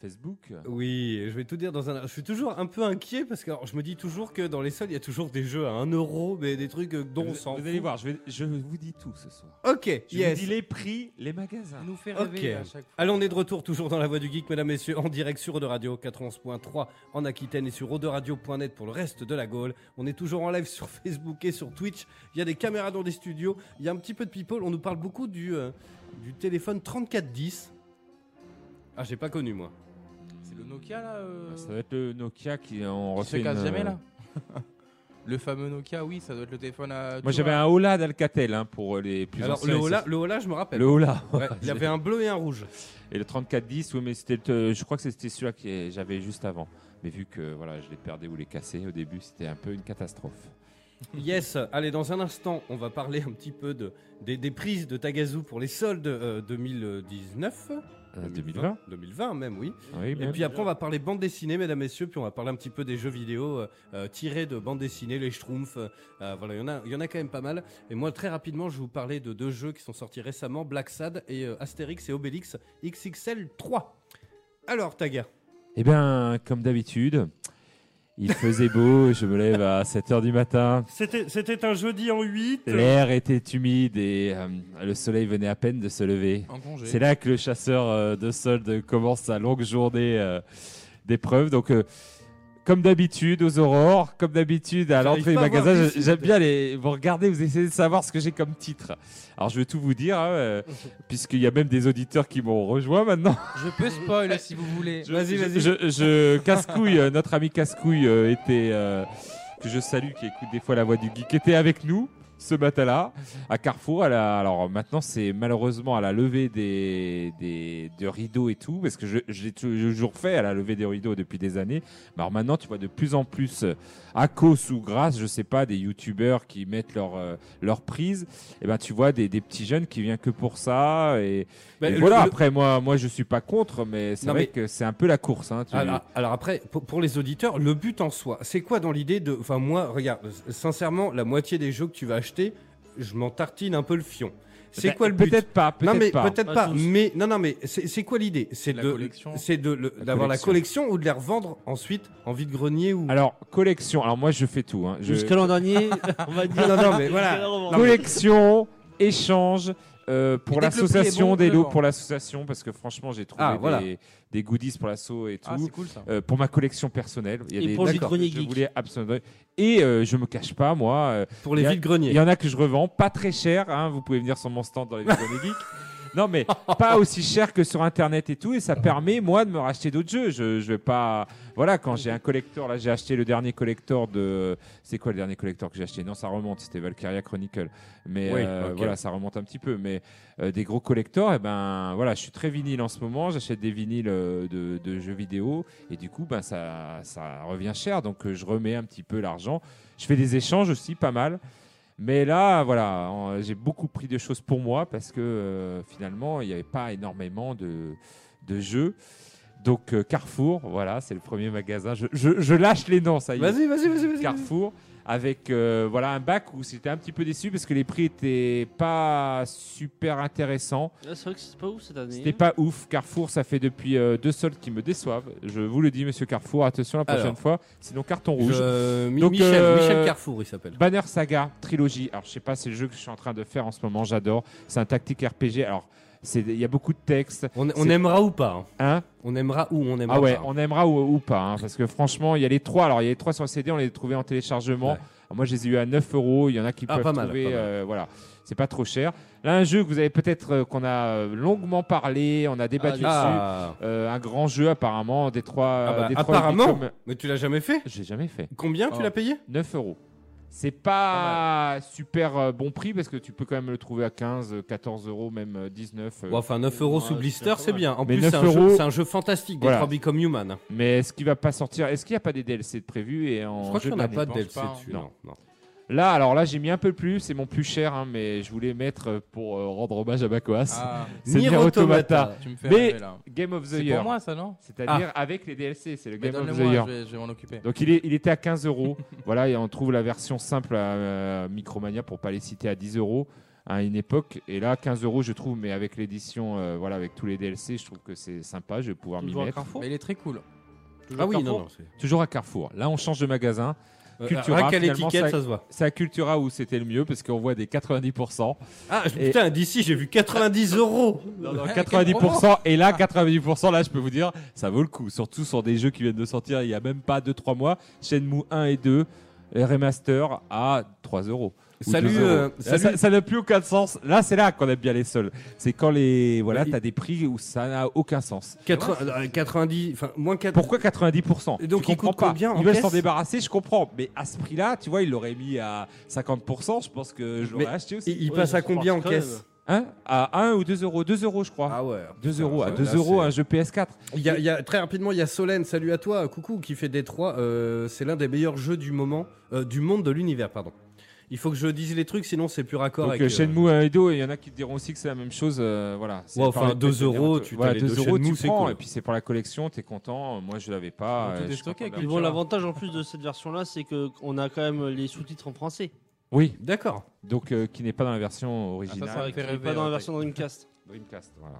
Speaker 4: Facebook.
Speaker 3: Oui, je vais tout dire dans un. Je suis toujours un peu inquiet parce que alors, je me dis toujours que dans les salles, il y a toujours des jeux à 1 euro, mais des trucs euh, dont on
Speaker 4: Vous,
Speaker 3: s'en
Speaker 4: vous allez
Speaker 3: fout.
Speaker 4: voir, je, vais- je vous dis tout ce soir.
Speaker 3: Ok,
Speaker 4: Je
Speaker 3: yes.
Speaker 4: vous dis les prix, les magasins.
Speaker 6: Nous fait
Speaker 3: Ok. Allez, on est de retour toujours dans la voie du geek, mesdames, messieurs, en direct sur Eau de Radio 91.3 en Aquitaine et sur Radio.net pour le reste de la Gaule. On est toujours en live sur Facebook et sur Twitch. Il y a des caméras dans des studios. Il y a un petit peu de people. On nous parle beaucoup du, euh, du téléphone 3410. Ah, j'ai pas connu, moi.
Speaker 6: C'est le Nokia là
Speaker 4: Bah,
Speaker 6: euh,
Speaker 4: Ah,
Speaker 3: Mmh.
Speaker 4: Ça va être le Nokia qui en
Speaker 6: qui se
Speaker 4: refait.
Speaker 6: casse
Speaker 4: une- euh,
Speaker 6: jamais là Le fameux Nokia, oui, ça doit être le téléphone à.
Speaker 4: Moi j'avais un Ola d'Alcatel hein, pour les plus
Speaker 3: Alors,
Speaker 4: anciens.
Speaker 3: le Ola,
Speaker 4: Ça-
Speaker 3: le Ola, je me rappelle.
Speaker 4: Le Ola.
Speaker 3: Ouais, il y avait un bleu et un rouge.
Speaker 4: Et le 3410, oui, mais c'était, euh, je crois que c'était celui-là que j'avais juste avant. Mais vu que voilà, je les perdais ou les cassais au début, c'était un peu une catastrophe.
Speaker 3: Yes, allez, dans un instant, on va parler un petit peu de, des, des prises de Tagazu pour les soldes euh, 2019.
Speaker 4: Euh,
Speaker 3: 2020 2020 même, oui.
Speaker 4: Oui,
Speaker 3: Et
Speaker 4: même.
Speaker 3: puis après, on va parler bande dessinée, mesdames, messieurs, puis on va parler un petit peu des jeux vidéo euh, euh, tirés de bande dessinée, les Schtroumpfs. euh, euh, voilà, il y, en a- il y en a quand même pas mal. Et moi, très rapidement, je vais vous parler de deux jeux qui sont sortis récemment, Black Sad et euh, Astérix et Obélix XXL 3. Alors, Taga,
Speaker 4: Eh bien, comme d'habitude, il faisait beau, je me lève à 7h du matin.
Speaker 12: C'était c'était un jeudi en 8.
Speaker 4: L'air était humide et euh, le soleil venait à peine de se lever.
Speaker 12: En congé.
Speaker 4: C'est là que le chasseur euh, de solde commence sa longue journée euh, d'épreuve. Donc, euh, comme d'habitude, aux aurores, comme d'habitude, à l'entrée du
Speaker 12: pas à voir
Speaker 4: magasin,
Speaker 12: tes
Speaker 4: je-
Speaker 12: sites.
Speaker 4: j'aime bien les. Vous regardez, vous essayez de savoir ce que j'ai comme titre. Alors, je vais tout vous dire, hein, euh, puisqu'il y a même des auditeurs qui m'ont rejoint maintenant.
Speaker 6: Je peux spoil si vous voulez.
Speaker 4: Je- Je, je- Cascouille, euh, notre ami Cascouille euh, était euh, que je salue, qui écoute des fois la voix du geek, était avec nous ce matin-là à Carrefour. à la- alors maintenant, c'est malheureusement à la levée des, des de rideaux et tout, parce que je, je l'ai toujours fait à la levée des rideaux depuis des années. Mais alors maintenant, tu vois de plus en plus euh, à cause ou grâce, je sais pas, des youtubeurs qui mettent leur euh, leur prise. Et ben tu vois des, des petits jeunes qui viennent que pour ça. Et,
Speaker 2: Bah,
Speaker 3: Ben,
Speaker 4: et
Speaker 3: le-
Speaker 4: voilà.
Speaker 3: le-
Speaker 4: Après, moi, moi, je suis pas contre, mais c'est
Speaker 3: Non,
Speaker 4: vrai
Speaker 3: mais-
Speaker 4: que c'est un peu la course. Hein, tu-
Speaker 3: Alors, Ah, alors après, pour, pour les auditeurs, le but en soi, c'est quoi dans l'idée de... Enfin moi, regarde, s- sincèrement, la moitié des jeux que tu vas acheter, je m'en tartine un peu le fion. C'est
Speaker 4: Ben,
Speaker 3: quoi le but
Speaker 4: peut-être pas,
Speaker 3: Non
Speaker 4: peut-être
Speaker 3: mais
Speaker 4: pas.
Speaker 3: peut-être
Speaker 4: Pas
Speaker 3: pas.
Speaker 4: tous.
Speaker 3: Mais non, non, mais c'est c'est quoi l'idée C'est de, c'est de le- d'avoir la collection. ou de les revendre ensuite en vide-grenier ou.
Speaker 4: Alors collection. Alors moi, je fais tout. Hein. Je-
Speaker 2: Jusqu'à l'an dernier, on va dire.
Speaker 3: Non, non, mais voilà.
Speaker 2: Non, mais-
Speaker 4: collection, échange euh, pour
Speaker 2: Et dès que le prix est
Speaker 4: l'association
Speaker 2: bon,
Speaker 4: des
Speaker 2: je le
Speaker 4: lots
Speaker 2: vends.
Speaker 4: pour l'association parce que franchement j'ai trouvé
Speaker 2: Ah, voilà.
Speaker 4: des, des goodies pour l'asso et tout
Speaker 2: Ah, c'est cool, ça.
Speaker 4: Euh, pour ma collection personnelle il y a
Speaker 2: Et
Speaker 4: des
Speaker 2: pour le
Speaker 4: trucs que
Speaker 2: vide-grenier
Speaker 4: je
Speaker 2: geek.
Speaker 4: voulais absolument et euh, je me cache pas moi euh,
Speaker 3: Pour les
Speaker 4: il y a-
Speaker 3: vide-greniers.
Speaker 4: il y en a que je revends pas très cher hein, vous pouvez venir sur mon stand dans les vide non mais pas aussi cher que sur internet et tout et ça permet moi de me racheter d'autres jeux je, je vais pas voilà quand j'ai un collector là j'ai acheté le dernier collector de c'est quoi le dernier collector que j'ai acheté non ça remonte c'était Valkyria Chronicle mais
Speaker 3: Oui,
Speaker 4: euh,
Speaker 3: ok.
Speaker 4: voilà ça remonte un petit peu mais euh, des gros collectors et ben voilà je suis très vinyle en ce moment j'achète des vinyles euh, de, de jeux vidéo et du coup ben ça ça revient cher donc euh, je remets un petit peu l'argent je fais des échanges aussi pas mal mais là, voilà, en- j'ai beaucoup pris de choses pour moi parce que euh, finalement, il n'y avait pas énormément de, de jeux. Donc euh, Carrefour, voilà, c'est le premier magasin. Je, je- je lâche les noms, ça y est.
Speaker 3: Vas-y, vas-y, vas-y, vas-y.
Speaker 4: Carrefour, avec euh, voilà un bac où c'était un petit peu déçu parce que les prix étaient pas super intéressants.
Speaker 2: Ah, C'est vrai que c'est pas ouf cette année. hein.
Speaker 4: C'était pas ouf. Carrefour, ça fait depuis euh, deux soldes qui me déçoivent. Je vous le dis, monsieur Carrefour, attention la prochaine
Speaker 3: Alors.
Speaker 4: fois. Sinon, carton rouge. euh,
Speaker 3: Je- Mi- Michel- Michel Carrefour, il s'appelle.
Speaker 4: Banner Saga, trilogie. Alors, je sais pas, c'est le jeu que je suis en train de faire en ce moment. J'adore. C'est un tactique RPG. Alors, c'est- il y a beaucoup de textes.
Speaker 3: on
Speaker 4: C'est-
Speaker 3: aimera ou pas
Speaker 4: Hein
Speaker 3: On aimera ou on aimera.
Speaker 4: ah ouais,
Speaker 3: pas.
Speaker 4: on aimera ou, ou pas, hein, parce que franchement, il y a les trois. Alors, il y a les trois sur CD, on les a trouvés en téléchargement. Alors, Moi, je les ai eu à 9 euros. Il y en a qui
Speaker 3: Ah,
Speaker 4: peuvent
Speaker 3: pas mal,
Speaker 4: trouver,
Speaker 3: pas mal.
Speaker 4: euh, voilà, c'est pas trop cher. Là, un jeu que vous avez peut-être, euh, qu'on a euh, longuement parlé, on a débattu
Speaker 3: Ah.
Speaker 4: dessus. Euh, un grand jeu apparemment, des trois. euh,
Speaker 3: Ah bah,
Speaker 4: des trois
Speaker 3: apparemment.
Speaker 4: Unicom.
Speaker 3: Mais tu l'as jamais fait
Speaker 4: J'ai jamais fait.
Speaker 3: Combien tu
Speaker 4: Oh.
Speaker 3: l'as payé
Speaker 4: 9 euros. C'est pas super euh, bon prix parce que tu peux quand même le trouver à 15, euh, 14 euros, même euh, 19. euh.
Speaker 3: Bon, enfin, 9 euros sous
Speaker 4: Ouais,
Speaker 3: blister,
Speaker 4: pas
Speaker 3: c'est
Speaker 4: mal.
Speaker 3: bien. En
Speaker 4: Mais
Speaker 3: plus,
Speaker 4: 9
Speaker 3: c'est un, jeu-
Speaker 4: euros-
Speaker 3: c'est un jeu fantastique, des
Speaker 4: Voilà.
Speaker 3: 3 Become Human.
Speaker 4: Mais est-ce qu'il va pas sortir Est-ce qu'il n'y a pas des DLC de prévu et en
Speaker 3: Je crois qu'il
Speaker 4: jeu
Speaker 3: y en
Speaker 4: de
Speaker 3: a
Speaker 4: l'année
Speaker 3: pas hein. de DLC
Speaker 4: Je pense
Speaker 3: dessus,
Speaker 4: pas.
Speaker 3: non, non.
Speaker 4: Là, alors là, j'ai mis un peu plus, c'est mon plus cher, hein, mais je voulais mettre euh, pour euh, rendre hommage à Bakoas.
Speaker 6: Ah.
Speaker 4: C'est
Speaker 6: Nier
Speaker 4: Nier Automata.
Speaker 6: Automata. Tu me fais
Speaker 4: mais
Speaker 6: rêver, là.
Speaker 4: Game of the
Speaker 6: C'est pour
Speaker 4: Year.
Speaker 6: moi, ça, non
Speaker 4: C'est-à-dire avec les DLC, c'est le
Speaker 6: Mais
Speaker 4: Game of the
Speaker 6: donne-le-moi,
Speaker 4: Year.
Speaker 6: je vais- je vais m'en occuper.
Speaker 4: Donc il, est, il était à 15 euros. voilà, et on trouve la version simple à euh, Micromania pour pas les citer à 10 euros. à une époque. Et là, 15 euros, je trouve, mais avec l'édition, euh, voilà, avec tous les DLC, je trouve que c'est sympa. Je vais pouvoir m'y
Speaker 6: Toujours à
Speaker 4: mettre.
Speaker 6: Carrefour Mais il est très cool.
Speaker 4: ah oui, non, non, c'est- toujours à Carrefour. Là, on change de magasin.
Speaker 3: Euh,
Speaker 4: Cultura,
Speaker 3: rien qu'à
Speaker 4: finalement,
Speaker 3: l'étiquette,
Speaker 4: c'est à-
Speaker 3: ça se voit.
Speaker 4: C'est à Cultura où c'était le mieux parce qu'on voit des 90%.
Speaker 3: Ah,
Speaker 4: Et-
Speaker 3: putain, d'ici, j'ai vu 90 euros.
Speaker 4: Non, non, 90% et là 90% là je peux vous dire ça vaut le coup surtout sur des jeux qui viennent de sortir il y a même pas 2-3 mois Shenmue 1 et 2 et remaster à 3 euros Ou
Speaker 3: Salut,
Speaker 4: 2 euros.
Speaker 3: euh,
Speaker 4: Là,
Speaker 3: salut.
Speaker 4: ça- ça n'a plus aucun sens là c'est là qu'on aime bien les sols c'est quand les voilà
Speaker 3: Bah, il-
Speaker 4: t'as des prix où ça n'a aucun sens
Speaker 3: 80, 90, euh, enfin, moins 4.
Speaker 4: Pourquoi 90%
Speaker 3: Et donc,
Speaker 4: Je
Speaker 3: il coûte
Speaker 4: comprends pas.
Speaker 3: combien en
Speaker 4: ils veulent s'en
Speaker 3: caisse
Speaker 4: débarrasser je comprends mais à ce prix là tu vois ils l'auraient mis à 50% je pense que je l'aurais acheté aussi
Speaker 3: il- il Ouais, passe ça à se combien porte en quand caisse même.
Speaker 4: Hein à 1 ou 2 euros 2 euros je crois
Speaker 3: ah ouais
Speaker 4: 2 euros à
Speaker 3: ça,
Speaker 4: 2
Speaker 3: là,
Speaker 4: euros hein.
Speaker 3: c'est-
Speaker 4: un jeu PS4
Speaker 3: Il y a- il y a- très rapidement, il y a Solène, salut à toi, coucou, qui fait Détroit. Euh, c'est l'un des meilleurs jeux du moment, euh, du monde de l'univers, pardon. Il faut que je dise les trucs, sinon c'est plus raccord
Speaker 4: Donc
Speaker 3: avec.
Speaker 4: euh,
Speaker 3: euh,
Speaker 4: Shenmue 1 et 2, il y en a qui te diront aussi que c'est la même chose. euh, voilà. C'est
Speaker 3: Ouais,
Speaker 4: par
Speaker 3: enfin,
Speaker 4: les-
Speaker 3: 2 euros, tu
Speaker 4: voilà,
Speaker 3: t'as les
Speaker 4: 2
Speaker 3: deux
Speaker 4: euros, tu
Speaker 3: Shenmue, c'est
Speaker 4: prends,
Speaker 3: cool.
Speaker 4: et puis c'est pour la collection, t'es content. Moi, je l'avais pas. euh, je suis content
Speaker 2: Mais
Speaker 4: de
Speaker 2: bon,
Speaker 4: l'avoir.
Speaker 2: l'avantage en plus de cette version-là, c'est que on a quand même les sous-titres en français.
Speaker 4: Oui.
Speaker 3: D'accord.
Speaker 4: Donc, euh, qui n'est pas dans la version originale.
Speaker 2: Qui est pas dans la version Dreamcast.
Speaker 4: Dreamcast, voilà.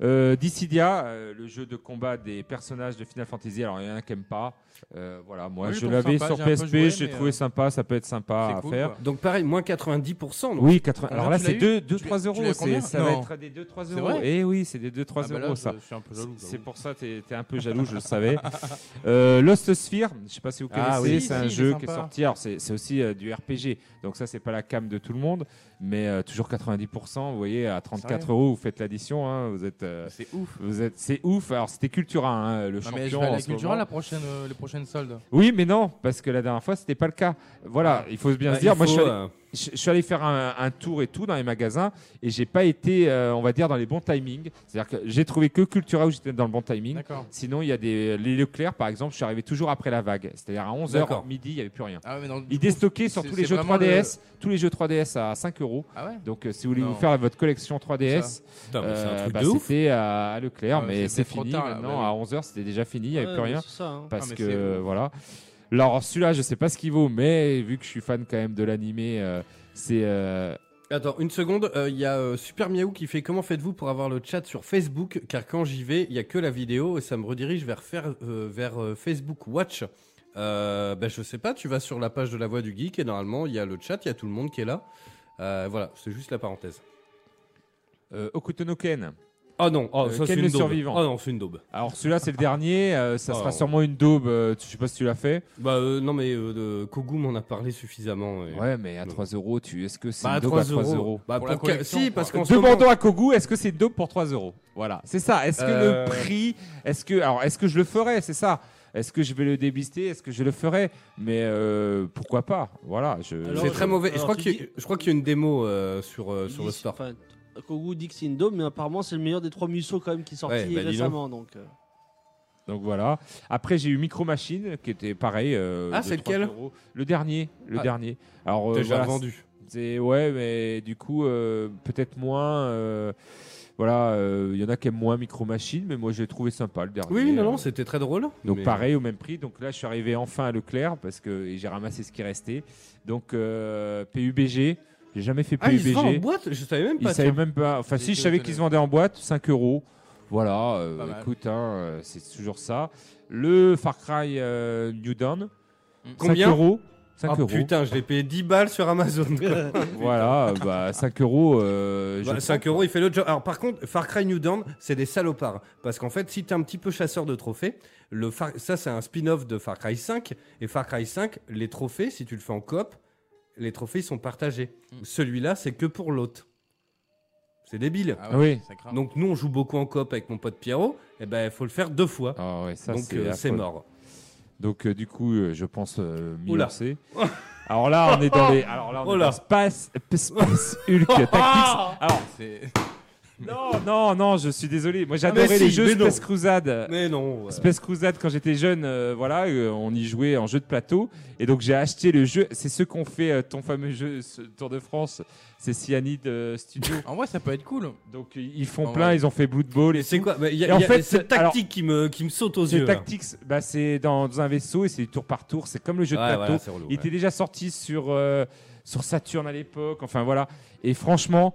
Speaker 4: Euh, Dissidia, euh, le jeu de combat des personnages de Final Fantasy. Alors, il y en a qui n'aiment pas. Euh, voilà, moi,
Speaker 3: Oui,
Speaker 4: je
Speaker 3: donc
Speaker 4: l'avais
Speaker 3: sympa,
Speaker 4: sur
Speaker 3: j'ai un peu
Speaker 4: PSP,
Speaker 3: joué,
Speaker 4: j'ai
Speaker 3: mais,
Speaker 4: trouvé
Speaker 3: euh,
Speaker 4: sympa, ça peut être sympa à Ah, faire.
Speaker 3: Donc pareil, moins 90%. donc.
Speaker 4: Oui, 80. Alors là,
Speaker 3: Combien
Speaker 4: c'est
Speaker 3: tu l'as eu
Speaker 4: 2-3
Speaker 3: Tu l'as- tu
Speaker 4: euros.
Speaker 3: l'as
Speaker 4: c'est-
Speaker 3: combien
Speaker 4: Ça
Speaker 3: Non.
Speaker 4: va être à des 2-3
Speaker 3: C'est
Speaker 4: euros.
Speaker 3: vrai
Speaker 4: Eh oui, c'est des 2-3
Speaker 3: Ah bah là,
Speaker 4: euros,
Speaker 3: je-
Speaker 4: ça.
Speaker 3: je suis un peu jaloux,
Speaker 4: C'est- C'est pour ça, t'es t'es un peu jaloux, je le savais. Euh, Lost Sphere, je sais pas si vous connaissez,
Speaker 3: Ah oui.
Speaker 4: c'est
Speaker 3: Si,
Speaker 4: un
Speaker 3: si, il est
Speaker 4: jeu qui est
Speaker 3: sympa.
Speaker 4: sorti. Alors, c'est c'est aussi euh, du RPG. Donc, ça, c'est pas la cam de tout le monde, mais euh, toujours 90%. Vous voyez, à 34
Speaker 6: Sérieux
Speaker 4: euros, vous faites l'addition. hein, vous êtes. c'est ouf. Vous êtes, c'est ouf. Alors, c'était Cultura, hein, le
Speaker 6: Non,
Speaker 4: champion.
Speaker 6: mais je vais à
Speaker 4: en
Speaker 6: la
Speaker 4: ce
Speaker 6: Cultura
Speaker 4: moment.
Speaker 6: la prochaine, euh, les prochaines soldes.
Speaker 4: Oui, mais non, parce que la dernière fois, c'était pas le cas. Voilà, il faut bien
Speaker 6: Bah,
Speaker 4: se dire.
Speaker 6: il
Speaker 4: Moi, je suis
Speaker 6: faut,
Speaker 4: allé,
Speaker 6: euh,
Speaker 4: je- je suis allé faire un, un tour et tout dans les magasins et j'ai pas été, euh, on va dire, dans les bons timings. C'est-à-dire que j'ai trouvé que Cultura où j'étais dans le bon timing.
Speaker 6: D'accord.
Speaker 4: Sinon, il y a des les Leclerc, par exemple, je suis arrivé toujours après la vague. C'est-à-dire à 11h
Speaker 6: D'accord.
Speaker 4: midi, il y avait plus rien.
Speaker 6: Ah ouais, mais donc, du
Speaker 4: Ils
Speaker 6: coup,
Speaker 4: déstockaient sur
Speaker 6: c'est-
Speaker 4: tous les
Speaker 6: c'est
Speaker 4: jeux
Speaker 6: vraiment
Speaker 4: 3DS, tous les jeux 3DS à 5 euros.
Speaker 6: Ah ouais
Speaker 4: Donc, euh, si vous voulez
Speaker 6: Non.
Speaker 4: vous faire votre collection 3DS,
Speaker 6: Ça. Putain, Ah, mais c'est un truc
Speaker 4: bah,
Speaker 6: de ouf.
Speaker 4: c'était à, à Leclerc,
Speaker 6: Ouais,
Speaker 4: mais
Speaker 6: c'était
Speaker 4: c'est
Speaker 6: trop
Speaker 4: fini.
Speaker 6: tard, là,
Speaker 4: maintenant,
Speaker 6: ouais.
Speaker 4: à 11h, c'était déjà fini, il n'y avait
Speaker 6: Ouais,
Speaker 4: plus
Speaker 6: mais
Speaker 4: rien.
Speaker 6: c'est ça, hein.
Speaker 4: Parce
Speaker 6: Ah, mais
Speaker 4: que
Speaker 6: c'est
Speaker 4: euh,
Speaker 6: ouf.
Speaker 4: voilà. Alors celui-là, je sais pas ce qu'il vaut, mais vu que je suis fan quand même de l'animé, euh, c'est euh,
Speaker 3: Attends, une seconde, euh, il y a euh, Super Miaou qui fait comment faites-vous pour avoir le chat sur Facebook Car quand j'y vais, il y a que la vidéo et ça me redirige vers, faire- euh, vers euh, Facebook Watch. Euh, ben, je sais pas, tu vas sur la page de la voix du geek et normalement il y a le chat, il y a tout le monde qui est là. Euh, voilà, c'est juste la parenthèse.
Speaker 4: euh, Hokuto no Ken.
Speaker 3: Ah non, oh,
Speaker 4: Euh,
Speaker 3: ça, c'est
Speaker 4: Ken
Speaker 3: une
Speaker 4: le
Speaker 3: daube.
Speaker 4: survivant.
Speaker 3: Ah non, c'est une daube.
Speaker 4: Alors celui-là, c'est le dernier. euh, ça
Speaker 3: Oh.
Speaker 4: sera sûrement une daube. euh, tu- je sais pas si tu l'as fait.
Speaker 3: Bah euh, non, mais euh, de- Kogu m'en a parlé suffisamment. et-
Speaker 4: Ouais, mais à 3 euros, tu est-ce que c'est
Speaker 3: Bah,
Speaker 4: une
Speaker 3: à
Speaker 4: daube
Speaker 3: 3
Speaker 4: à 3
Speaker 3: euros.
Speaker 4: euros
Speaker 3: Bah, Pour la pour que- collection, si, parce quoi. qu'en ce
Speaker 4: demandons
Speaker 3: moment-
Speaker 4: à Kogu, est-ce que c'est une daube pour 3 euros Voilà, c'est ça. Est-ce que
Speaker 3: Euh.
Speaker 4: le prix, est-ce que alors est-ce que je le ferai C'est ça. Est-ce que je vais le débister Est-ce que je le ferai Mais euh, pourquoi pas Voilà, je.
Speaker 3: C'est très mauvais. je,
Speaker 2: alors,
Speaker 3: crois
Speaker 2: tu
Speaker 3: qu'il y a- je crois qu'il y a une démo euh, sur, euh, sur le store.
Speaker 2: Enfin, Kogu dit que c'est une daube, mais apparemment c'est le meilleur des trois Musso quand même qui est sorti
Speaker 4: Ouais, bah, dis donc.
Speaker 2: récemment. Donc, euh,
Speaker 4: Donc voilà. Après, j'ai eu Micro Machine qui était pareil. euh,
Speaker 2: Ah,
Speaker 4: de
Speaker 2: c'est
Speaker 4: 3
Speaker 2: lequel
Speaker 4: euros. Le dernier. Le
Speaker 2: Ah.
Speaker 4: dernier. Alors, euh,
Speaker 3: Déjà vendu.
Speaker 4: C'est ouais, mais du coup, euh, peut-être moins. euh, voilà, euh, il y en a qui aiment moins Micro Machine, mais moi, j'ai trouvé sympa le dernier.
Speaker 3: Oui, non, non, c'était très drôle.
Speaker 4: Donc
Speaker 3: mais-
Speaker 4: pareil au même prix. Donc là, je suis arrivé enfin à Leclerc parce que et j'ai ramassé ce qui restait. Donc euh, PUBG. J'ai jamais fait
Speaker 3: Ah, il
Speaker 4: PUBG.
Speaker 3: se vend en boîte Je savais même pas.
Speaker 4: Ils savaient
Speaker 3: tiens.
Speaker 4: même pas. Enfin,
Speaker 3: J'ai
Speaker 4: si, je
Speaker 3: été
Speaker 4: savais
Speaker 3: étonné.
Speaker 4: qu'ils se vendaient en boîte, 5 euros. Voilà, euh,
Speaker 3: Pas mal.
Speaker 4: écoute, hein, euh, c'est toujours ça. Le Far Cry euh, New Dawn, 5 euros. 5
Speaker 3: Mmh. oh,
Speaker 4: euros.
Speaker 3: Putain, je l'ai payé 10 balles sur Amazon.
Speaker 4: Voilà, euh, bah, 5 euros. euh, je
Speaker 3: Bah, 5 euros, il fait le job. Alors, par contre, Far Cry New Dawn, c'est des salopards. Parce qu'en fait, si t'es un petit peu chasseur de trophées, le Far- ça, c'est un spin-off de Far Cry 5. Et Far Cry 5, les trophées, si tu le fais en coop, les trophées ils sont partagés.
Speaker 4: Hmm.
Speaker 3: Celui-là, c'est que pour l'hôte. C'est débile.
Speaker 4: Ah ouais, Oui. ça craint.
Speaker 3: Donc, nous, on joue beaucoup en coop avec mon pote Pierrot. Et ben, il faut le faire deux fois.
Speaker 4: Ah ça,
Speaker 3: Donc, euh, c'est
Speaker 4: affreux.
Speaker 3: mort.
Speaker 4: Donc euh, du coup, euh, je pense euh, m'y
Speaker 3: Oula.
Speaker 4: lancer. Alors là, on est dans les. Alors là, on
Speaker 3: Oh
Speaker 4: est
Speaker 3: là.
Speaker 4: dans Space, Space Hulk Tactics.
Speaker 3: Ah
Speaker 4: Alors. Non, non, non, je suis désolé. Moi,
Speaker 3: Ah, mais
Speaker 4: j'adorais les
Speaker 3: si,
Speaker 4: jeux
Speaker 3: mais non.
Speaker 4: Space Crusade.
Speaker 3: Mais non. ouais.
Speaker 4: Space Crusade, quand j'étais jeune, euh, voilà, euh, on y jouait en jeu de plateau. Et donc, j'ai acheté le jeu. C'est ce qu'on fait euh, ton fameux jeu ce Tour de France. C'est Cyanide euh, Studio.
Speaker 6: En vrai, ça peut être cool.
Speaker 4: Donc, ils font
Speaker 3: Ah
Speaker 6: En
Speaker 4: plein.
Speaker 6: vrai.
Speaker 4: Ils ont fait Blood Bowl. Et
Speaker 3: C'est
Speaker 4: tout.
Speaker 3: quoi Mais y a-
Speaker 4: Et en
Speaker 3: y a-
Speaker 4: fait,
Speaker 3: cette
Speaker 4: alors,
Speaker 3: tactique qui, me, qui me saute aux
Speaker 4: ce
Speaker 3: yeux. là.
Speaker 4: Tactics, bah, c'est dans un vaisseau et c'est du tour par tour. C'est comme le jeu de
Speaker 3: Ouais,
Speaker 4: plateau.
Speaker 3: voilà, c'est relou, ouais.
Speaker 4: Il était déjà sorti sur, euh, sur Saturn à l'époque. Enfin voilà. Et franchement,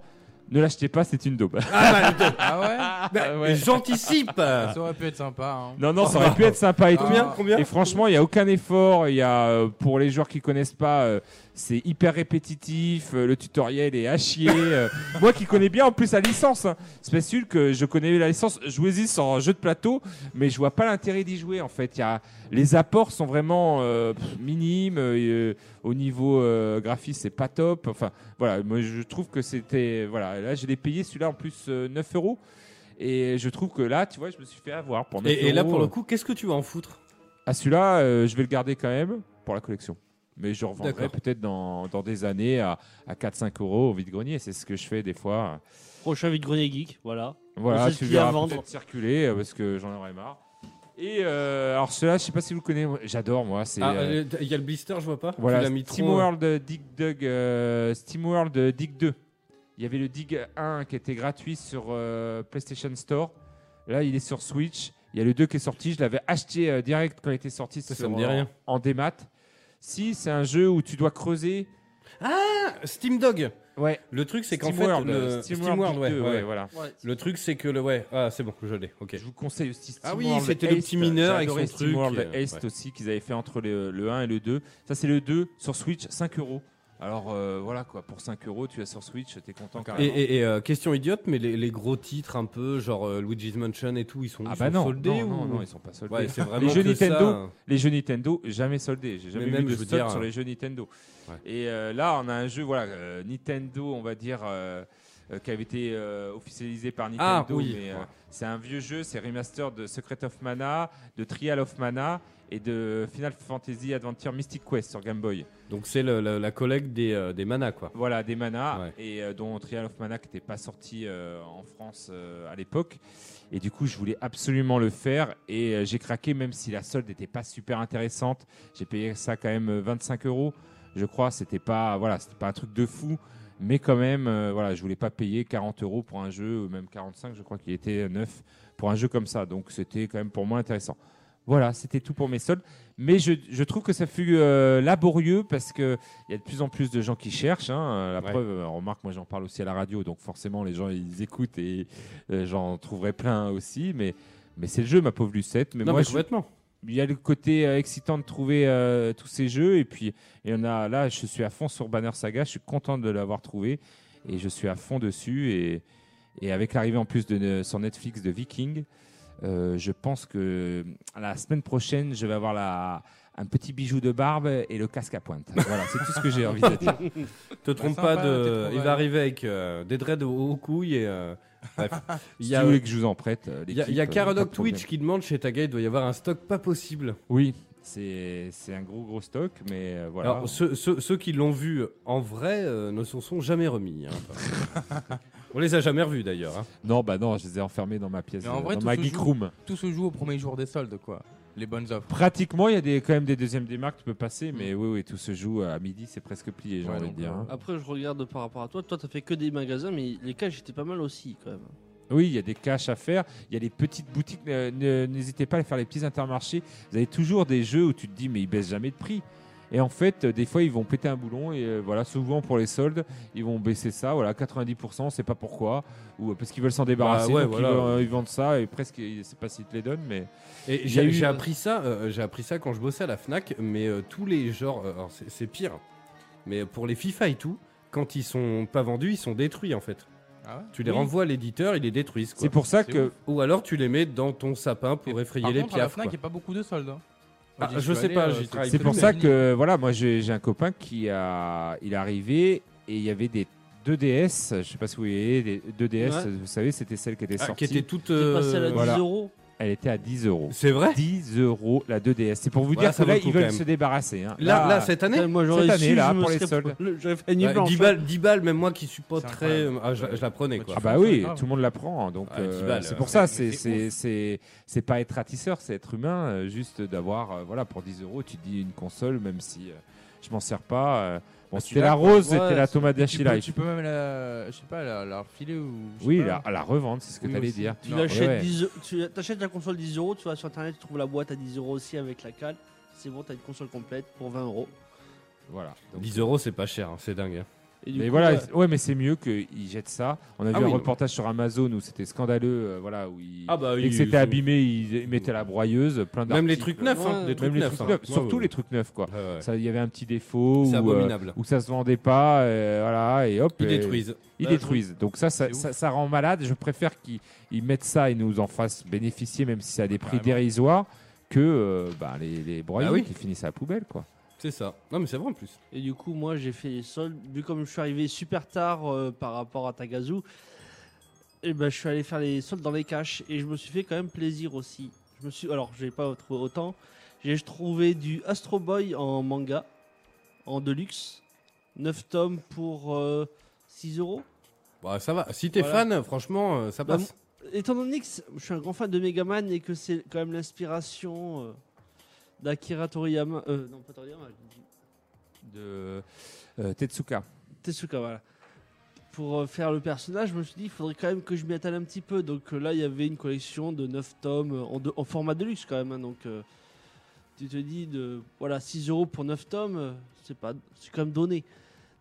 Speaker 4: ne l'achetez pas, c'est une daube.
Speaker 6: Ah ouais,
Speaker 4: Ah ouais. j'anticipe.
Speaker 6: Ça aurait pu être sympa. hein.
Speaker 4: Non, non, ça aurait pu être sympa. Et, tout.
Speaker 6: Combien Combien
Speaker 4: et franchement, il n'y a aucun effort. Il y a, euh, pour les joueurs qui connaissent pas, euh, c'est hyper répétitif. euh, le tutoriel est à chier. euh. moi qui connais bien en plus la licence, hein. c'est pas sûr que je connais la licence. Jouez-y sans jeu de plateau, mais je vois pas l'intérêt d'y jouer en fait. Il Y a, les apports sont vraiment euh, pff, minimes. euh, au niveau euh, graphisme, c'est pas top. Enfin, voilà, moi je trouve que c'était. Voilà, là je l'ai payé celui-là en plus euh, 9 euros. Et je trouve que là, tu vois, je me suis fait avoir pour 9
Speaker 3: Et, et là,
Speaker 4: euros,
Speaker 3: pour le
Speaker 4: euh.
Speaker 3: coup, qu'est-ce que tu vas en foutre
Speaker 4: Ah celui-là, euh, je vais le garder quand même pour la collection. Mais je revendrai
Speaker 3: D'accord.
Speaker 4: peut-être dans, dans des années à, à 4-5 euros au vide-grenier. C'est ce que je fais des fois.
Speaker 2: Prochain vide-grenier geek, voilà.
Speaker 4: Voilà,
Speaker 2: On sait ce
Speaker 4: tu
Speaker 2: qu'il y a à
Speaker 4: verras
Speaker 2: vendre.
Speaker 4: peut-être circuler euh, parce que j'en aurais marre. Et euh, alors celui-là, je sais pas si vous le connaissez. moi, J'adore moi. C'est
Speaker 3: Ah,
Speaker 4: euh,
Speaker 3: euh, Il y a le blister, je vois pas.
Speaker 4: voilà,
Speaker 3: tu l'as mis trop. euh, hein.
Speaker 4: SteamWorld Dig Dug, euh, SteamWorld Dig 2. Il y avait le Dig 1 qui était gratuit sur euh, PlayStation Store. Là, il est sur Switch. Il y a le 2 qui est sorti. Je l'avais acheté euh, direct quand il était sorti
Speaker 3: Ça, ça
Speaker 4: sur-
Speaker 3: me dit
Speaker 4: en-
Speaker 3: rien.
Speaker 4: en démat. Si, c'est un jeu où tu dois creuser.
Speaker 3: Ah, Steam Dog.
Speaker 4: Ouais.
Speaker 3: Le truc, c'est qu'en fait,
Speaker 4: SteamWorld,
Speaker 3: le
Speaker 4: euh, SteamWorld
Speaker 3: SteamWorld, ouais,
Speaker 4: Dig 2,
Speaker 3: ouais.
Speaker 4: ouais, voilà. Ouais.
Speaker 3: Le truc, c'est que le ouais. Ah, c'est bon, je l'ai. Ok. Je
Speaker 4: vous conseille aussi
Speaker 3: Ah oui,
Speaker 4: SteamWorld
Speaker 3: c'était le
Speaker 4: Heist.
Speaker 3: petit mineur
Speaker 4: J'ai
Speaker 3: avec son
Speaker 4: adoré
Speaker 3: truc.
Speaker 4: SteamWorld
Speaker 3: euh,
Speaker 4: Heist
Speaker 3: ouais.
Speaker 4: aussi qu'ils avaient fait entre le, le 1 et le 2. Ça, c'est le 2 sur Switch, 5 euros. Alors euh, voilà quoi, pour 5 euros, tu as sur Switch, t'es content quand
Speaker 3: Et, et- et, euh, question idiote, mais les, les gros titres un peu genre euh, Luigi's Mansion et tout, ils sont,
Speaker 4: Ah
Speaker 3: ils
Speaker 4: bah
Speaker 3: sont
Speaker 4: non,
Speaker 3: soldés
Speaker 4: non,
Speaker 3: ou
Speaker 4: non, non, ils sont pas soldés.
Speaker 3: Ouais, c'est vraiment
Speaker 4: les, jeux
Speaker 3: que
Speaker 4: Nintendo,
Speaker 3: ça.
Speaker 4: les jeux Nintendo, jamais soldés. J'ai jamais
Speaker 3: Mais
Speaker 4: vu
Speaker 3: même,
Speaker 4: de
Speaker 3: je veux
Speaker 4: solde
Speaker 3: dire,
Speaker 4: sur
Speaker 3: euh,
Speaker 4: les jeux Nintendo. Et euh, là, on a un jeu, voilà, euh, Nintendo, on va dire, euh, euh, qui avait été euh, officialisé par
Speaker 3: Ah,
Speaker 4: Nintendo.
Speaker 3: oui.
Speaker 4: mais, euh,
Speaker 3: Ouais.
Speaker 4: c'est un vieux jeu, c'est remaster de Secret of Mana, de Trial of Mana et de Final Fantasy Adventure Mystic Quest sur Game Boy.
Speaker 3: Donc c'est le- le- la collecte des, euh, des manas quoi.
Speaker 4: Voilà, des manas, et euh, dont Trial of Mana qui n'était pas sorti euh, en France euh, à l'époque. Et du coup, je voulais absolument le faire. Et euh, j'ai craqué, même si la solde n'était pas super intéressante. J'ai payé ça quand même euh, 25 euros, je crois. C'était pas, voilà, c'était pas un truc de fou. Mais quand même, euh, voilà, je voulais pas payer 40 euros pour un jeu, ou même 45, je crois qu'il était neuf, pour un jeu comme ça. Donc c'était quand même pour moi intéressant. Voilà, c'était tout pour mes soldes. Mais je, je trouve que ça fut euh, laborieux parce qu'il y a de plus en plus de gens qui cherchent. hein. Euh, La preuve, euh, remarque, moi j'en parle aussi à la radio, donc forcément les gens ils écoutent et euh, j'en trouverai plein aussi. Mais, mais c'est le jeu, ma pauvre Lucette. Mais
Speaker 3: Non,
Speaker 4: moi,
Speaker 3: mais
Speaker 4: je-
Speaker 3: complètement.
Speaker 4: il y a le côté euh, excitant de trouver euh, tous ces jeux. Et puis, il y en a là, je suis à fond sur Banner Saga. Je suis content de l'avoir trouvé. Et je suis à fond dessus. Et, et avec l'arrivée en plus de ne- sur Netflix de Viking, euh, je pense que la semaine prochaine, je vais avoir la, un petit bijou de barbe et le casque à pointe. Voilà, c'est tout ce que j'ai envie de dire.
Speaker 3: Te
Speaker 4: Bah,
Speaker 3: trompe pas de. Il va arriver avec euh, des dreads aux, aux couilles et. euh, bref.
Speaker 4: Si vous voulez que je vous en prête, euh,
Speaker 3: Il y a, il y a
Speaker 4: l'équipe, euh,
Speaker 3: Caradoc
Speaker 4: pas de problème.
Speaker 3: Twitch qui demande chez Tagay, il doit y avoir un stock pas possible.
Speaker 4: Oui. C'est c'est un gros, gros stock, mais euh, voilà.
Speaker 3: Alors, ceux, ceux- ceux qui l'ont vu en vrai euh, ne s'en sont jamais remis. hein. On les a jamais revus d'ailleurs. hein.
Speaker 4: Non, bah non, je les ai enfermés dans ma pièce,
Speaker 6: Mais en
Speaker 4: euh,
Speaker 6: vrai,
Speaker 4: dans
Speaker 6: tout
Speaker 4: ma
Speaker 6: se
Speaker 4: geek
Speaker 6: joue-
Speaker 4: room.
Speaker 6: Tout se joue au premier jour des soldes, quoi. Les bonnes offres.
Speaker 4: Pratiquement, il y a des, quand même des deuxièmes démarques tu peux passer, mais oui, oui, tout se joue à midi, c'est presque plié, j'ai
Speaker 6: Ouais,
Speaker 4: envie de
Speaker 6: donc,
Speaker 4: dire. hein.
Speaker 2: Après, je regarde par rapport à toi. Toi, t'as fait que des magasins, mais les cages étaient pas mal aussi, quand même.
Speaker 4: Oui, il y a des caches à faire, il y a des petites boutiques, euh, ne- n'hésitez pas à faire les petits intermarchés. Vous avez toujours des jeux où tu te dis, mais ils baissent jamais de prix. Et en fait, euh, des fois, ils vont péter un boulon, et euh, voilà, souvent pour les soldes, ils vont baisser ça, voilà, 90%, on sait pas pourquoi, ou euh, parce qu'ils veulent s'en débarrasser,
Speaker 3: ouais,
Speaker 4: donc ils
Speaker 3: voilà.
Speaker 4: veulent, euh, ils, vendent ça, et presque, ils- c'est pas s'ils te les donnent, mais.
Speaker 3: Et
Speaker 4: Il y a
Speaker 3: j'ai
Speaker 4: eu-
Speaker 3: j'ai appris ça, euh, j'ai appris ça quand je bossais à la Fnac, mais euh, tous les genres, euh, alors c'est c'est pire. Mais pour les FIFA et tout, quand ils sont pas vendus, ils sont détruits en fait.
Speaker 6: Ah ouais
Speaker 3: tu les
Speaker 6: Oui.
Speaker 3: renvoies à l'éditeur, ils les détruisent. quoi.
Speaker 4: C'est pour ça C'est que- ouf.
Speaker 3: Ou alors tu les mets dans ton sapin pour effrayer
Speaker 6: Par
Speaker 3: les
Speaker 6: contre, à la
Speaker 3: piafs.
Speaker 6: Fnac, il
Speaker 3: quoi.
Speaker 6: n'y a pas beaucoup de soldes. hein.
Speaker 3: Ah,
Speaker 6: Moi, j'y
Speaker 3: je
Speaker 6: suis
Speaker 3: sais
Speaker 6: allé,
Speaker 3: pas,
Speaker 6: euh,
Speaker 3: j'y
Speaker 6: c'est-
Speaker 3: travaille
Speaker 6: c'est
Speaker 4: C'est pour
Speaker 6: plus,
Speaker 4: ça
Speaker 6: mais-
Speaker 4: que voilà, moi j'ai j'ai un copain qui a, il est arrivé et il y avait des 2DS, je sais pas si vous voyez, des 2DS,
Speaker 3: Ouais.
Speaker 4: vous savez, c'était celle qui était
Speaker 3: Ah,
Speaker 4: sortie.
Speaker 3: qui était toute, Qui était
Speaker 4: Euh,
Speaker 3: passée à la 10 euros.
Speaker 4: Elle était à 10 euros.
Speaker 3: C'est vrai
Speaker 4: 10 euros la 2DS. C'est pour vous
Speaker 3: Voilà,
Speaker 4: dire que
Speaker 3: ça vaut
Speaker 4: là,
Speaker 3: le coup,
Speaker 4: ils
Speaker 3: quand
Speaker 4: veulent
Speaker 3: même.
Speaker 4: se débarrasser. hein.
Speaker 3: Là, là, cette année
Speaker 4: Cette année, là, pour les soldes.
Speaker 2: J'aurais fait hein.
Speaker 3: Ouais, 10 balles, 10 balles, même moi qui supporterais,
Speaker 4: incroyable.
Speaker 3: ah, je, la- je la prenais quoi.
Speaker 4: Ah bah oui, tout le monde la prend. Donc
Speaker 3: Ouais, 10
Speaker 4: euh,
Speaker 3: balles,
Speaker 4: c'est
Speaker 3: euh,
Speaker 4: pour ça,
Speaker 3: mais
Speaker 4: c'est
Speaker 3: c'est
Speaker 4: c'est c'est c'est pas être ratisseur, c'est être humain. euh, juste d'avoir euh, voilà pour 10 euros, tu te dis une console, même si euh, je m'en sers pas. euh, bon,
Speaker 3: Bah,
Speaker 6: Ah, tu
Speaker 4: c'était
Speaker 6: l'as,
Speaker 4: la
Speaker 6: quoi.
Speaker 4: rose,
Speaker 6: Ouais,
Speaker 4: c'était la
Speaker 6: tu peux-
Speaker 4: Tomodachi
Speaker 6: tu peux-
Speaker 4: Life.
Speaker 6: Tu peux même la, je sais pas, la, la refiler ou. je sais
Speaker 4: Oui,
Speaker 6: pas.
Speaker 4: la, la revente, c'est ce que
Speaker 6: Oui,
Speaker 4: tu allais
Speaker 6: aussi.
Speaker 4: dire.
Speaker 2: Tu
Speaker 4: Non,
Speaker 2: l'achètes
Speaker 4: ouais.
Speaker 2: 10 tu achètes la console 10 euros, tu vas sur internet, tu trouves la boîte à 10 euros aussi avec la cale. C'est bon, t'as une console complète pour 20 euros.
Speaker 4: Voilà. Donc-
Speaker 3: 10 euros, c'est pas cher, hein, c'est dingue. hein.
Speaker 4: mais voilà, ouais, mais c'est mieux qu'ils jettent ça. On a
Speaker 3: Ah
Speaker 4: vu
Speaker 3: oui,
Speaker 4: un
Speaker 3: non.
Speaker 4: reportage sur Amazon où c'était scandaleux, euh, voilà, où ils,
Speaker 3: Ah bah,
Speaker 4: dès que
Speaker 3: ils-
Speaker 4: c'était abîmé, ils ils mettaient la broyeuse, plein
Speaker 3: Même les
Speaker 4: d'articles.
Speaker 3: trucs neufs, hein,
Speaker 4: Ouais.
Speaker 3: les trucs
Speaker 4: Même les
Speaker 3: neufs,
Speaker 4: trucs
Speaker 3: hein.
Speaker 4: neufs,
Speaker 3: Ouais,
Speaker 4: surtout
Speaker 3: ouais.
Speaker 4: les trucs neufs quoi.
Speaker 3: Ouais, ouais.
Speaker 4: Ça, il y avait un petit défaut
Speaker 3: C'est
Speaker 4: où, euh,
Speaker 3: abominable.
Speaker 4: où ça se vendait pas, euh, voilà, et hop,
Speaker 3: Ils
Speaker 4: et-
Speaker 3: détruisent.
Speaker 4: Ils
Speaker 3: Bah,
Speaker 4: détruisent. Donc ça, ça, ça- ça rend malade. Je préfère qu'ils ils mettent ça et nous en fassent bénéficier, même si c'est à des prix dérisoires, que euh, bah, les, les broyeuses
Speaker 3: Bah oui.
Speaker 4: qui finissent à la poubelle quoi.
Speaker 3: C'est ça. Non, mais c'est vrai en plus.
Speaker 2: Et du coup, moi, j'ai fait les soldes. Vu comme je suis arrivé super tard euh, par rapport à Tagazu, et ben, je suis allé faire les soldes dans les caches. Et je me suis fait quand même plaisir aussi. Je me suis, alors, j'ai pas trouvé autant. J'ai trouvé du Astro Boy en manga, en deluxe, 9 tomes pour euh, 6 euros.
Speaker 3: Bah, ça va. Si t'es
Speaker 2: Voilà.
Speaker 3: fan, franchement, euh, ça
Speaker 2: Bah,
Speaker 3: passe.
Speaker 2: m- étant donné que c'est- je suis un grand fan de Megaman et que c'est quand même l'inspiration euh, d'Akira Toriyama, euh, non pas Toriyama,
Speaker 4: de euh, Tetsuka.
Speaker 2: Tetsuka, voilà. Pour euh, faire le personnage, je me suis dit, il faudrait quand même que je m'y attelle un petit peu. Donc euh, là, il y avait une collection de 9 tomes euh, en, de- en format de luxe quand même. hein. donc euh, tu te dis, de, voilà, 6 euros pour 9 tomes, euh, c'est pas, c'est quand même donné.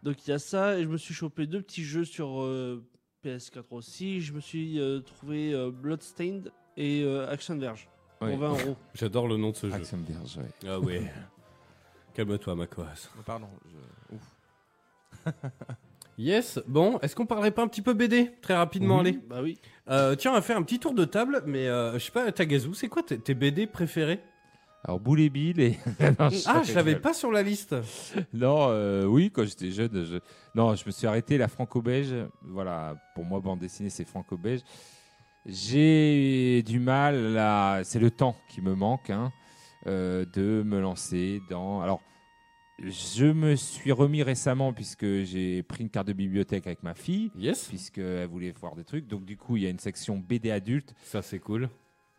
Speaker 2: Donc il y a ça, et je me suis chopé deux petits jeux sur euh, PS4 aussi. Je me suis euh, trouvé euh, Bloodstained et euh, Action Verge
Speaker 3: Ouais.
Speaker 2: pour 20 euros.
Speaker 3: J'adore le nom de ce jeu.
Speaker 4: Axiom Verge, ouais.
Speaker 3: Ah ouais. Calme-toi, Makoas.
Speaker 6: Oh, Pardon.
Speaker 3: Yes, bon, est-ce qu'on parlerait pas un petit peu BD Très rapidement,
Speaker 2: Oui,
Speaker 3: allez.
Speaker 2: Bah oui.
Speaker 3: Euh, tiens, on va faire un petit tour de table, mais euh, je sais pas, Tagazu, c'est quoi tes, tes BD préférés
Speaker 4: Alors Boule et Bill et
Speaker 3: Ah, je l'avais pas sur la liste.
Speaker 4: Non, euh, oui, quand j'étais jeune, je... non, je me suis arrêté la franco-belge. Voilà, pour moi, bande dessinée, c'est franco-belge. J'ai du mal à, c'est le temps qui me manque, hein, euh, de me lancer dans. Alors, je me suis remis récemment puisque j'ai pris une carte de bibliothèque avec ma fille,
Speaker 3: yes,
Speaker 4: puisqu'elle voulait voir des trucs. Donc du coup, il y a une section BD adulte.
Speaker 3: Ça, c'est cool.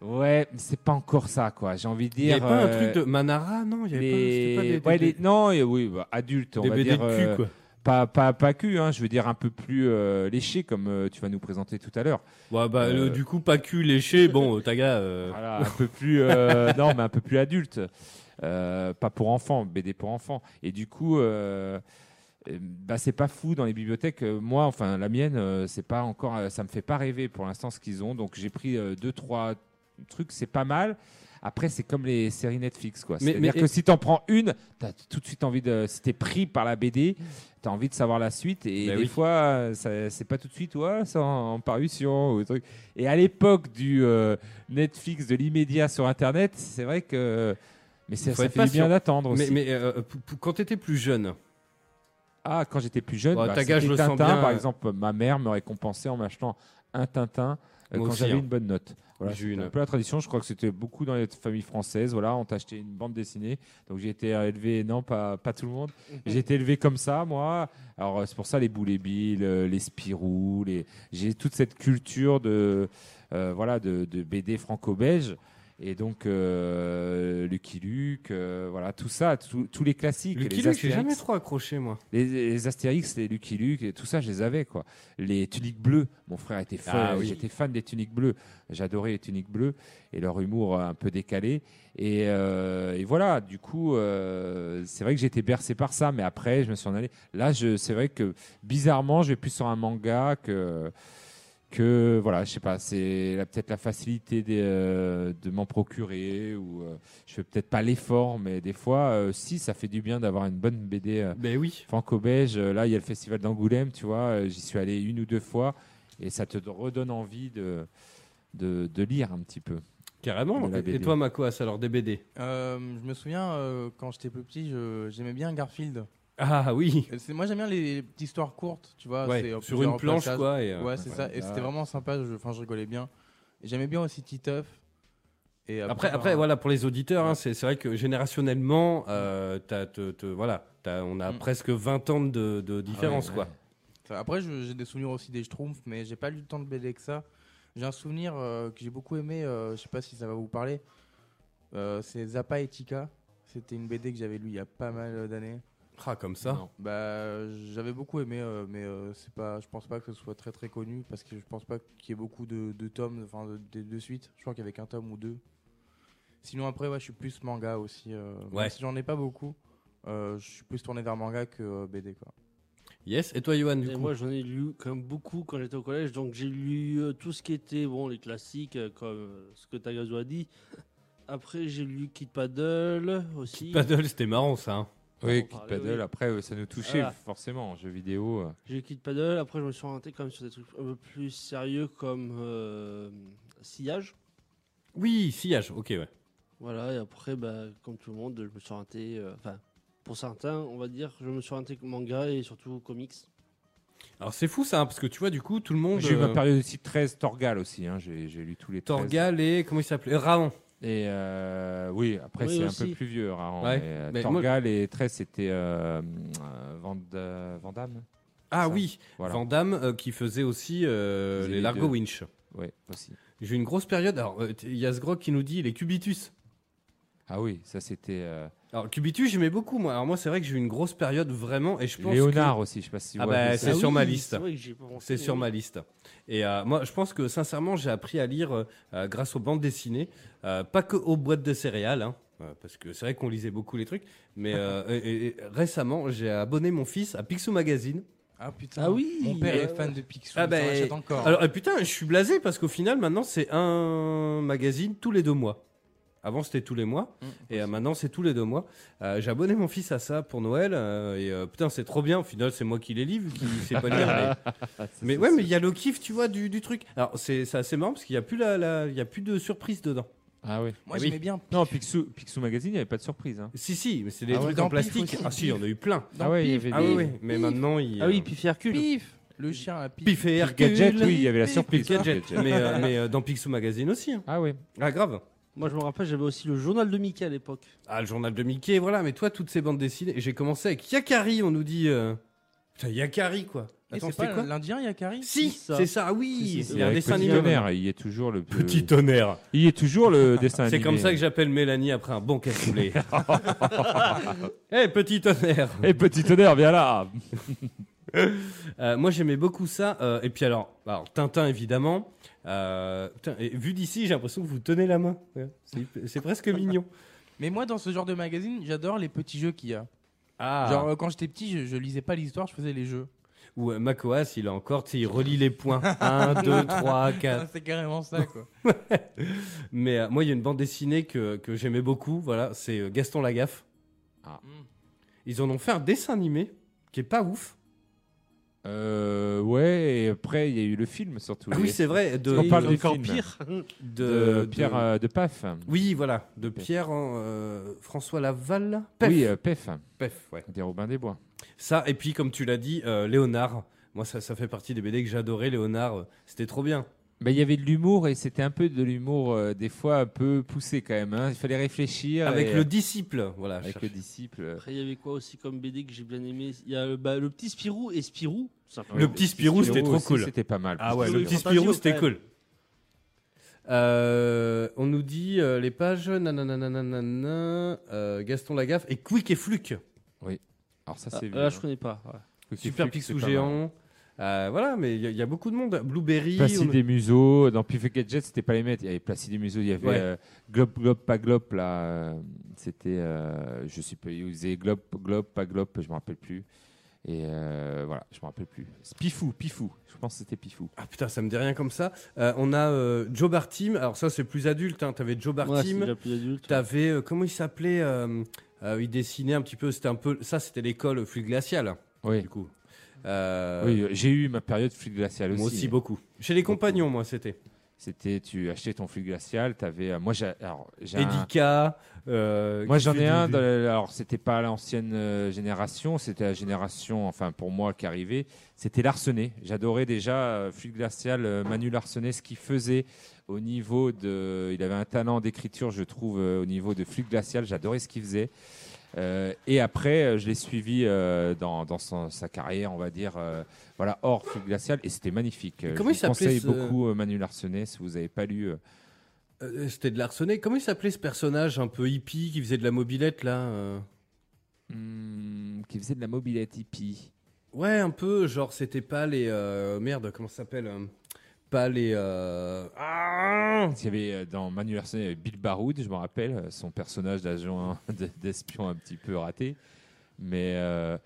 Speaker 4: Ouais, mais c'est pas encore ça, quoi. J'ai envie de
Speaker 3: Il y
Speaker 4: dire.
Speaker 3: avait pas un
Speaker 4: euh,
Speaker 3: truc de Manara, non Il y avait pas- c'était pas
Speaker 4: les...
Speaker 3: des- des-
Speaker 4: ouais,
Speaker 3: des-
Speaker 4: les- Non, et oui, bah, adultes, on
Speaker 3: Des
Speaker 4: va
Speaker 3: BD
Speaker 4: dire.
Speaker 3: de cul,
Speaker 4: euh,
Speaker 3: quoi.
Speaker 4: Pas, pas, pas cul, hein, je veux dire un peu plus euh, léché, comme euh, tu vas nous présenter tout à l'heure.
Speaker 3: Ouais, bah,
Speaker 4: Euh,
Speaker 3: le- du coup, pas cul léché, bon, euh, Taga. euh,
Speaker 4: voilà, un peu plus euh, non mais un peu plus adulte Euh, pas pour enfants BD pour enfants et du coup euh, euh, bah, c'est pas fou dans les bibliothèques Euh, moi enfin la mienne euh, c'est pas encore euh, ça me fait pas rêver pour l'instant ce qu'ils ont donc j'ai pris euh, deux trois trucs c'est pas mal après c'est comme les séries Netflix quoi
Speaker 3: Mais-
Speaker 4: c'est à dire
Speaker 3: mais-
Speaker 4: que si t'en prends une t'as tout de suite envie de si t'es pris par la BD t'as envie de savoir la suite et
Speaker 3: Bah
Speaker 4: des
Speaker 3: oui.
Speaker 4: fois euh, ça- c'est pas tout de suite ouais c'est en, en parution ou des trucs et à l'époque du euh, Netflix de l'immédiat sur Internet, c'est vrai que. Mais ça,
Speaker 3: faut
Speaker 4: ça
Speaker 3: être
Speaker 4: fait du bien
Speaker 3: patient.
Speaker 4: d'attendre aussi.
Speaker 3: Mais, mais euh, pou- pou- quand t'étais plus jeune,
Speaker 4: Ah, quand j'étais plus jeune,
Speaker 3: Ouais,
Speaker 4: bah,
Speaker 3: ta gage,
Speaker 4: c'était
Speaker 3: je le sens
Speaker 4: Tintin,
Speaker 3: bien. euh.
Speaker 4: par exemple, ma mère me récompensait en m'achetant un Tintin euh,
Speaker 3: Moi
Speaker 4: quand
Speaker 3: aussi,
Speaker 4: j'avais
Speaker 3: hein.
Speaker 4: une bonne note. Voilà,
Speaker 3: J'ai eu
Speaker 4: c'était
Speaker 3: une.
Speaker 4: un peu la tradition. Je crois que c'était beaucoup dans les familles françaises. Voilà, on t'achetait une bande dessinée. Donc j'ai été élevé, non, pas, pas tout le monde.
Speaker 3: Mhm.
Speaker 4: J'ai été élevé comme ça, moi. Alors euh, c'est pour ça les Boulet Bill, euh, les Spirou, les... j'ai toute cette culture de, euh, voilà, de, de BD franco-belge. Et donc, euh, Lucky Luke, euh, voilà, tout ça, tout- tous les classiques.
Speaker 3: Lucky
Speaker 4: les
Speaker 3: Luke, j'ai
Speaker 4: Astérix.
Speaker 3: jamais trop accroché, moi.
Speaker 4: Les, les Astérix, les Lucky Luke, et tout ça, je les avais quoi. Les tuniques bleues, mon frère était fan,
Speaker 3: Ah oui.
Speaker 4: j'étais fan des tuniques bleues. J'adorais les tuniques bleues et leur humour euh, un peu décalé. Et, euh, et voilà, du coup, euh, c'est vrai que j'étais bercé par ça, mais après, je me suis en allé. Là, je, c'est vrai que bizarrement, je vais plus sur un manga que que voilà, je sais pas, c'est la- peut-être la facilité des, euh, de m'en procurer ou euh, je fais peut-être pas l'effort, mais des fois, euh, si ça fait du bien d'avoir une bonne BD. euh,
Speaker 3: Ben oui.
Speaker 4: franco-belge. Euh, Là, il y a le festival d'Angoulême, tu vois. euh, J'y suis allé une ou deux fois et ça te redonne envie de, de, de lire un petit peu.
Speaker 3: Carrément.
Speaker 4: De la
Speaker 3: Et
Speaker 4: BD.
Speaker 3: toi, Makoas, alors des BD
Speaker 6: Euh, je me souviens euh, quand j'étais plus petit, je- j'aimais bien Garfield.
Speaker 3: Ah oui.
Speaker 6: Euh, c'est- Moi j'aime bien les, petites histoires courtes, tu vois.
Speaker 3: Ouais,
Speaker 6: c'est, euh,
Speaker 3: sur
Speaker 6: plusieurs
Speaker 3: une planche,
Speaker 6: passages.
Speaker 3: quoi, et, euh,
Speaker 6: ouais, c'est
Speaker 3: ouais.
Speaker 6: ça. Et
Speaker 3: Ah.
Speaker 6: c'était vraiment sympa. je- Enfin, je, rigolais bien. Et J'aimais bien aussi Titeuf. Et
Speaker 3: Après,
Speaker 6: bah,
Speaker 3: après,
Speaker 4: euh,
Speaker 3: voilà, pour les auditeurs, hein, c'est c'est vrai que générationnellement, euh, t'as- te- te- voilà, t'as- on a
Speaker 6: Mm.
Speaker 3: presque 20 ans de, de différence,
Speaker 4: Ah
Speaker 3: quoi.
Speaker 6: ouais, ouais. Enfin, Après, je- j'ai des souvenirs aussi des Schtroumpfs, mais j'ai pas lu tant de BD que ça. J'ai un souvenir euh, que j'ai beaucoup aimé, euh, je sais pas si ça va vous parler. Euh, c'est Zappa et Tika. C'était une BD que j'avais lu il y a pas mal d'années.
Speaker 3: Ah, comme ça.
Speaker 4: Non.
Speaker 6: Bah, euh, j'avais beaucoup aimé, euh, mais euh, c'est pas, je pense pas que ce soit très très connu parce que je pense pas qu'il y ait beaucoup de, de tomes, enfin de, de, de suites. Je crois qu'il y avait qu'un tome ou deux. Sinon après, ouais, je suis plus manga aussi. euh, même
Speaker 3: Ouais.
Speaker 6: si j'en ai pas beaucoup, euh, je suis plus tourné vers manga que euh, BD. Quoi.
Speaker 3: Yes, et toi, Johan, du
Speaker 2: Et
Speaker 3: coup
Speaker 2: Moi, j'en ai lu quand même beaucoup quand j'étais au collège. Donc, j'ai lu euh, tout ce qui était, bon, les classiques, euh, comme euh, ce que Tagazo a dit. Après, j'ai lu Kid Paddle aussi.
Speaker 3: Paddle, c'était marrant ça. hein.
Speaker 4: Oui,
Speaker 2: On
Speaker 4: Kid
Speaker 2: parlait,
Speaker 4: Paddle,
Speaker 2: oui.
Speaker 4: après, euh, ça nous touchait
Speaker 2: Voilà.
Speaker 4: forcément en jeu vidéo. euh.
Speaker 2: J'ai eu Kid Paddle. Après, je me suis orienté quand même sur des trucs un peu plus sérieux comme euh, Sillage.
Speaker 3: Oui, sillage, ok, ouais.
Speaker 2: Voilà, et après, bah, comme tout le monde, je me suis orienté. euh, Enfin, pour certains, on va dire, je me suis orienté manga et surtout comics.
Speaker 3: Alors c'est fou ça, hein, parce que tu vois, du coup, tout le monde.
Speaker 4: J'ai eu ma
Speaker 3: euh,
Speaker 4: période aussi 13 Torgal aussi. hein, J'ai j'ai lu tous les 13.
Speaker 3: Torgal et. Comment il s'appelait Raon.
Speaker 4: Et euh, oui, après,
Speaker 3: Oui,
Speaker 4: c'est un
Speaker 3: aussi.
Speaker 4: peu plus vieux. Raon,
Speaker 3: Ouais,
Speaker 4: mais, euh,
Speaker 3: mais moi-
Speaker 4: Torgal et 13, c'était euh, euh, Van, euh, Van Damme.
Speaker 3: Ah
Speaker 4: Ça,
Speaker 3: oui,
Speaker 4: voilà.
Speaker 3: Van Damme euh, qui faisait aussi euh,
Speaker 4: Faisait
Speaker 3: les
Speaker 4: les
Speaker 3: Largo
Speaker 4: deux.
Speaker 3: Winch.
Speaker 4: Ouais, aussi.
Speaker 3: J'ai eu une grosse période. Alors, euh, t- il y a ce gros qui nous dit les Cubitus.
Speaker 4: Ah oui, ça c'était. euh,
Speaker 3: Alors, Cubitus, j'aimais beaucoup, moi. Alors, moi, c'est vrai que j'ai eu une grosse période vraiment. Et je pense
Speaker 4: Léonard
Speaker 3: que-
Speaker 4: aussi, je sais pas si
Speaker 3: Ah,
Speaker 4: vous
Speaker 3: bah,
Speaker 4: avez
Speaker 3: c'est
Speaker 4: ça.
Speaker 3: sur
Speaker 4: Ah
Speaker 3: ma
Speaker 4: oui,
Speaker 3: liste.
Speaker 4: c'est vrai que j'y ai pas pensé,
Speaker 3: C'est sur
Speaker 4: oui.
Speaker 3: ma liste. Et euh, moi, je pense que sincèrement, j'ai appris à lire euh, euh, grâce aux bandes dessinées, euh, pas que aux boîtes de céréales, hein, euh, parce que c'est vrai qu'on lisait beaucoup les trucs. Mais euh, et- et- et récemment, j'ai abonné mon fils à Picsou Magazine.
Speaker 6: Ah putain, Ah oui, mon père est fan de Picsou, il s'en
Speaker 3: ben,
Speaker 6: rachète encore.
Speaker 3: Alors euh, putain, je suis blasé parce qu'au final, maintenant, c'est un magazine tous les deux mois. Avant, c'était tous les mois, et euh, maintenant, c'est tous les deux mois. Euh, j'ai abonné mon fils à ça pour Noël, euh, et euh, putain, c'est trop bien. Au final, c'est moi qui les lis, vu qu'il sait pas lire. Mais,
Speaker 4: C'est-
Speaker 3: mais
Speaker 4: c'est-
Speaker 3: ouais, mais il y a le kiff, tu vois, du, du truc. Alors, c'est c'est assez marrant parce qu'il n'y a, plus la- la- il y a plus de surprise dedans.
Speaker 4: Ah oui.
Speaker 3: eh
Speaker 6: Moi, j'aimais bien.
Speaker 4: Non, Picsou, Picsou Magazine, il n'y avait pas de surprise. hein.
Speaker 3: Si, si, mais c'est des
Speaker 4: Ah ouais.
Speaker 3: trucs
Speaker 4: Dans
Speaker 3: en
Speaker 4: Pif
Speaker 3: plastique.
Speaker 4: aussi,
Speaker 3: ah, si, il y en a eu plein.
Speaker 4: Ah ouais, il y avait
Speaker 3: Ah
Speaker 4: des-
Speaker 3: oui, oui, mais maintenant, il.
Speaker 2: Ah oui,
Speaker 3: euh,
Speaker 2: Pif et Hercule.
Speaker 6: Pif Le chien a pif.
Speaker 3: Pif et Hercule.
Speaker 4: Gadget, oui, il y avait la surprise.
Speaker 3: Pif Gadget.
Speaker 4: Gadget.
Speaker 3: mais, euh, mais, euh, dans Picsou Magazine aussi.
Speaker 4: Ah oui.
Speaker 3: Ah grave.
Speaker 2: Moi, je me rappelle, j'avais aussi le journal de Mickey à l'époque.
Speaker 3: Ah, le journal de Mickey, voilà, mais toi, toutes ces bandes dessinées. et J'ai commencé avec Yakari, on nous dit. euh, Putain, Yakari, quoi.
Speaker 6: Et
Speaker 3: Attends,
Speaker 6: c'est
Speaker 3: c'était
Speaker 6: pas
Speaker 3: quoi
Speaker 6: l'Indien Yakari
Speaker 3: Si, c'est ça, ah oui,
Speaker 4: Il
Speaker 3: c'est
Speaker 4: y
Speaker 3: un
Speaker 4: avait
Speaker 3: dessin
Speaker 4: Petit
Speaker 3: animé.
Speaker 4: tonnerre, il y est toujours le
Speaker 3: Petit tonnerre.
Speaker 4: Il y est toujours le dessin animé.
Speaker 3: C'est comme ça que j'appelle Mélanie après un bon cassoulet. Eh, petit tonnerre
Speaker 4: Eh, petit tonnerre, viens là
Speaker 3: Euh, moi j'aimais beaucoup ça euh, et puis alors, alors Tintin évidemment Euh, putain, et vu d'ici j'ai l'impression que vous tenez la main Ouais, c'est- c'est presque mignon
Speaker 6: Mais moi, dans ce genre de magazine, j'adore les petits jeux qu'il y a.
Speaker 3: Ah.
Speaker 6: Genre, euh, quand j'étais petit, je, je lisais pas l'histoire, je faisais les jeux.
Speaker 3: ou euh, Makoas il a encore tu sais, il relie les points 1 2 3 4
Speaker 6: Ah, C'est carrément ça, quoi.
Speaker 3: Mais euh, moi, il y a une bande dessinée que, que j'aimais beaucoup. Voilà, c'est euh, Gaston Lagaffe. Mm.
Speaker 4: Ah.
Speaker 3: Ils en ont fait un dessin animé qui est pas ouf.
Speaker 4: Euh, ouais, et après, il y a eu le film surtout.
Speaker 3: Ah oui, c'est vrai, de-
Speaker 4: On parle
Speaker 3: Et
Speaker 4: du
Speaker 3: encore
Speaker 4: film.
Speaker 3: pire.
Speaker 4: De,
Speaker 3: De-
Speaker 4: Pierre
Speaker 3: de-
Speaker 4: euh, de Paf.
Speaker 3: Oui, voilà, de Pierre euh, François Laval.
Speaker 4: Oui, euh, Pef.
Speaker 3: Pef, ouais.
Speaker 4: Des Robins des Bois.
Speaker 3: Ça, et puis comme tu l'as dit, euh, Léonard. Moi, ça, ça fait partie des BD que j'adorais, Léonard. euh, C'était trop bien.
Speaker 4: Bah, il y avait de l'humour et c'était un peu de l'humour, euh, des fois un peu poussé quand même. hein. Il fallait réfléchir.
Speaker 3: Avec
Speaker 4: et-
Speaker 3: le disciple, voilà.
Speaker 4: Avec
Speaker 3: cherche.
Speaker 4: le disciple.
Speaker 2: Après, il y avait quoi aussi comme BD que j'ai bien aimé Il y a le, bah, le petit Spirou et Spirou. tout simplement.
Speaker 3: Le petit Spirou, c'était trop
Speaker 4: aussi,
Speaker 3: cool.
Speaker 4: c'était pas mal.
Speaker 3: Ah ouais,
Speaker 2: Spirou
Speaker 3: le
Speaker 2: et
Speaker 3: petit
Speaker 2: Fantasio,
Speaker 3: Spirou, c'était
Speaker 2: quand
Speaker 3: cool.
Speaker 2: même.
Speaker 3: Euh, on nous dit euh, les pages nananananana, euh, Gaston Lagaffe et Quick et Fluke.
Speaker 4: Oui. Alors ça,
Speaker 2: Ah,
Speaker 4: c'est.
Speaker 2: là, je connais pas. ouais.
Speaker 4: Quick et
Speaker 3: Super
Speaker 4: Fluke,
Speaker 3: Picsou
Speaker 4: c'est pas mal.
Speaker 3: géant. Euh, voilà, mais il y, a- il y a beaucoup de monde. Blueberry.
Speaker 4: Placide
Speaker 3: on-
Speaker 4: des museaux. Dans Puff et Gadget, c'était pas les maîtres. Il y avait Placide des museaux. Il y avait
Speaker 3: Ouais.
Speaker 4: euh, Glop, Glop, pas Glop. Là, euh, c'était. euh, je sais pas. Ils faisaient Glop, Glop, pas Glop. Je me rappelle plus. Et euh, voilà, je me rappelle plus. C'est Pifou, Pifou. Je pense que c'était Pifou.
Speaker 3: Ah putain, ça me dit rien comme ça. Euh, on a euh, Joe Bartim. Alors ça, c'est plus adulte. Hein. T'avais Joe
Speaker 2: Ouais, c'est
Speaker 3: Bartim.
Speaker 2: déjà plus adulte.
Speaker 3: T'avais euh, comment il s'appelait euh, euh, Il dessinait un petit peu. C'était un peu. Ça, c'était l'école flux glacial.
Speaker 4: Oui.
Speaker 3: Du coup. Euh,
Speaker 4: Oui, j'ai eu ma période fluide glaciale aussi. hein.
Speaker 3: Moi aussi, beaucoup. Chez les compagnons, moi, c'était.
Speaker 4: C'était, tu achetais ton fluide glacial, t'avais, euh, moi j'ai, alors, j'ai un-
Speaker 3: Edika. euh,
Speaker 4: moi
Speaker 3: qui
Speaker 4: j'en
Speaker 3: fait
Speaker 4: ai un,
Speaker 3: du-
Speaker 4: dans la- alors c'était pas l'ancienne euh, génération, c'était la génération, enfin pour moi qui arrivait, c'était Larsenet. J'adorais déjà euh, fluide glacial, euh, Manu Larsenet, ce qu'il faisait au niveau de, il avait un talent d'écriture, je trouve, euh, au niveau de fluide glacial, j'adorais ce qu'il faisait. Euh, et après, euh, je l'ai suivi euh, dans, dans son- sa carrière, on va dire, euh, voilà, hors fluide glacial, et c'était magnifique. Euh,
Speaker 3: comment il
Speaker 4: je vous
Speaker 3: s'appelait
Speaker 4: conseille
Speaker 3: ce-
Speaker 4: beaucoup euh, Manu Larsenet si vous n'avez pas lu. euh,
Speaker 3: Euh, c'était de l'arsenet. Comment il s'appelait ce personnage un peu hippie qui faisait de la mobilette là euh
Speaker 4: Hmm, qui faisait de la mobilette hippie.
Speaker 3: Ouais, un peu. Genre, c'était pas les. euh, merde, comment ça s'appelle euh, Pas les. euh, Ah
Speaker 4: Il y avait euh, dans Manu Larsenet, il y avait Bill Baroud, je me rappelle, euh, son personnage d'agent de- d'espion un petit peu raté. Mais euh,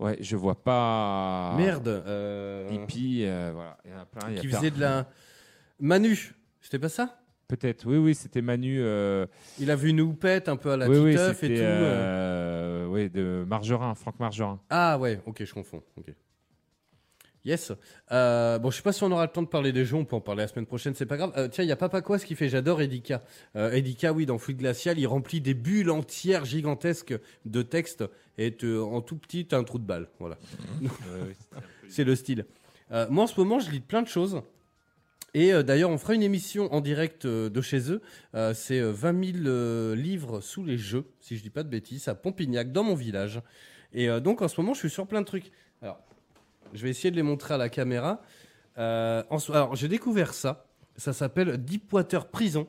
Speaker 4: ouais, je vois pas.
Speaker 3: Merde, euh,
Speaker 4: Hippie, euh, voilà. Il y en a plein. Ah. il y a
Speaker 3: Qui
Speaker 4: plein.
Speaker 3: faisait de la. Manu, c'était pas ça
Speaker 4: Peut-être, oui, oui, c'était Manu. euh,
Speaker 3: Il a vu une houppette un peu à la
Speaker 4: oui, oui,
Speaker 3: Titeuf et
Speaker 4: c'était,
Speaker 3: tout. euh.
Speaker 4: euh, ouais, de Margerin, Franck Margerin.
Speaker 3: Ah ouais, ok, je confonds. ok. Yes. Euh, bon, je sais pas si on aura le temps de parler des jeux, on peut en parler la semaine prochaine, c'est pas grave. Euh, tiens, il y a Papa Quoi, ce qui fait, j'adore Edika. Euh, Edika, oui, dans Fluide Glacial, il remplit des bulles entières gigantesques de texte et te- en tout petit, t'as un trou de balle. Voilà. c'est le style. Euh, moi, en ce moment, je lis plein de choses. Et euh, d'ailleurs, on fera une émission en direct euh, de chez eux. Euh, c'est euh, 20 000 euh, livres sous les jeux, si je dis pas de bêtises, à Pompignac, dans mon village. Et euh, donc, en ce moment, je suis sur plein de trucs. Alors, je vais essayer de les montrer à la caméra. Euh, en so- alors, j'ai découvert ça. Ça s'appelle Deepwater Prison.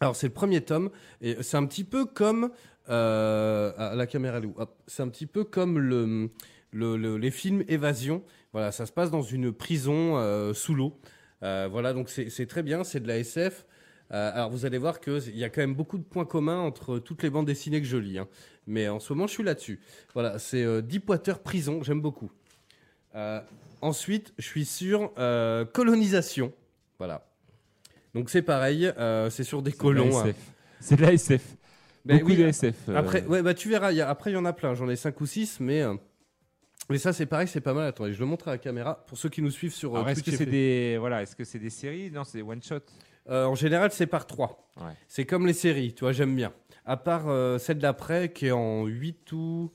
Speaker 3: Alors, c'est le premier tome. Et c'est un petit peu comme. euh, ah, la caméra, elle est où Hop. C'est un petit peu comme le, le- le- les films Évasion. Voilà, ça se passe dans une prison euh, sous l'eau. Euh, voilà, donc c'est c'est très bien. C'est de la SF. Euh, alors vous allez voir qu'il y a quand même beaucoup de points communs entre toutes les bandes dessinées que je lis. hein. Mais en ce moment, je suis là-dessus. Voilà, c'est euh, Deepwater Prison, j'aime beaucoup. Euh, ensuite, je suis sur euh, Colonisation. Voilà. Donc c'est pareil, euh, c'est sur des
Speaker 4: de la
Speaker 3: colons.
Speaker 4: SF.
Speaker 3: hein.
Speaker 4: C'est de la SF.
Speaker 3: Ben
Speaker 4: Beaucoup
Speaker 3: oui,
Speaker 4: de SF. euh,
Speaker 3: Après, ouais, bah, tu verras, il y a- après il y en a plein, j'en ai 5 ou 6, mais... euh, mais ça c'est pareil, c'est pas mal. Attendez, je le montre à la caméra pour ceux qui nous suivent sur euh,
Speaker 4: alors, Ah, est-ce que
Speaker 3: Twitch et
Speaker 4: c'est
Speaker 3: Facebook.
Speaker 4: des voilà, est-ce que c'est des séries Non, c'est des one shot.
Speaker 3: Euh, en général, c'est par trois.
Speaker 4: Ouais.
Speaker 3: C'est comme les séries, tu vois, j'aime bien. À part euh, celle d'après qui est en 8 ou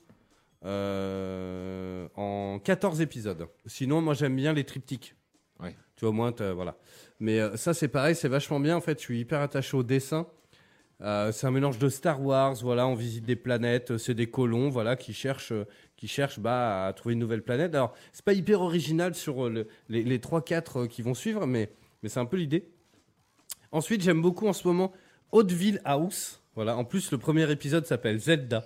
Speaker 3: euh, en 14 épisodes. Sinon, moi j'aime bien les triptyques.
Speaker 4: Ouais.
Speaker 3: Tu vois, au moins, t'as- voilà. Mais euh, ça, c'est pareil, c'est vachement bien. En fait, je suis hyper attaché au dessin. Euh, c'est un mélange de Star Wars, voilà, on visite des planètes, euh, c'est des colons, voilà, qui cherchent, euh, qui cherchent bah, à trouver une nouvelle planète. Alors, c'est pas hyper original sur euh, le- les, les 3-4 euh, qui vont suivre, mais, mais c'est un peu l'idée. Ensuite, j'aime beaucoup en ce moment Hauteville House. Voilà, en plus, le premier épisode s'appelle Zelda.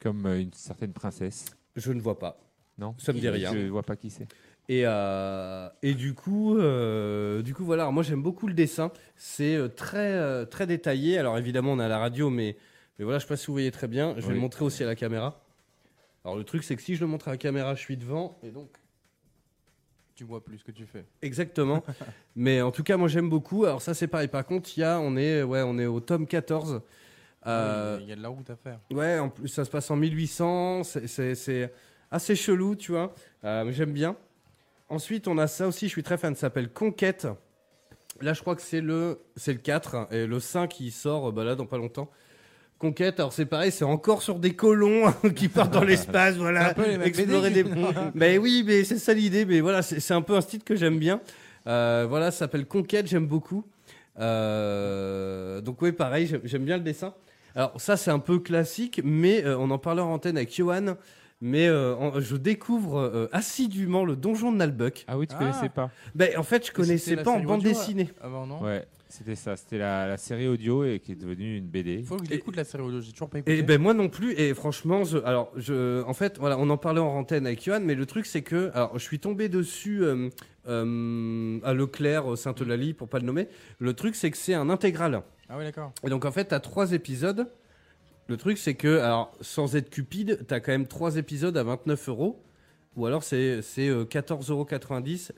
Speaker 4: Comme euh, une certaine princesse.
Speaker 3: Je ne vois pas.
Speaker 4: Non.
Speaker 3: Ça me dit rien.
Speaker 4: Je vois pas qui c'est.
Speaker 3: Et, euh, et du coup, euh, du coup voilà. Alors moi, j'aime beaucoup le dessin. C'est euh, très, euh, très détaillé. Alors évidemment, on est à la radio, mais, mais voilà, je ne sais pas si vous voyez très bien. Je vais
Speaker 4: Oui.
Speaker 3: le montrer aussi à la caméra. Alors le truc, c'est que si je le montre à la caméra, je suis devant et donc.
Speaker 6: Tu vois plus ce que tu fais.
Speaker 3: Exactement. Mais en tout cas, moi j'aime beaucoup. Alors ça, c'est pareil. Par contre, il y a, on est, ouais, on est au tome 14. Euh,
Speaker 6: Il y a de la route à faire.
Speaker 3: Ouais, en plus, ça se passe en 1800. c'est- C'est c'est assez chelou, tu vois. Euh, mais J'aime bien. Ensuite, on a ça aussi. Je suis très fan. Ça s'appelle Conquête. Là, je crois que c'est le, c'est le 4. Et le 5, il sort euh, bah, là dans pas longtemps. Conquête, alors c'est pareil, c'est encore sur des colons hein, qui partent dans l'espace, voilà,
Speaker 6: C'est un peu les mêmes
Speaker 3: explorer
Speaker 6: BD
Speaker 3: des
Speaker 6: qui-
Speaker 3: mais oui, mais c'est ça l'idée. Mais voilà, c'est c'est un peu un style que j'aime bien. Euh, voilà, ça s'appelle Conquête, j'aime beaucoup. Euh, donc oui, pareil, j'aime- j'aime bien le dessin. Alors ça, c'est un peu classique, mais euh, on en parlait en antenne avec Johan. Mais euh, en- je découvre euh, assidûment le donjon de Nalbuck.
Speaker 4: Ah oui, tu
Speaker 6: Ah.
Speaker 4: connaissais pas
Speaker 3: Ben, en fait, je connaissais
Speaker 6: C'était la
Speaker 3: pas en
Speaker 6: série
Speaker 3: bande
Speaker 6: audio,
Speaker 3: dessinée.
Speaker 6: euh, Avant, non
Speaker 4: Ouais, c'était ça. C'était la, la série audio et qui est devenue une BD.
Speaker 6: Faut que j'écoute la série audio, j'ai toujours pas écouté.
Speaker 3: Et ben moi non plus. Et franchement, je, alors je, en fait, voilà, on en parlait en antenne avec Johan, mais le truc c'est que, alors je suis tombé dessus euh, euh, à Leclerc, sainte eulalie pour pas le nommer. Le truc c'est que c'est un intégral.
Speaker 6: Ah oui, d'accord.
Speaker 3: Et donc en fait, t'as trois épisodes. Le truc c'est que, alors sans être cupide, t'as quand même trois épisodes à 29 euros, ou alors c'est c'est euh, 14,90 euros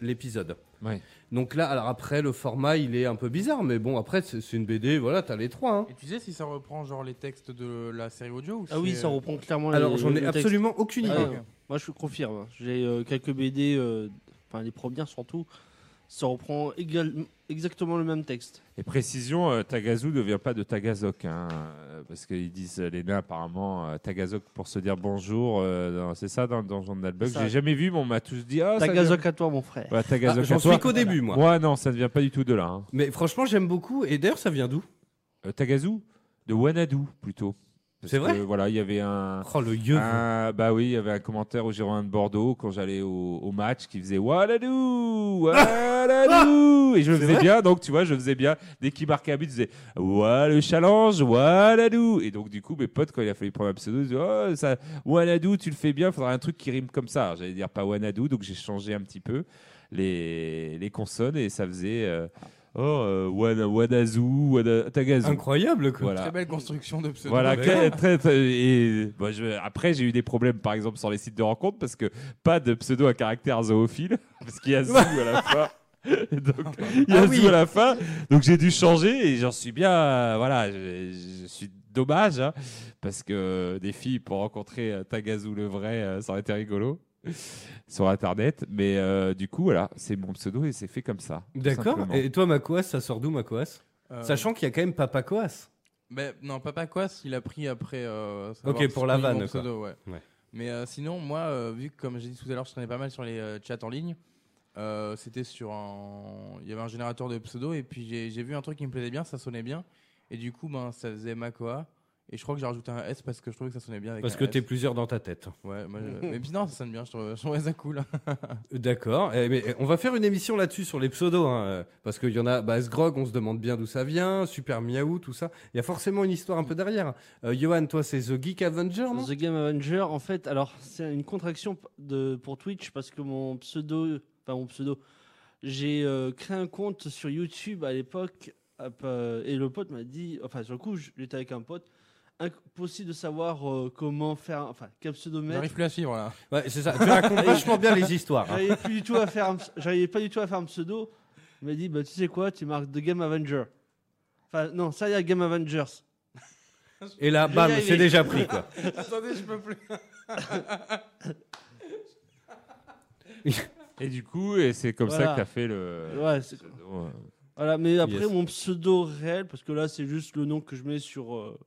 Speaker 3: l'épisode.
Speaker 4: Ouais.
Speaker 3: Donc là, alors après le format il est un peu bizarre, mais bon après c'est c'est une BD, voilà, t'as les trois. hein.
Speaker 6: Et tu sais si ça reprend genre les textes de la série audio ou
Speaker 2: Ah oui,
Speaker 6: c'est- euh,
Speaker 2: ça reprend clairement les-
Speaker 3: euh, Alors j'en
Speaker 2: le
Speaker 3: ai
Speaker 2: texte.
Speaker 3: absolument aucune idée.
Speaker 2: Ah, Moi, je confirme. J'ai euh, quelques BD, euh, enfin les premières surtout. Ça reprend égal- exactement le même texte.
Speaker 4: Et précision, euh, Tagazu ne vient pas de Tagazok, hein, euh, parce qu'ils disent euh, les nains apparemment euh, Tagazok pour se dire bonjour. euh, dans- c'est ça dans le donjon de Nalbuck.
Speaker 2: Ça.
Speaker 4: J'ai jamais vu, mais on m'a tous dit ah, ça
Speaker 2: Tagazok à toi, mon frère.
Speaker 4: vient- Ouais, Tagazok
Speaker 3: Ah, j'en
Speaker 4: à toi.
Speaker 3: suis qu'au début, moi.
Speaker 4: Moi, non, ça ne vient pas du tout de là. hein.
Speaker 3: Mais franchement, j'aime beaucoup. Et d'ailleurs, ça vient d'où
Speaker 4: Euh, Tagazu de Wanadu plutôt. Parce
Speaker 3: C'est vrai
Speaker 4: que, Voilà, il y avait un.
Speaker 3: Oh, le yeux.
Speaker 4: un- bah oui, il y avait un commentaire au Girondin de Bordeaux quand j'allais au, au match qui faisait Wanadu, Wanadu, et je le faisais bien. Donc tu vois, je faisais bien. Dès qu'il marquait un but, je faisais Ouah le challenge, Wanadu. Et donc du coup, mes potes quand il a fallu prendre un pseudo, ils disaient Oh ça, Wanadu, tu le fais bien. Il faudra un truc qui rime comme ça. Alors, J'allais dire pas Wanadu, donc j'ai changé un petit peu les les consonnes et ça faisait. euh, Oh, euh, Wada- Wadazu, Wada- Tagazu.
Speaker 3: Incroyable, quoi.
Speaker 4: Voilà.
Speaker 6: Très belle construction de pseudo.
Speaker 4: Voilà,
Speaker 6: Ouais.
Speaker 4: que- très- très- et, bon, je- après j'ai eu des problèmes par exemple sur les sites de rencontres parce que pas de pseudo à caractère zoophile, parce qu'il y a zoo à la fin. Et Donc, il y a
Speaker 3: Ah oui.
Speaker 4: zoo à la fin, donc j'ai dû changer et j'en suis bien. euh, voilà, je, je suis dommage hein, parce que euh, des filles pour rencontrer euh, Tagazu le vrai, euh, ça aurait été rigolo sur internet. Mais euh, du coup, voilà, c'est mon pseudo et c'est fait comme ça. tout
Speaker 3: D'accord.
Speaker 4: simplement.
Speaker 3: Et toi, Macoas, ça sort d'où, Macoas
Speaker 6: Euh,
Speaker 3: Sachant qu'il y a quand même Papa Coas.
Speaker 6: Mais non, Papa Quas, il a pris après. euh, savoir
Speaker 3: Ok, pour la
Speaker 6: son nom,
Speaker 3: vanne,
Speaker 6: mon pseudo,
Speaker 3: quoi.
Speaker 6: ouais.
Speaker 3: Ouais.
Speaker 6: Mais euh, sinon, moi, euh, vu que comme j'ai dit tout à l'heure, je traînais pas mal sur les euh, chats en ligne, euh, c'était sur un. Il y avait un générateur de pseudo, et puis j'ai j'ai vu un truc qui me plaisait bien, ça sonnait bien. Et du coup, ben, ça faisait Makoa. Et je crois que j'ai rajouté un S parce que je trouvais que ça sonnait bien. Avec
Speaker 3: Parce
Speaker 6: un
Speaker 3: que t'es
Speaker 6: S.
Speaker 3: plusieurs dans ta tête.
Speaker 6: Ouais, moi, je- mais puis non, ça sonne bien, je trouve, je trouvais ça cool.
Speaker 3: D'accord. Eh, mais, eh, on va faire une émission là-dessus sur les pseudos, hein, euh, parce qu'il y en a. Bah, Sgrog, on se demande bien d'où ça vient. Super Miaou, tout ça. Il y a forcément une histoire un peu derrière. Euh, Johan, toi, c'est The Geek Avenger, non
Speaker 2: The Game Avenger, en fait, alors c'est une contraction p- de, pour Twitch parce que mon pseudo, enfin mon pseudo, j'ai euh, créé un compte sur YouTube à l'époque hop, euh, et le pote m'a dit, enfin sur le coup, j- j'étais avec un pote, impossible de savoir euh, comment faire, enfin quel pseudo mettre.
Speaker 6: J'arrive plus à suivre là.
Speaker 3: Ouais, c'est ça. Tu racontes vachement bien les histoires. hein.
Speaker 2: J'arrivais plus du tout à faire, un ps- j'arrivais pas du tout à faire un pseudo. Il m'a dit, bah tu sais quoi, tu marques The Game Avenger. Enfin non, ça y a Game Avengers.
Speaker 3: Et là,
Speaker 2: Je vais
Speaker 3: bam,
Speaker 2: y arriver.
Speaker 3: c'est déjà pris, quoi.
Speaker 6: Attendez, je peux plus.
Speaker 4: Et du coup, et c'est comme ça
Speaker 2: Voilà.
Speaker 4: que t'as fait le.
Speaker 2: Ouais, c'est-
Speaker 4: pseudo, euh.
Speaker 2: Voilà, mais après
Speaker 4: Yes.
Speaker 2: mon pseudo réel, parce que là c'est juste le nom que je mets sur euh,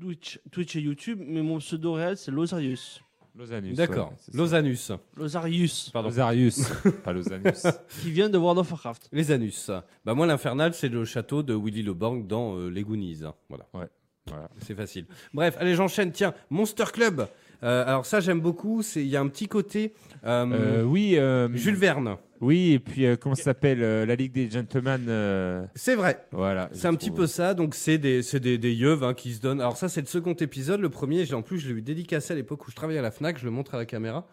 Speaker 2: Twitch, Twitch et YouTube, mais mon pseudo réel c'est Losarius.
Speaker 4: Lausanus.
Speaker 3: D'accord.
Speaker 4: ouais, c'est ça.
Speaker 3: Lausanus.
Speaker 2: Losarius,
Speaker 3: Pardon.
Speaker 4: Lausanus, pas Lausanus.
Speaker 2: qui vient de World of Warcraft.
Speaker 3: Les Anus. Bah moi, l'infernal, c'est le château de Willy Le Borgne dans euh, Les Goonies. hein. Voilà.
Speaker 4: Ouais. Voilà.
Speaker 3: C'est facile. Bref, allez, j'enchaîne. Tiens, Monster Club. Euh, alors ça, j'aime beaucoup. C'est il y a un petit côté. euh,
Speaker 4: Euh, oui. euh,
Speaker 3: Jules Verne.
Speaker 4: Oui, et puis euh, comment ça s'appelle euh, La Ligue des Gentlemen. euh,
Speaker 3: C'est vrai.
Speaker 4: Voilà.
Speaker 3: C'est un petit peu ça, donc c'est des, c'est des, des yeux hein, qui se donnent. Alors ça, c'est le second épisode. Le premier, j'ai- en plus, je l'ai eu dédicacé à l'époque où je travaillais à la FNAC, je le montre à la caméra.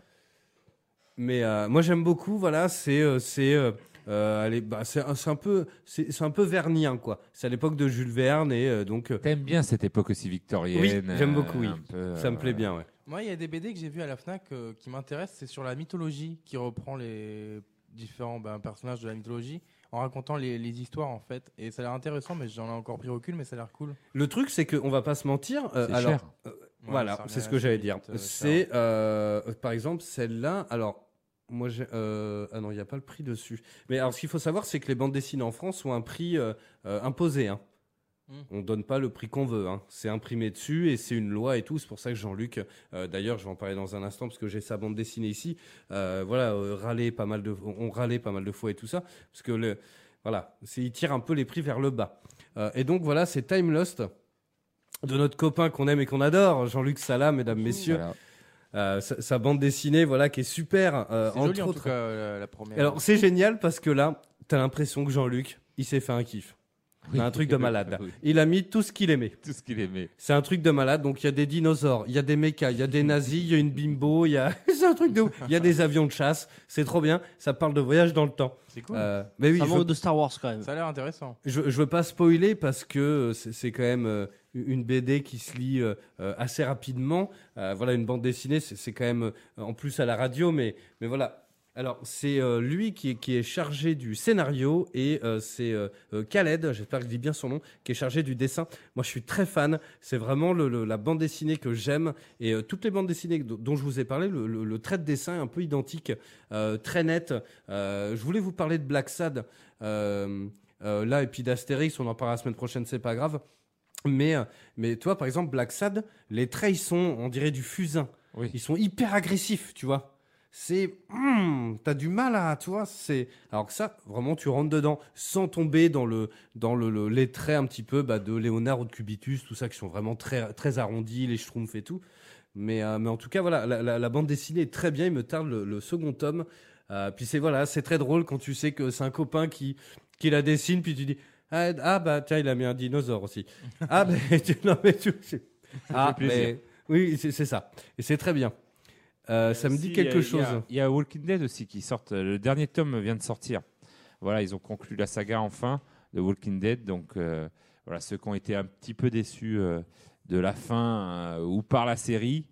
Speaker 3: Mais euh, moi, j'aime beaucoup, voilà, c'est... euh, c'est euh, euh, allez, bah, c'est un, c'est un peu c'est c'est un peu vernien quoi c'est à l'époque de Jules Verne et euh, donc euh,
Speaker 4: T'aimes bien cette époque aussi victorienne.
Speaker 3: oui j'aime
Speaker 4: euh,
Speaker 3: beaucoup oui
Speaker 4: un peu,
Speaker 3: ça me
Speaker 4: euh,
Speaker 3: plaît bien ouais
Speaker 6: Moi, il y a des BD que j'ai vus à la Fnac euh, qui m'intéressent. C'est sur la mythologie qui reprend les différents ben, personnages de la mythologie en racontant les, les histoires en fait. Et ça a l'air intéressant, mais j'en ai encore pris recul, mais ça a l'air cool.
Speaker 3: le truc c'est que on va pas se mentir euh,
Speaker 4: C'est
Speaker 3: alors
Speaker 4: cher.
Speaker 3: euh,
Speaker 6: Ouais,
Speaker 3: voilà
Speaker 6: ça revient
Speaker 3: c'est ce
Speaker 6: à
Speaker 3: que
Speaker 6: la
Speaker 3: j'allais
Speaker 6: limite,
Speaker 3: dire
Speaker 6: euh, ça
Speaker 3: c'est euh, par exemple celle-là alors moi j'ai euh, ah non il n'y a pas le prix dessus mais alors ce qu'il faut savoir c'est que les bandes dessinées en France ont un prix euh, euh, imposé hein.
Speaker 6: Mm.
Speaker 3: On donne pas le prix qu'on veut, hein. c'est imprimé dessus et c'est une loi et tout. C'est pour ça que Jean-Luc, euh, d'ailleurs, je vais en parler dans un instant parce que j'ai sa bande dessinée ici. euh, voilà, euh, râlait pas mal de, on râlait pas mal de fois et tout ça parce que le, voilà, c'est il tire un peu les prix vers le bas. Euh, et donc voilà, c'est Time Lost de notre copain qu'on aime et qu'on adore, Jean-Luc Salah, mesdames, messieurs.
Speaker 4: Voilà.
Speaker 3: Euh, sa, sa bande dessinée, voilà, qui est super. euh,
Speaker 6: C'est
Speaker 3: entre
Speaker 6: joli en
Speaker 3: autres.
Speaker 6: tout cas euh, la, la première.
Speaker 3: Alors c'est génial parce que là, t'as l'impression que Jean-Luc, il s'est fait un kiff.
Speaker 4: Oui.
Speaker 3: Un truc de malade.
Speaker 4: Oui.
Speaker 3: Il a mis tout ce qu'il aimait.
Speaker 4: Tout ce qu'il aimait.
Speaker 3: C'est un truc de malade. Donc il y a des dinosaures, il y a des mechas, il y a des nazis, il y a une bimbo, il y a c'est un truc de ouf. Il y a des avions de chasse. C'est trop bien. Ça parle de voyage dans le temps.
Speaker 6: c'est cool.
Speaker 3: Euh, mais oui,
Speaker 2: ça
Speaker 3: je
Speaker 2: manque
Speaker 3: veux-
Speaker 2: de Star Wars quand même.
Speaker 6: Ça a l'air intéressant.
Speaker 3: je, je veux pas spoiler parce que euh, c'est c'est quand même euh, une BD qui se lit euh, euh, assez rapidement. Euh, voilà, une bande dessinée, c'est c'est quand même euh, en plus à la radio, mais, mais voilà. Alors, c'est euh, lui qui est, qui est chargé du scénario et euh, c'est euh, euh, Khaled, j'espère que je dis bien son nom, qui est chargé du dessin. Moi, je suis très fan. C'est vraiment le- le- la bande dessinée que j'aime. Et euh, toutes les bandes dessinées do- dont je vous ai parlé, le, le- le trait de dessin est un peu identique, euh, très net. Euh, je voulais vous parler de Black Sad. euh, euh, là et puis d'Astérix, on en parlera la semaine prochaine, c'est pas grave. Mais, euh, mais toi, par exemple, Black Sad, les traits, ils sont, on dirait, du fusain.
Speaker 4: Oui.
Speaker 3: Ils sont hyper agressifs, tu vois. C'est. Hmm, T'as du mal à. Tu vois, c'est. Alors que ça, vraiment, tu rentres dedans sans tomber dans, le, dans le, le- les traits un petit peu bah, de Léonard ou de Cubitus, tout ça, qui sont vraiment très, très arrondis, les schtroumpfs et tout. Mais, euh, mais en tout cas, voilà, la, la- la bande dessinée est très bien. Il me tarde le, le second tome. Euh, puis c'est voilà, c'est très drôle quand tu sais que c'est un copain qui, qui la dessine, puis tu dis ah, ah, bah tiens, il a mis un dinosaure aussi. ah mais tu, non mais tu, ah
Speaker 4: plaisir.
Speaker 3: mais oui, c'est c'est ça. Et c'est très bien. Euh, ça me dit
Speaker 4: Si,
Speaker 3: quelque
Speaker 4: il y a-
Speaker 3: chose.
Speaker 4: Il y a- il y, a Walking Dead aussi qui sort. euh, Le dernier tome vient de sortir. Voilà, ils ont conclu la saga enfin de Walking Dead. Donc euh, voilà, ceux qui ont été un petit peu déçus euh, de la fin euh, ou par la série,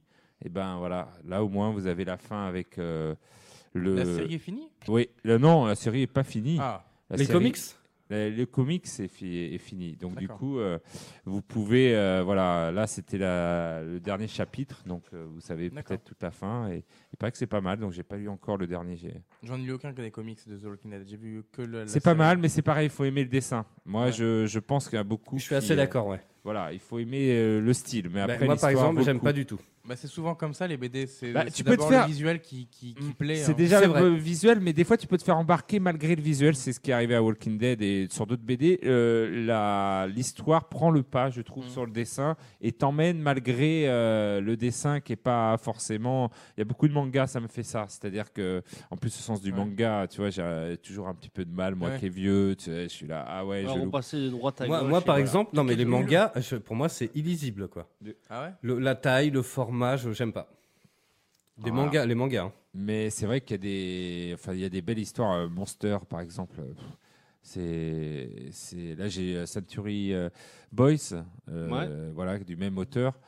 Speaker 4: et ben voilà, là au moins vous avez la fin avec euh, le.
Speaker 6: La série est finie
Speaker 4: Oui, le- non, la série est pas finie.
Speaker 6: Ah.
Speaker 4: La
Speaker 3: Les
Speaker 4: série-
Speaker 3: comics
Speaker 4: la- le comics est, fi- est fini. Donc du
Speaker 6: D'accord.
Speaker 4: coup, euh, vous pouvez, euh, voilà, là c'était la- le dernier chapitre, donc euh, vous savez
Speaker 6: D'accord.
Speaker 4: peut-être toute la fin. Et il paraît que c'est pas mal, donc j'ai pas lu encore le dernier. j'ai-
Speaker 6: J'en ai lu aucun que des comics de The Walking Dead. J'ai vu que le. la
Speaker 4: C'est pas
Speaker 6: série.
Speaker 4: mal, mais c'est pareil, il faut aimer le dessin. Moi, je, je pense qu'il y a beaucoup. Je
Speaker 3: suis assez d'accord, ouais.
Speaker 4: Voilà, il faut aimer euh, le style, mais
Speaker 3: Bah,
Speaker 4: euh, après
Speaker 3: moi, par
Speaker 4: l'histoire,
Speaker 3: exemple, j'aime
Speaker 4: beaucoup.
Speaker 3: pas du tout.
Speaker 6: Bah, c'est souvent comme ça les BD. C'est
Speaker 4: Bah,
Speaker 6: c'est
Speaker 4: tu peux te
Speaker 6: d'abord
Speaker 4: faire-
Speaker 6: le visuel qui, qui, qui plaît.
Speaker 4: C'est
Speaker 6: hein.
Speaker 4: déjà
Speaker 6: C'est
Speaker 4: le
Speaker 6: vrai.
Speaker 4: visuel, mais des fois tu peux te faire embarquer malgré le visuel. C'est ce qui est arrivé à Walking Dead et sur d'autres BD. euh, la- L'histoire prend le pas, je trouve, sur le dessin et t'emmène malgré euh, le dessin qui est pas forcément. Il y a beaucoup de mangas, ça me fait ça. C'est-à-dire que, en plus, le sens du manga, tu vois, j'ai euh, toujours un petit peu de mal, moi
Speaker 3: Ouais.
Speaker 4: qui est vieux. Tu sais, je suis là, ah ouais,
Speaker 2: Alors,
Speaker 4: je
Speaker 2: on
Speaker 4: loupe.
Speaker 2: passait de droite à
Speaker 4: Moi-
Speaker 2: gauche.
Speaker 3: Moi, moi,
Speaker 2: et
Speaker 3: par
Speaker 2: voilà.
Speaker 3: exemple, non mais les
Speaker 2: Quelques
Speaker 3: mangas, je- pour moi c'est illisible quoi.
Speaker 6: Ah ouais
Speaker 3: Le- La taille, le format, je- j'aime pas. Des
Speaker 4: Ah.
Speaker 3: mangas, les mangas. hein.
Speaker 4: Mais c'est vrai qu'il y a des, enfin, il y a des belles histoires. euh, Monster, par exemple. euh, pff, C'est, c'est, là, j'ai euh, Century euh, Boys, euh, voilà, du même auteur.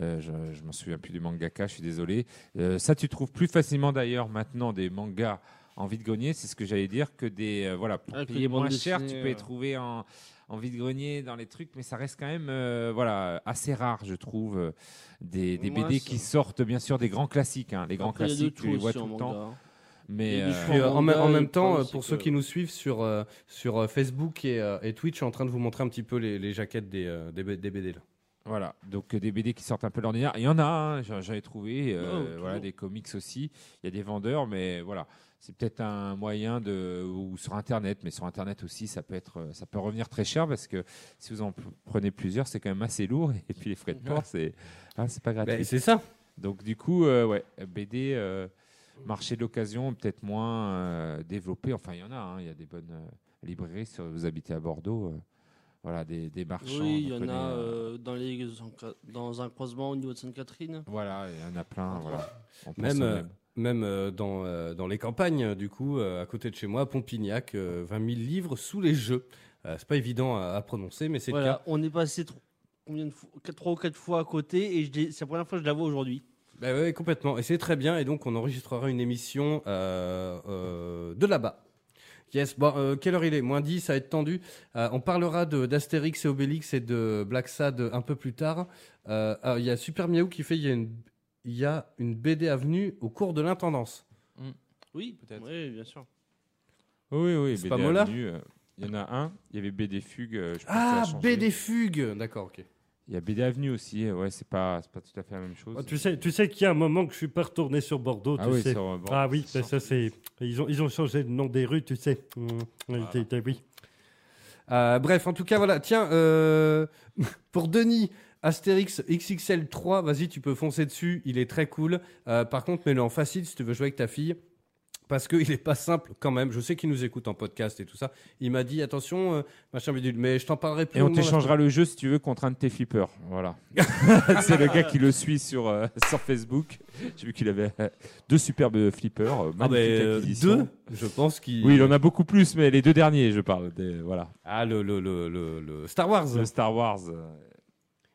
Speaker 4: Euh, je je m'en souviens plus du mangaka, je suis désolé. Euh, ça, tu trouves plus facilement d'ailleurs maintenant des mangas en vide-grenier, c'est ce que j'allais dire, que des. euh, voilà, pour
Speaker 2: Ah, que
Speaker 4: payer
Speaker 2: des bandes
Speaker 4: moins cher,
Speaker 2: dessinées, euh.
Speaker 4: tu peux
Speaker 2: ouais.
Speaker 4: les trouver en, en vide-grenier, dans les trucs, mais ça reste quand même euh, voilà, assez rare, je trouve, euh, des, des
Speaker 2: Moi,
Speaker 4: BD
Speaker 2: ça-
Speaker 4: qui sortent bien sûr des grands classiques. hein, les grands
Speaker 2: Après, il y a de
Speaker 4: classiques,
Speaker 2: tout
Speaker 4: tu les vois
Speaker 2: aussi
Speaker 4: tout
Speaker 2: en
Speaker 4: le
Speaker 2: manga,
Speaker 4: temps.
Speaker 2: hein.
Speaker 4: Mais
Speaker 2: Il y a du
Speaker 4: euh,
Speaker 3: Puis, euh, en, même- en
Speaker 2: manga,
Speaker 3: même
Speaker 2: le
Speaker 3: temps,
Speaker 2: problème,
Speaker 3: euh, pour
Speaker 2: c'est
Speaker 3: ceux
Speaker 2: que-
Speaker 3: qui nous suivent sur, euh, sur euh, Facebook et, euh, et Twitch, je suis en train de vous montrer un petit peu les, les jaquettes des, euh, des, B- des BD là.
Speaker 4: Voilà, donc euh, des BD qui sortent un peu de l'ordinaire. Il y en a, hein, j'en j'en ai trouvé. euh,
Speaker 2: Oh, toujours.
Speaker 4: voilà, des comics aussi. Il y a des vendeurs, mais voilà, c'est peut-être un moyen de ou sur Internet, mais sur Internet aussi, ça peut être, euh, ça peut revenir très cher parce que si vous en p- prenez plusieurs, c'est quand même assez lourd et puis les frais de port, c'est hein, c'est pas gratuit.
Speaker 3: Ben, c'est ça.
Speaker 4: Donc du coup, euh, ouais, BD, euh, marché de l'occasion, peut-être moins euh, développé. Enfin, il y en a. hein, Il y a des bonnes euh, librairies. Si vous habitez à Bordeaux, euh, voilà, des, des marchands.
Speaker 2: Oui, il y
Speaker 4: on
Speaker 2: en
Speaker 4: connaît,
Speaker 2: a
Speaker 4: euh,
Speaker 2: euh, dans, les, dans un croisement au niveau de Sainte-Catherine.
Speaker 4: Voilà, il y en a plein. Voilà. On pense
Speaker 3: Même,
Speaker 4: au
Speaker 3: euh, même euh, dans, euh, dans les campagnes, euh, du coup, euh, à côté de chez moi, à Pompignac, euh, 20 000 livres sous les jeux. Euh, c'est pas évident à, à prononcer, mais c'est
Speaker 2: Voilà, on est passé tro- combien de fois, 3 ou 4 fois à côté et je l'ai- c'est la première fois que je la vois aujourd'hui.
Speaker 3: le cas. Ben ouais, complètement. Et c'est très bien. Et donc, on enregistrera une émission euh, euh, de là-bas. Yes, bon, euh, quelle heure il est Moins 10, ça va être tendu. Euh, on parlera de- d'Astérix et Obélix et de Black Sad un peu plus tard. Euh, ah, Il y a Super Miaou qui fait il y, a une- il y a une BD avenue au cours de l'intendance.
Speaker 2: Oui, peut-être. Oui, bien sûr.
Speaker 4: Oui, oui,
Speaker 3: C'est
Speaker 4: BD
Speaker 3: pas Mola
Speaker 4: Avenue, euh, Il y en a un, il y avait BD Fugue. euh, je pense qu'il a
Speaker 3: Ah,
Speaker 4: changé.
Speaker 3: BD Fugue D'accord, ok.
Speaker 4: Il y a BD Avenue aussi, euh, ouais, c'est pas, c'est pas tout à fait la même chose.
Speaker 12: Oh, tu sais, tu sais qu'il y a un moment que je suis pas retourné sur Bordeaux,
Speaker 4: Ah
Speaker 12: tu
Speaker 4: oui,
Speaker 12: sais.
Speaker 4: sur, euh, Bordeaux,
Speaker 12: ah oui,
Speaker 4: c'est
Speaker 12: ça, ça, c'est. Ils ont, ils ont changé le nom des rues, tu sais. Mmh, t'es- t'es- oui.
Speaker 3: Euh, bref, en tout cas, voilà. Tiens, euh, pour Denis, Astérix XXL 3, vas-y, tu peux foncer dessus. Il est très cool. Euh, par contre, mets-le en facile si tu veux jouer avec ta fille. Parce qu'il est pas simple quand même. Je sais qu'il nous écoute en podcast et tout ça. Il m'a dit attention, euh, machin bidule, mais je t'en parlerai plus.
Speaker 4: Et on
Speaker 3: longuement la
Speaker 4: t'échangera le jeu si tu veux contre un de tes flippers. Voilà. c'est le gars qui le suit sur, euh, sur Facebook. J'ai vu qu'il avait euh, deux superbes flippers. euh,
Speaker 3: Ah, ben,
Speaker 4: magnifiques
Speaker 3: euh,
Speaker 4: acquisitions.
Speaker 3: deux, je pense qu'il-
Speaker 4: Oui, il en a beaucoup plus, mais les deux derniers, je parle. des- voilà.
Speaker 3: Ah, le, le, le, le, le Star Wars.
Speaker 4: Le Star Wars. euh.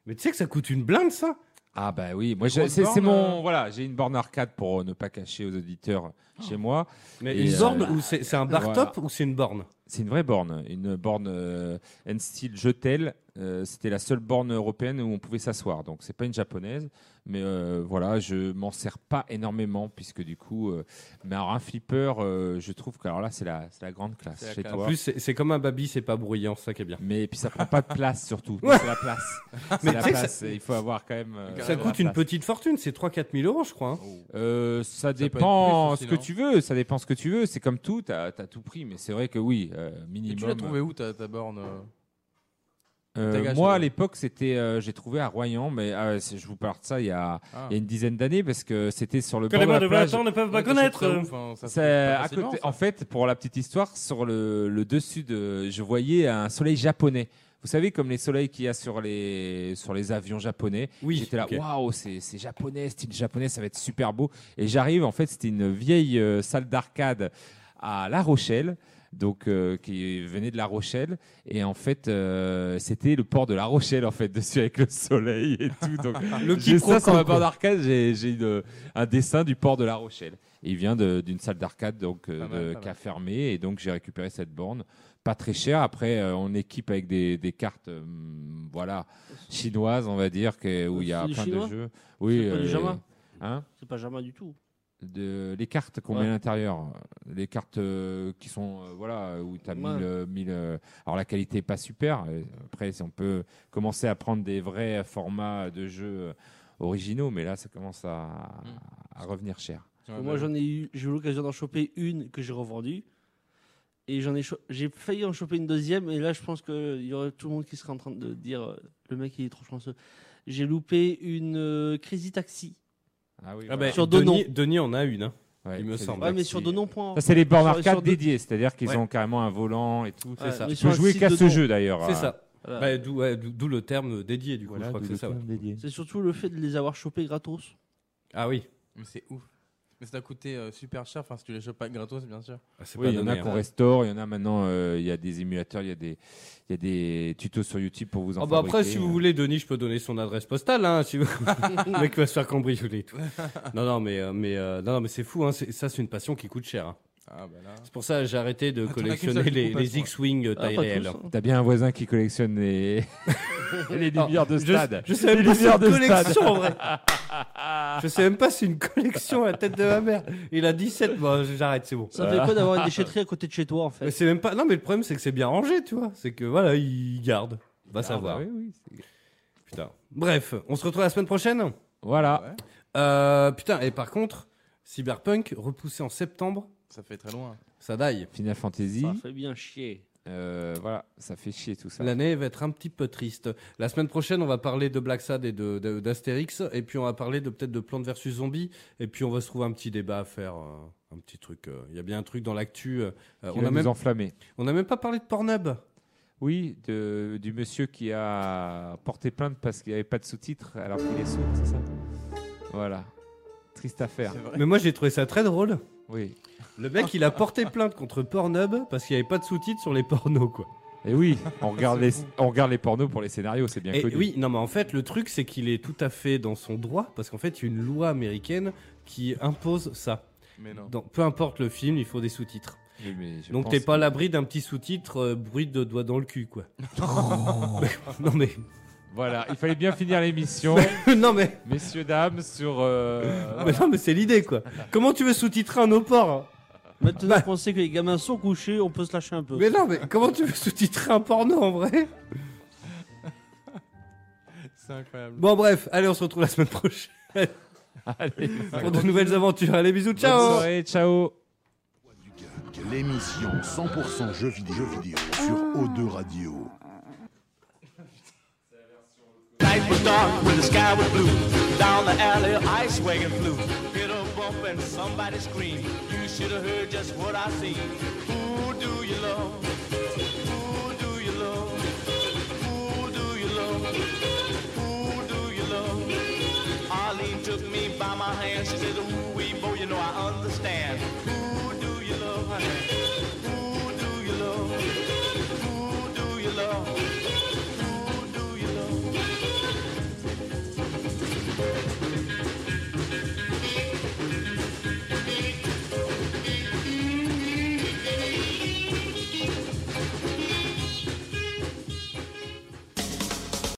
Speaker 3: Mais tu sais que ça coûte une blinde, ça
Speaker 4: Ah bah oui, moi
Speaker 3: Grosse
Speaker 4: j'ai- c'est c'est
Speaker 3: borne,
Speaker 4: mon voilà, j'ai une borne arcade pour euh, ne pas cacher aux auditeurs chez moi.
Speaker 3: Mais
Speaker 4: Et,
Speaker 3: une
Speaker 4: euh,
Speaker 3: borne ou c'est c'est un bar
Speaker 4: voilà.
Speaker 3: top ou c'est une borne
Speaker 4: C'est une vraie borne, une borne euh, en style jetel. Euh, C'était la seule borne européenne où on pouvait s'asseoir, donc c'est pas une japonaise. Mais euh, voilà, je m'en sers pas énormément puisque du coup, euh, mais alors un flipper, euh, je trouve que alors là c'est la, c'est la grande classe chez
Speaker 3: En
Speaker 4: toi.
Speaker 3: plus, c'est c'est comme un baby, c'est pas bruyant, ça qui est bien.
Speaker 4: Mais puis ça prend pas de place surtout. Donc, C'est la place.
Speaker 3: Mais
Speaker 4: C'est la
Speaker 3: tu sais que ça-
Speaker 4: place. et Il faut avoir quand même. euh,
Speaker 3: Ça coûte
Speaker 4: la
Speaker 3: une
Speaker 4: place.
Speaker 3: petite fortune, c'est 3-4 000 euros, je crois. hein.
Speaker 4: Euh, ça
Speaker 3: peut être plus
Speaker 4: dépend ce
Speaker 3: aussi,
Speaker 4: que
Speaker 3: non
Speaker 4: tu veux. Ça dépend ce que tu veux. C'est comme tout. T'as as tout pris, mais c'est vrai que oui, euh,
Speaker 6: Et
Speaker 4: minimum.
Speaker 6: tu l'as trouvé où ta, ta borne euh
Speaker 4: Euh,
Speaker 6: T'as gâché,
Speaker 4: moi, à
Speaker 6: ouais.
Speaker 4: l'époque, c'était, euh, j'ai trouvé à Royan, mais euh, c'est- je vous parle de ça il y a,
Speaker 6: Ah.
Speaker 4: il y a une dizaine d'années parce que c'était sur le
Speaker 12: Que Ah, les
Speaker 4: bord de
Speaker 12: moins de
Speaker 4: la
Speaker 12: 20
Speaker 4: plage.
Speaker 12: ans ne peuvent pas Ouais, c'est connaître. très ouf, hein, ça se
Speaker 4: C'est
Speaker 12: fait pas
Speaker 4: à
Speaker 12: facilement,
Speaker 4: côté-
Speaker 12: ça.
Speaker 4: En fait, pour la petite histoire, sur le, le dessus de, je voyais un soleil japonais. Vous savez, comme les soleils qu'il y a sur les, sur les avions japonais.
Speaker 3: Oui,
Speaker 4: J'étais là,
Speaker 3: ok.
Speaker 4: waouh, c'est c'est japonais, style japonais, ça va être super beau. Et j'arrive, en fait, c'était une vieille euh, salle d'arcade à La Rochelle. donc euh, qui venait de La Rochelle. Et en fait, euh, c'était le port de La Rochelle, en fait, dessus avec le soleil et tout. Donc,
Speaker 6: Le
Speaker 4: j'ai ça
Speaker 6: quiproquo,
Speaker 4: sur ma
Speaker 6: quoi.
Speaker 4: barre d'arcade, j'ai j'ai une- euh, un dessin du port de La Rochelle. Et il vient de- d'une salle d'arcade donc euh,
Speaker 6: Pas mal,
Speaker 4: de-
Speaker 6: pas
Speaker 4: qui a fermé. Et donc, j'ai récupéré cette borne. Pas très cher. Après, euh, on équipe avec des, des cartes euh, voilà, chinoises, on va dire, que, où il y a
Speaker 2: C'est du
Speaker 4: plein
Speaker 2: chinois
Speaker 4: de jeux. Oui,
Speaker 2: C'est pas du
Speaker 4: euh,
Speaker 2: Jama
Speaker 4: hein
Speaker 2: C'est pas Jama du tout.
Speaker 4: de, les cartes qu'on
Speaker 2: Ouais.
Speaker 4: met à l'intérieur, les cartes euh, qui sont euh, voilà euh, où tu as
Speaker 2: Ouais.
Speaker 4: 1000 euh, 1000 euh, alors la qualité est pas super euh, après si on peut commencer à prendre des vrais formats de jeux euh, originaux mais là ça commence à, à revenir cher.
Speaker 6: Ah,
Speaker 2: Parce que
Speaker 6: bah
Speaker 2: moi, j'en ai eu, j'ai eu l'occasion d'en choper une que j'ai revendue. Et j'en ai, cho- j'ai failli en choper une deuxième. Et là, je pense qu'il y aurait tout le monde qui serait en train de dire euh, le mec, il est trop chanceux. J'ai loupé une euh, Crazy Taxi.
Speaker 4: Ah oui,
Speaker 3: Ah bah,
Speaker 2: Sur Donon.
Speaker 3: Denis, Denis en a une, hein, il me
Speaker 4: c'est
Speaker 3: semble.
Speaker 2: Ouais, mais sur Donon.org.
Speaker 4: Ça c'est les bornes
Speaker 2: Sur- sur
Speaker 4: arcade
Speaker 2: deux-
Speaker 4: dédiées, c'est-à-dire qu'ils
Speaker 3: Ouais.
Speaker 4: ont carrément un volant et tout.
Speaker 3: C'est ça.
Speaker 4: Tu
Speaker 3: Mais
Speaker 4: peux jouer qu'à ce jeu d'ailleurs.
Speaker 3: C'est
Speaker 4: Euh,
Speaker 3: ça. Bah, d'où, ouais, d'où- d'où le terme dédié, du coup, je crois que c'est ça. ouais.
Speaker 2: C'est surtout le fait de les avoir chopés gratos.
Speaker 3: Ah oui.
Speaker 6: Mais c'est ouf. Mais ça t'a coûté euh, super cher, enfin si tu les chopes pas gratos bien sûr.
Speaker 3: Ah,
Speaker 4: Oui, il y en a
Speaker 3: hein. euh,
Speaker 4: qu'on restaure, il y en a maintenant, euh, il y a des émulateurs, il y, a des- il y a des tutos sur YouTube pour vous en
Speaker 3: Ah bah après,
Speaker 4: fabriquer,
Speaker 3: si
Speaker 4: euh.
Speaker 3: vous voulez, Denis, je peux donner son adresse postale. Hein, si vous... le mec va se faire cambrioler et tout. Non, non, mais, euh, mais, euh, non, non, mais c'est fou. Hein, c'est- ça, c'est une passion qui coûte cher. hein.
Speaker 6: Ah, bah
Speaker 3: C'est pour ça que j'ai arrêté de
Speaker 6: Attends,
Speaker 3: collectionner
Speaker 6: la question,
Speaker 3: les,
Speaker 6: je comprends
Speaker 3: les
Speaker 6: pas,
Speaker 3: X-Wing euh,
Speaker 6: Ah,
Speaker 3: taille
Speaker 6: pas
Speaker 3: réelle.
Speaker 6: tous, hein.
Speaker 4: T'as bien un voisin qui collectionne les, les lumières de
Speaker 3: Je-
Speaker 4: stade. Ah
Speaker 3: Je, sais même
Speaker 4: Les
Speaker 3: pas si c'est
Speaker 4: lumières
Speaker 3: une
Speaker 4: de stade.
Speaker 3: collection en vrai. Je sais même pas si c'est une collection à la tête de ma mère. Il a 17, bon, j'arrête, c'est bon.
Speaker 2: Ça fait quoi d'avoir une déchetterie à côté de chez toi en fait
Speaker 3: Mais c'est même pas. Non, mais le problème, c'est que c'est bien rangé, tu vois. C'est que voilà, il garde. Va savoir.
Speaker 4: bah oui,
Speaker 3: Putain. Bref, on se retrouve la semaine prochaine.
Speaker 4: Voilà.
Speaker 3: Euh, putain, et par contre, Cyberpunk, repoussé en septembre,
Speaker 6: Ça fait très loin.
Speaker 3: ça daille.
Speaker 4: Final Fantasy.
Speaker 2: Ça fait bien chier.
Speaker 4: euh, voilà, ça fait chier tout ça.
Speaker 3: L'année va être un petit peu triste. La semaine prochaine, on va parler de Black Sad et de- de- d'Astérix, et puis on va parler de peut-être de Plantes versus Zombies, et puis on va se trouver un petit débat à faire, euh, un petit truc. euh, Il y a bien un truc dans l'actu. euh, euh,
Speaker 4: on va
Speaker 3: a
Speaker 4: nous
Speaker 3: même
Speaker 4: enflammer.
Speaker 3: On n'a même pas parlé de Pornhub.
Speaker 4: Oui, de- du monsieur qui a porté plainte parce qu'il n'y avait pas de sous-titres alors qu'il est sourd, c'est ça Voilà. Triste affaire.
Speaker 3: Mais moi, j'ai trouvé ça très drôle.
Speaker 4: Oui.
Speaker 3: Le mec, il a porté plainte contre Pornhub parce qu'il n'y avait pas de sous-titres sur les pornos, quoi.
Speaker 4: Et oui, on regarde, les, on regarde les pornos pour les scénarios, c'est bien
Speaker 3: Et
Speaker 4: connu.
Speaker 3: oui, non, mais en fait, le truc, c'est qu'il est tout à fait dans son droit, parce qu'en fait, il y a une loi américaine qui impose ça.
Speaker 6: Mais non.
Speaker 3: Dans- peu importe le film, il faut des sous-titres.
Speaker 4: Oui, mais je
Speaker 3: Donc
Speaker 4: pense
Speaker 3: t'es pas à
Speaker 4: que-
Speaker 3: l'abri d'un petit sous-titre euh, bruit de doigts dans le cul, quoi. non mais.
Speaker 4: Voilà, il fallait bien finir l'émission.
Speaker 3: non mais.
Speaker 4: Messieurs, dames, sur. euh,
Speaker 3: Mais non, mais c'est l'idée, quoi. Comment tu veux sous-titrer un hein opor
Speaker 2: Maintenant qu'on sait que les gamins sont couchés, on peut se lâcher un peu.
Speaker 3: Mais non, mais comment tu veux sous-titrer un porno en vrai
Speaker 6: C'est incroyable.
Speaker 3: Bon, bref, allez, on se retrouve la semaine prochaine.
Speaker 4: Allez,
Speaker 3: pour de nouvelles aventures. Allez, bisous,
Speaker 1: Bonne
Speaker 3: ciao
Speaker 4: soirée, ciao
Speaker 1: L'émission 100% jeux vidéo, jeux vidéo sur O2 Radio.
Speaker 10: Night was dark when the sky was blue. Down the alley, a ice wagon flew. Hit a bump and somebody screamed. You should have heard just what I seen. Who do you love? Who do you love? Who do you love? Who do you love? Arlene took me by my hand. She said, Ooh, wee, boy, you know I understand.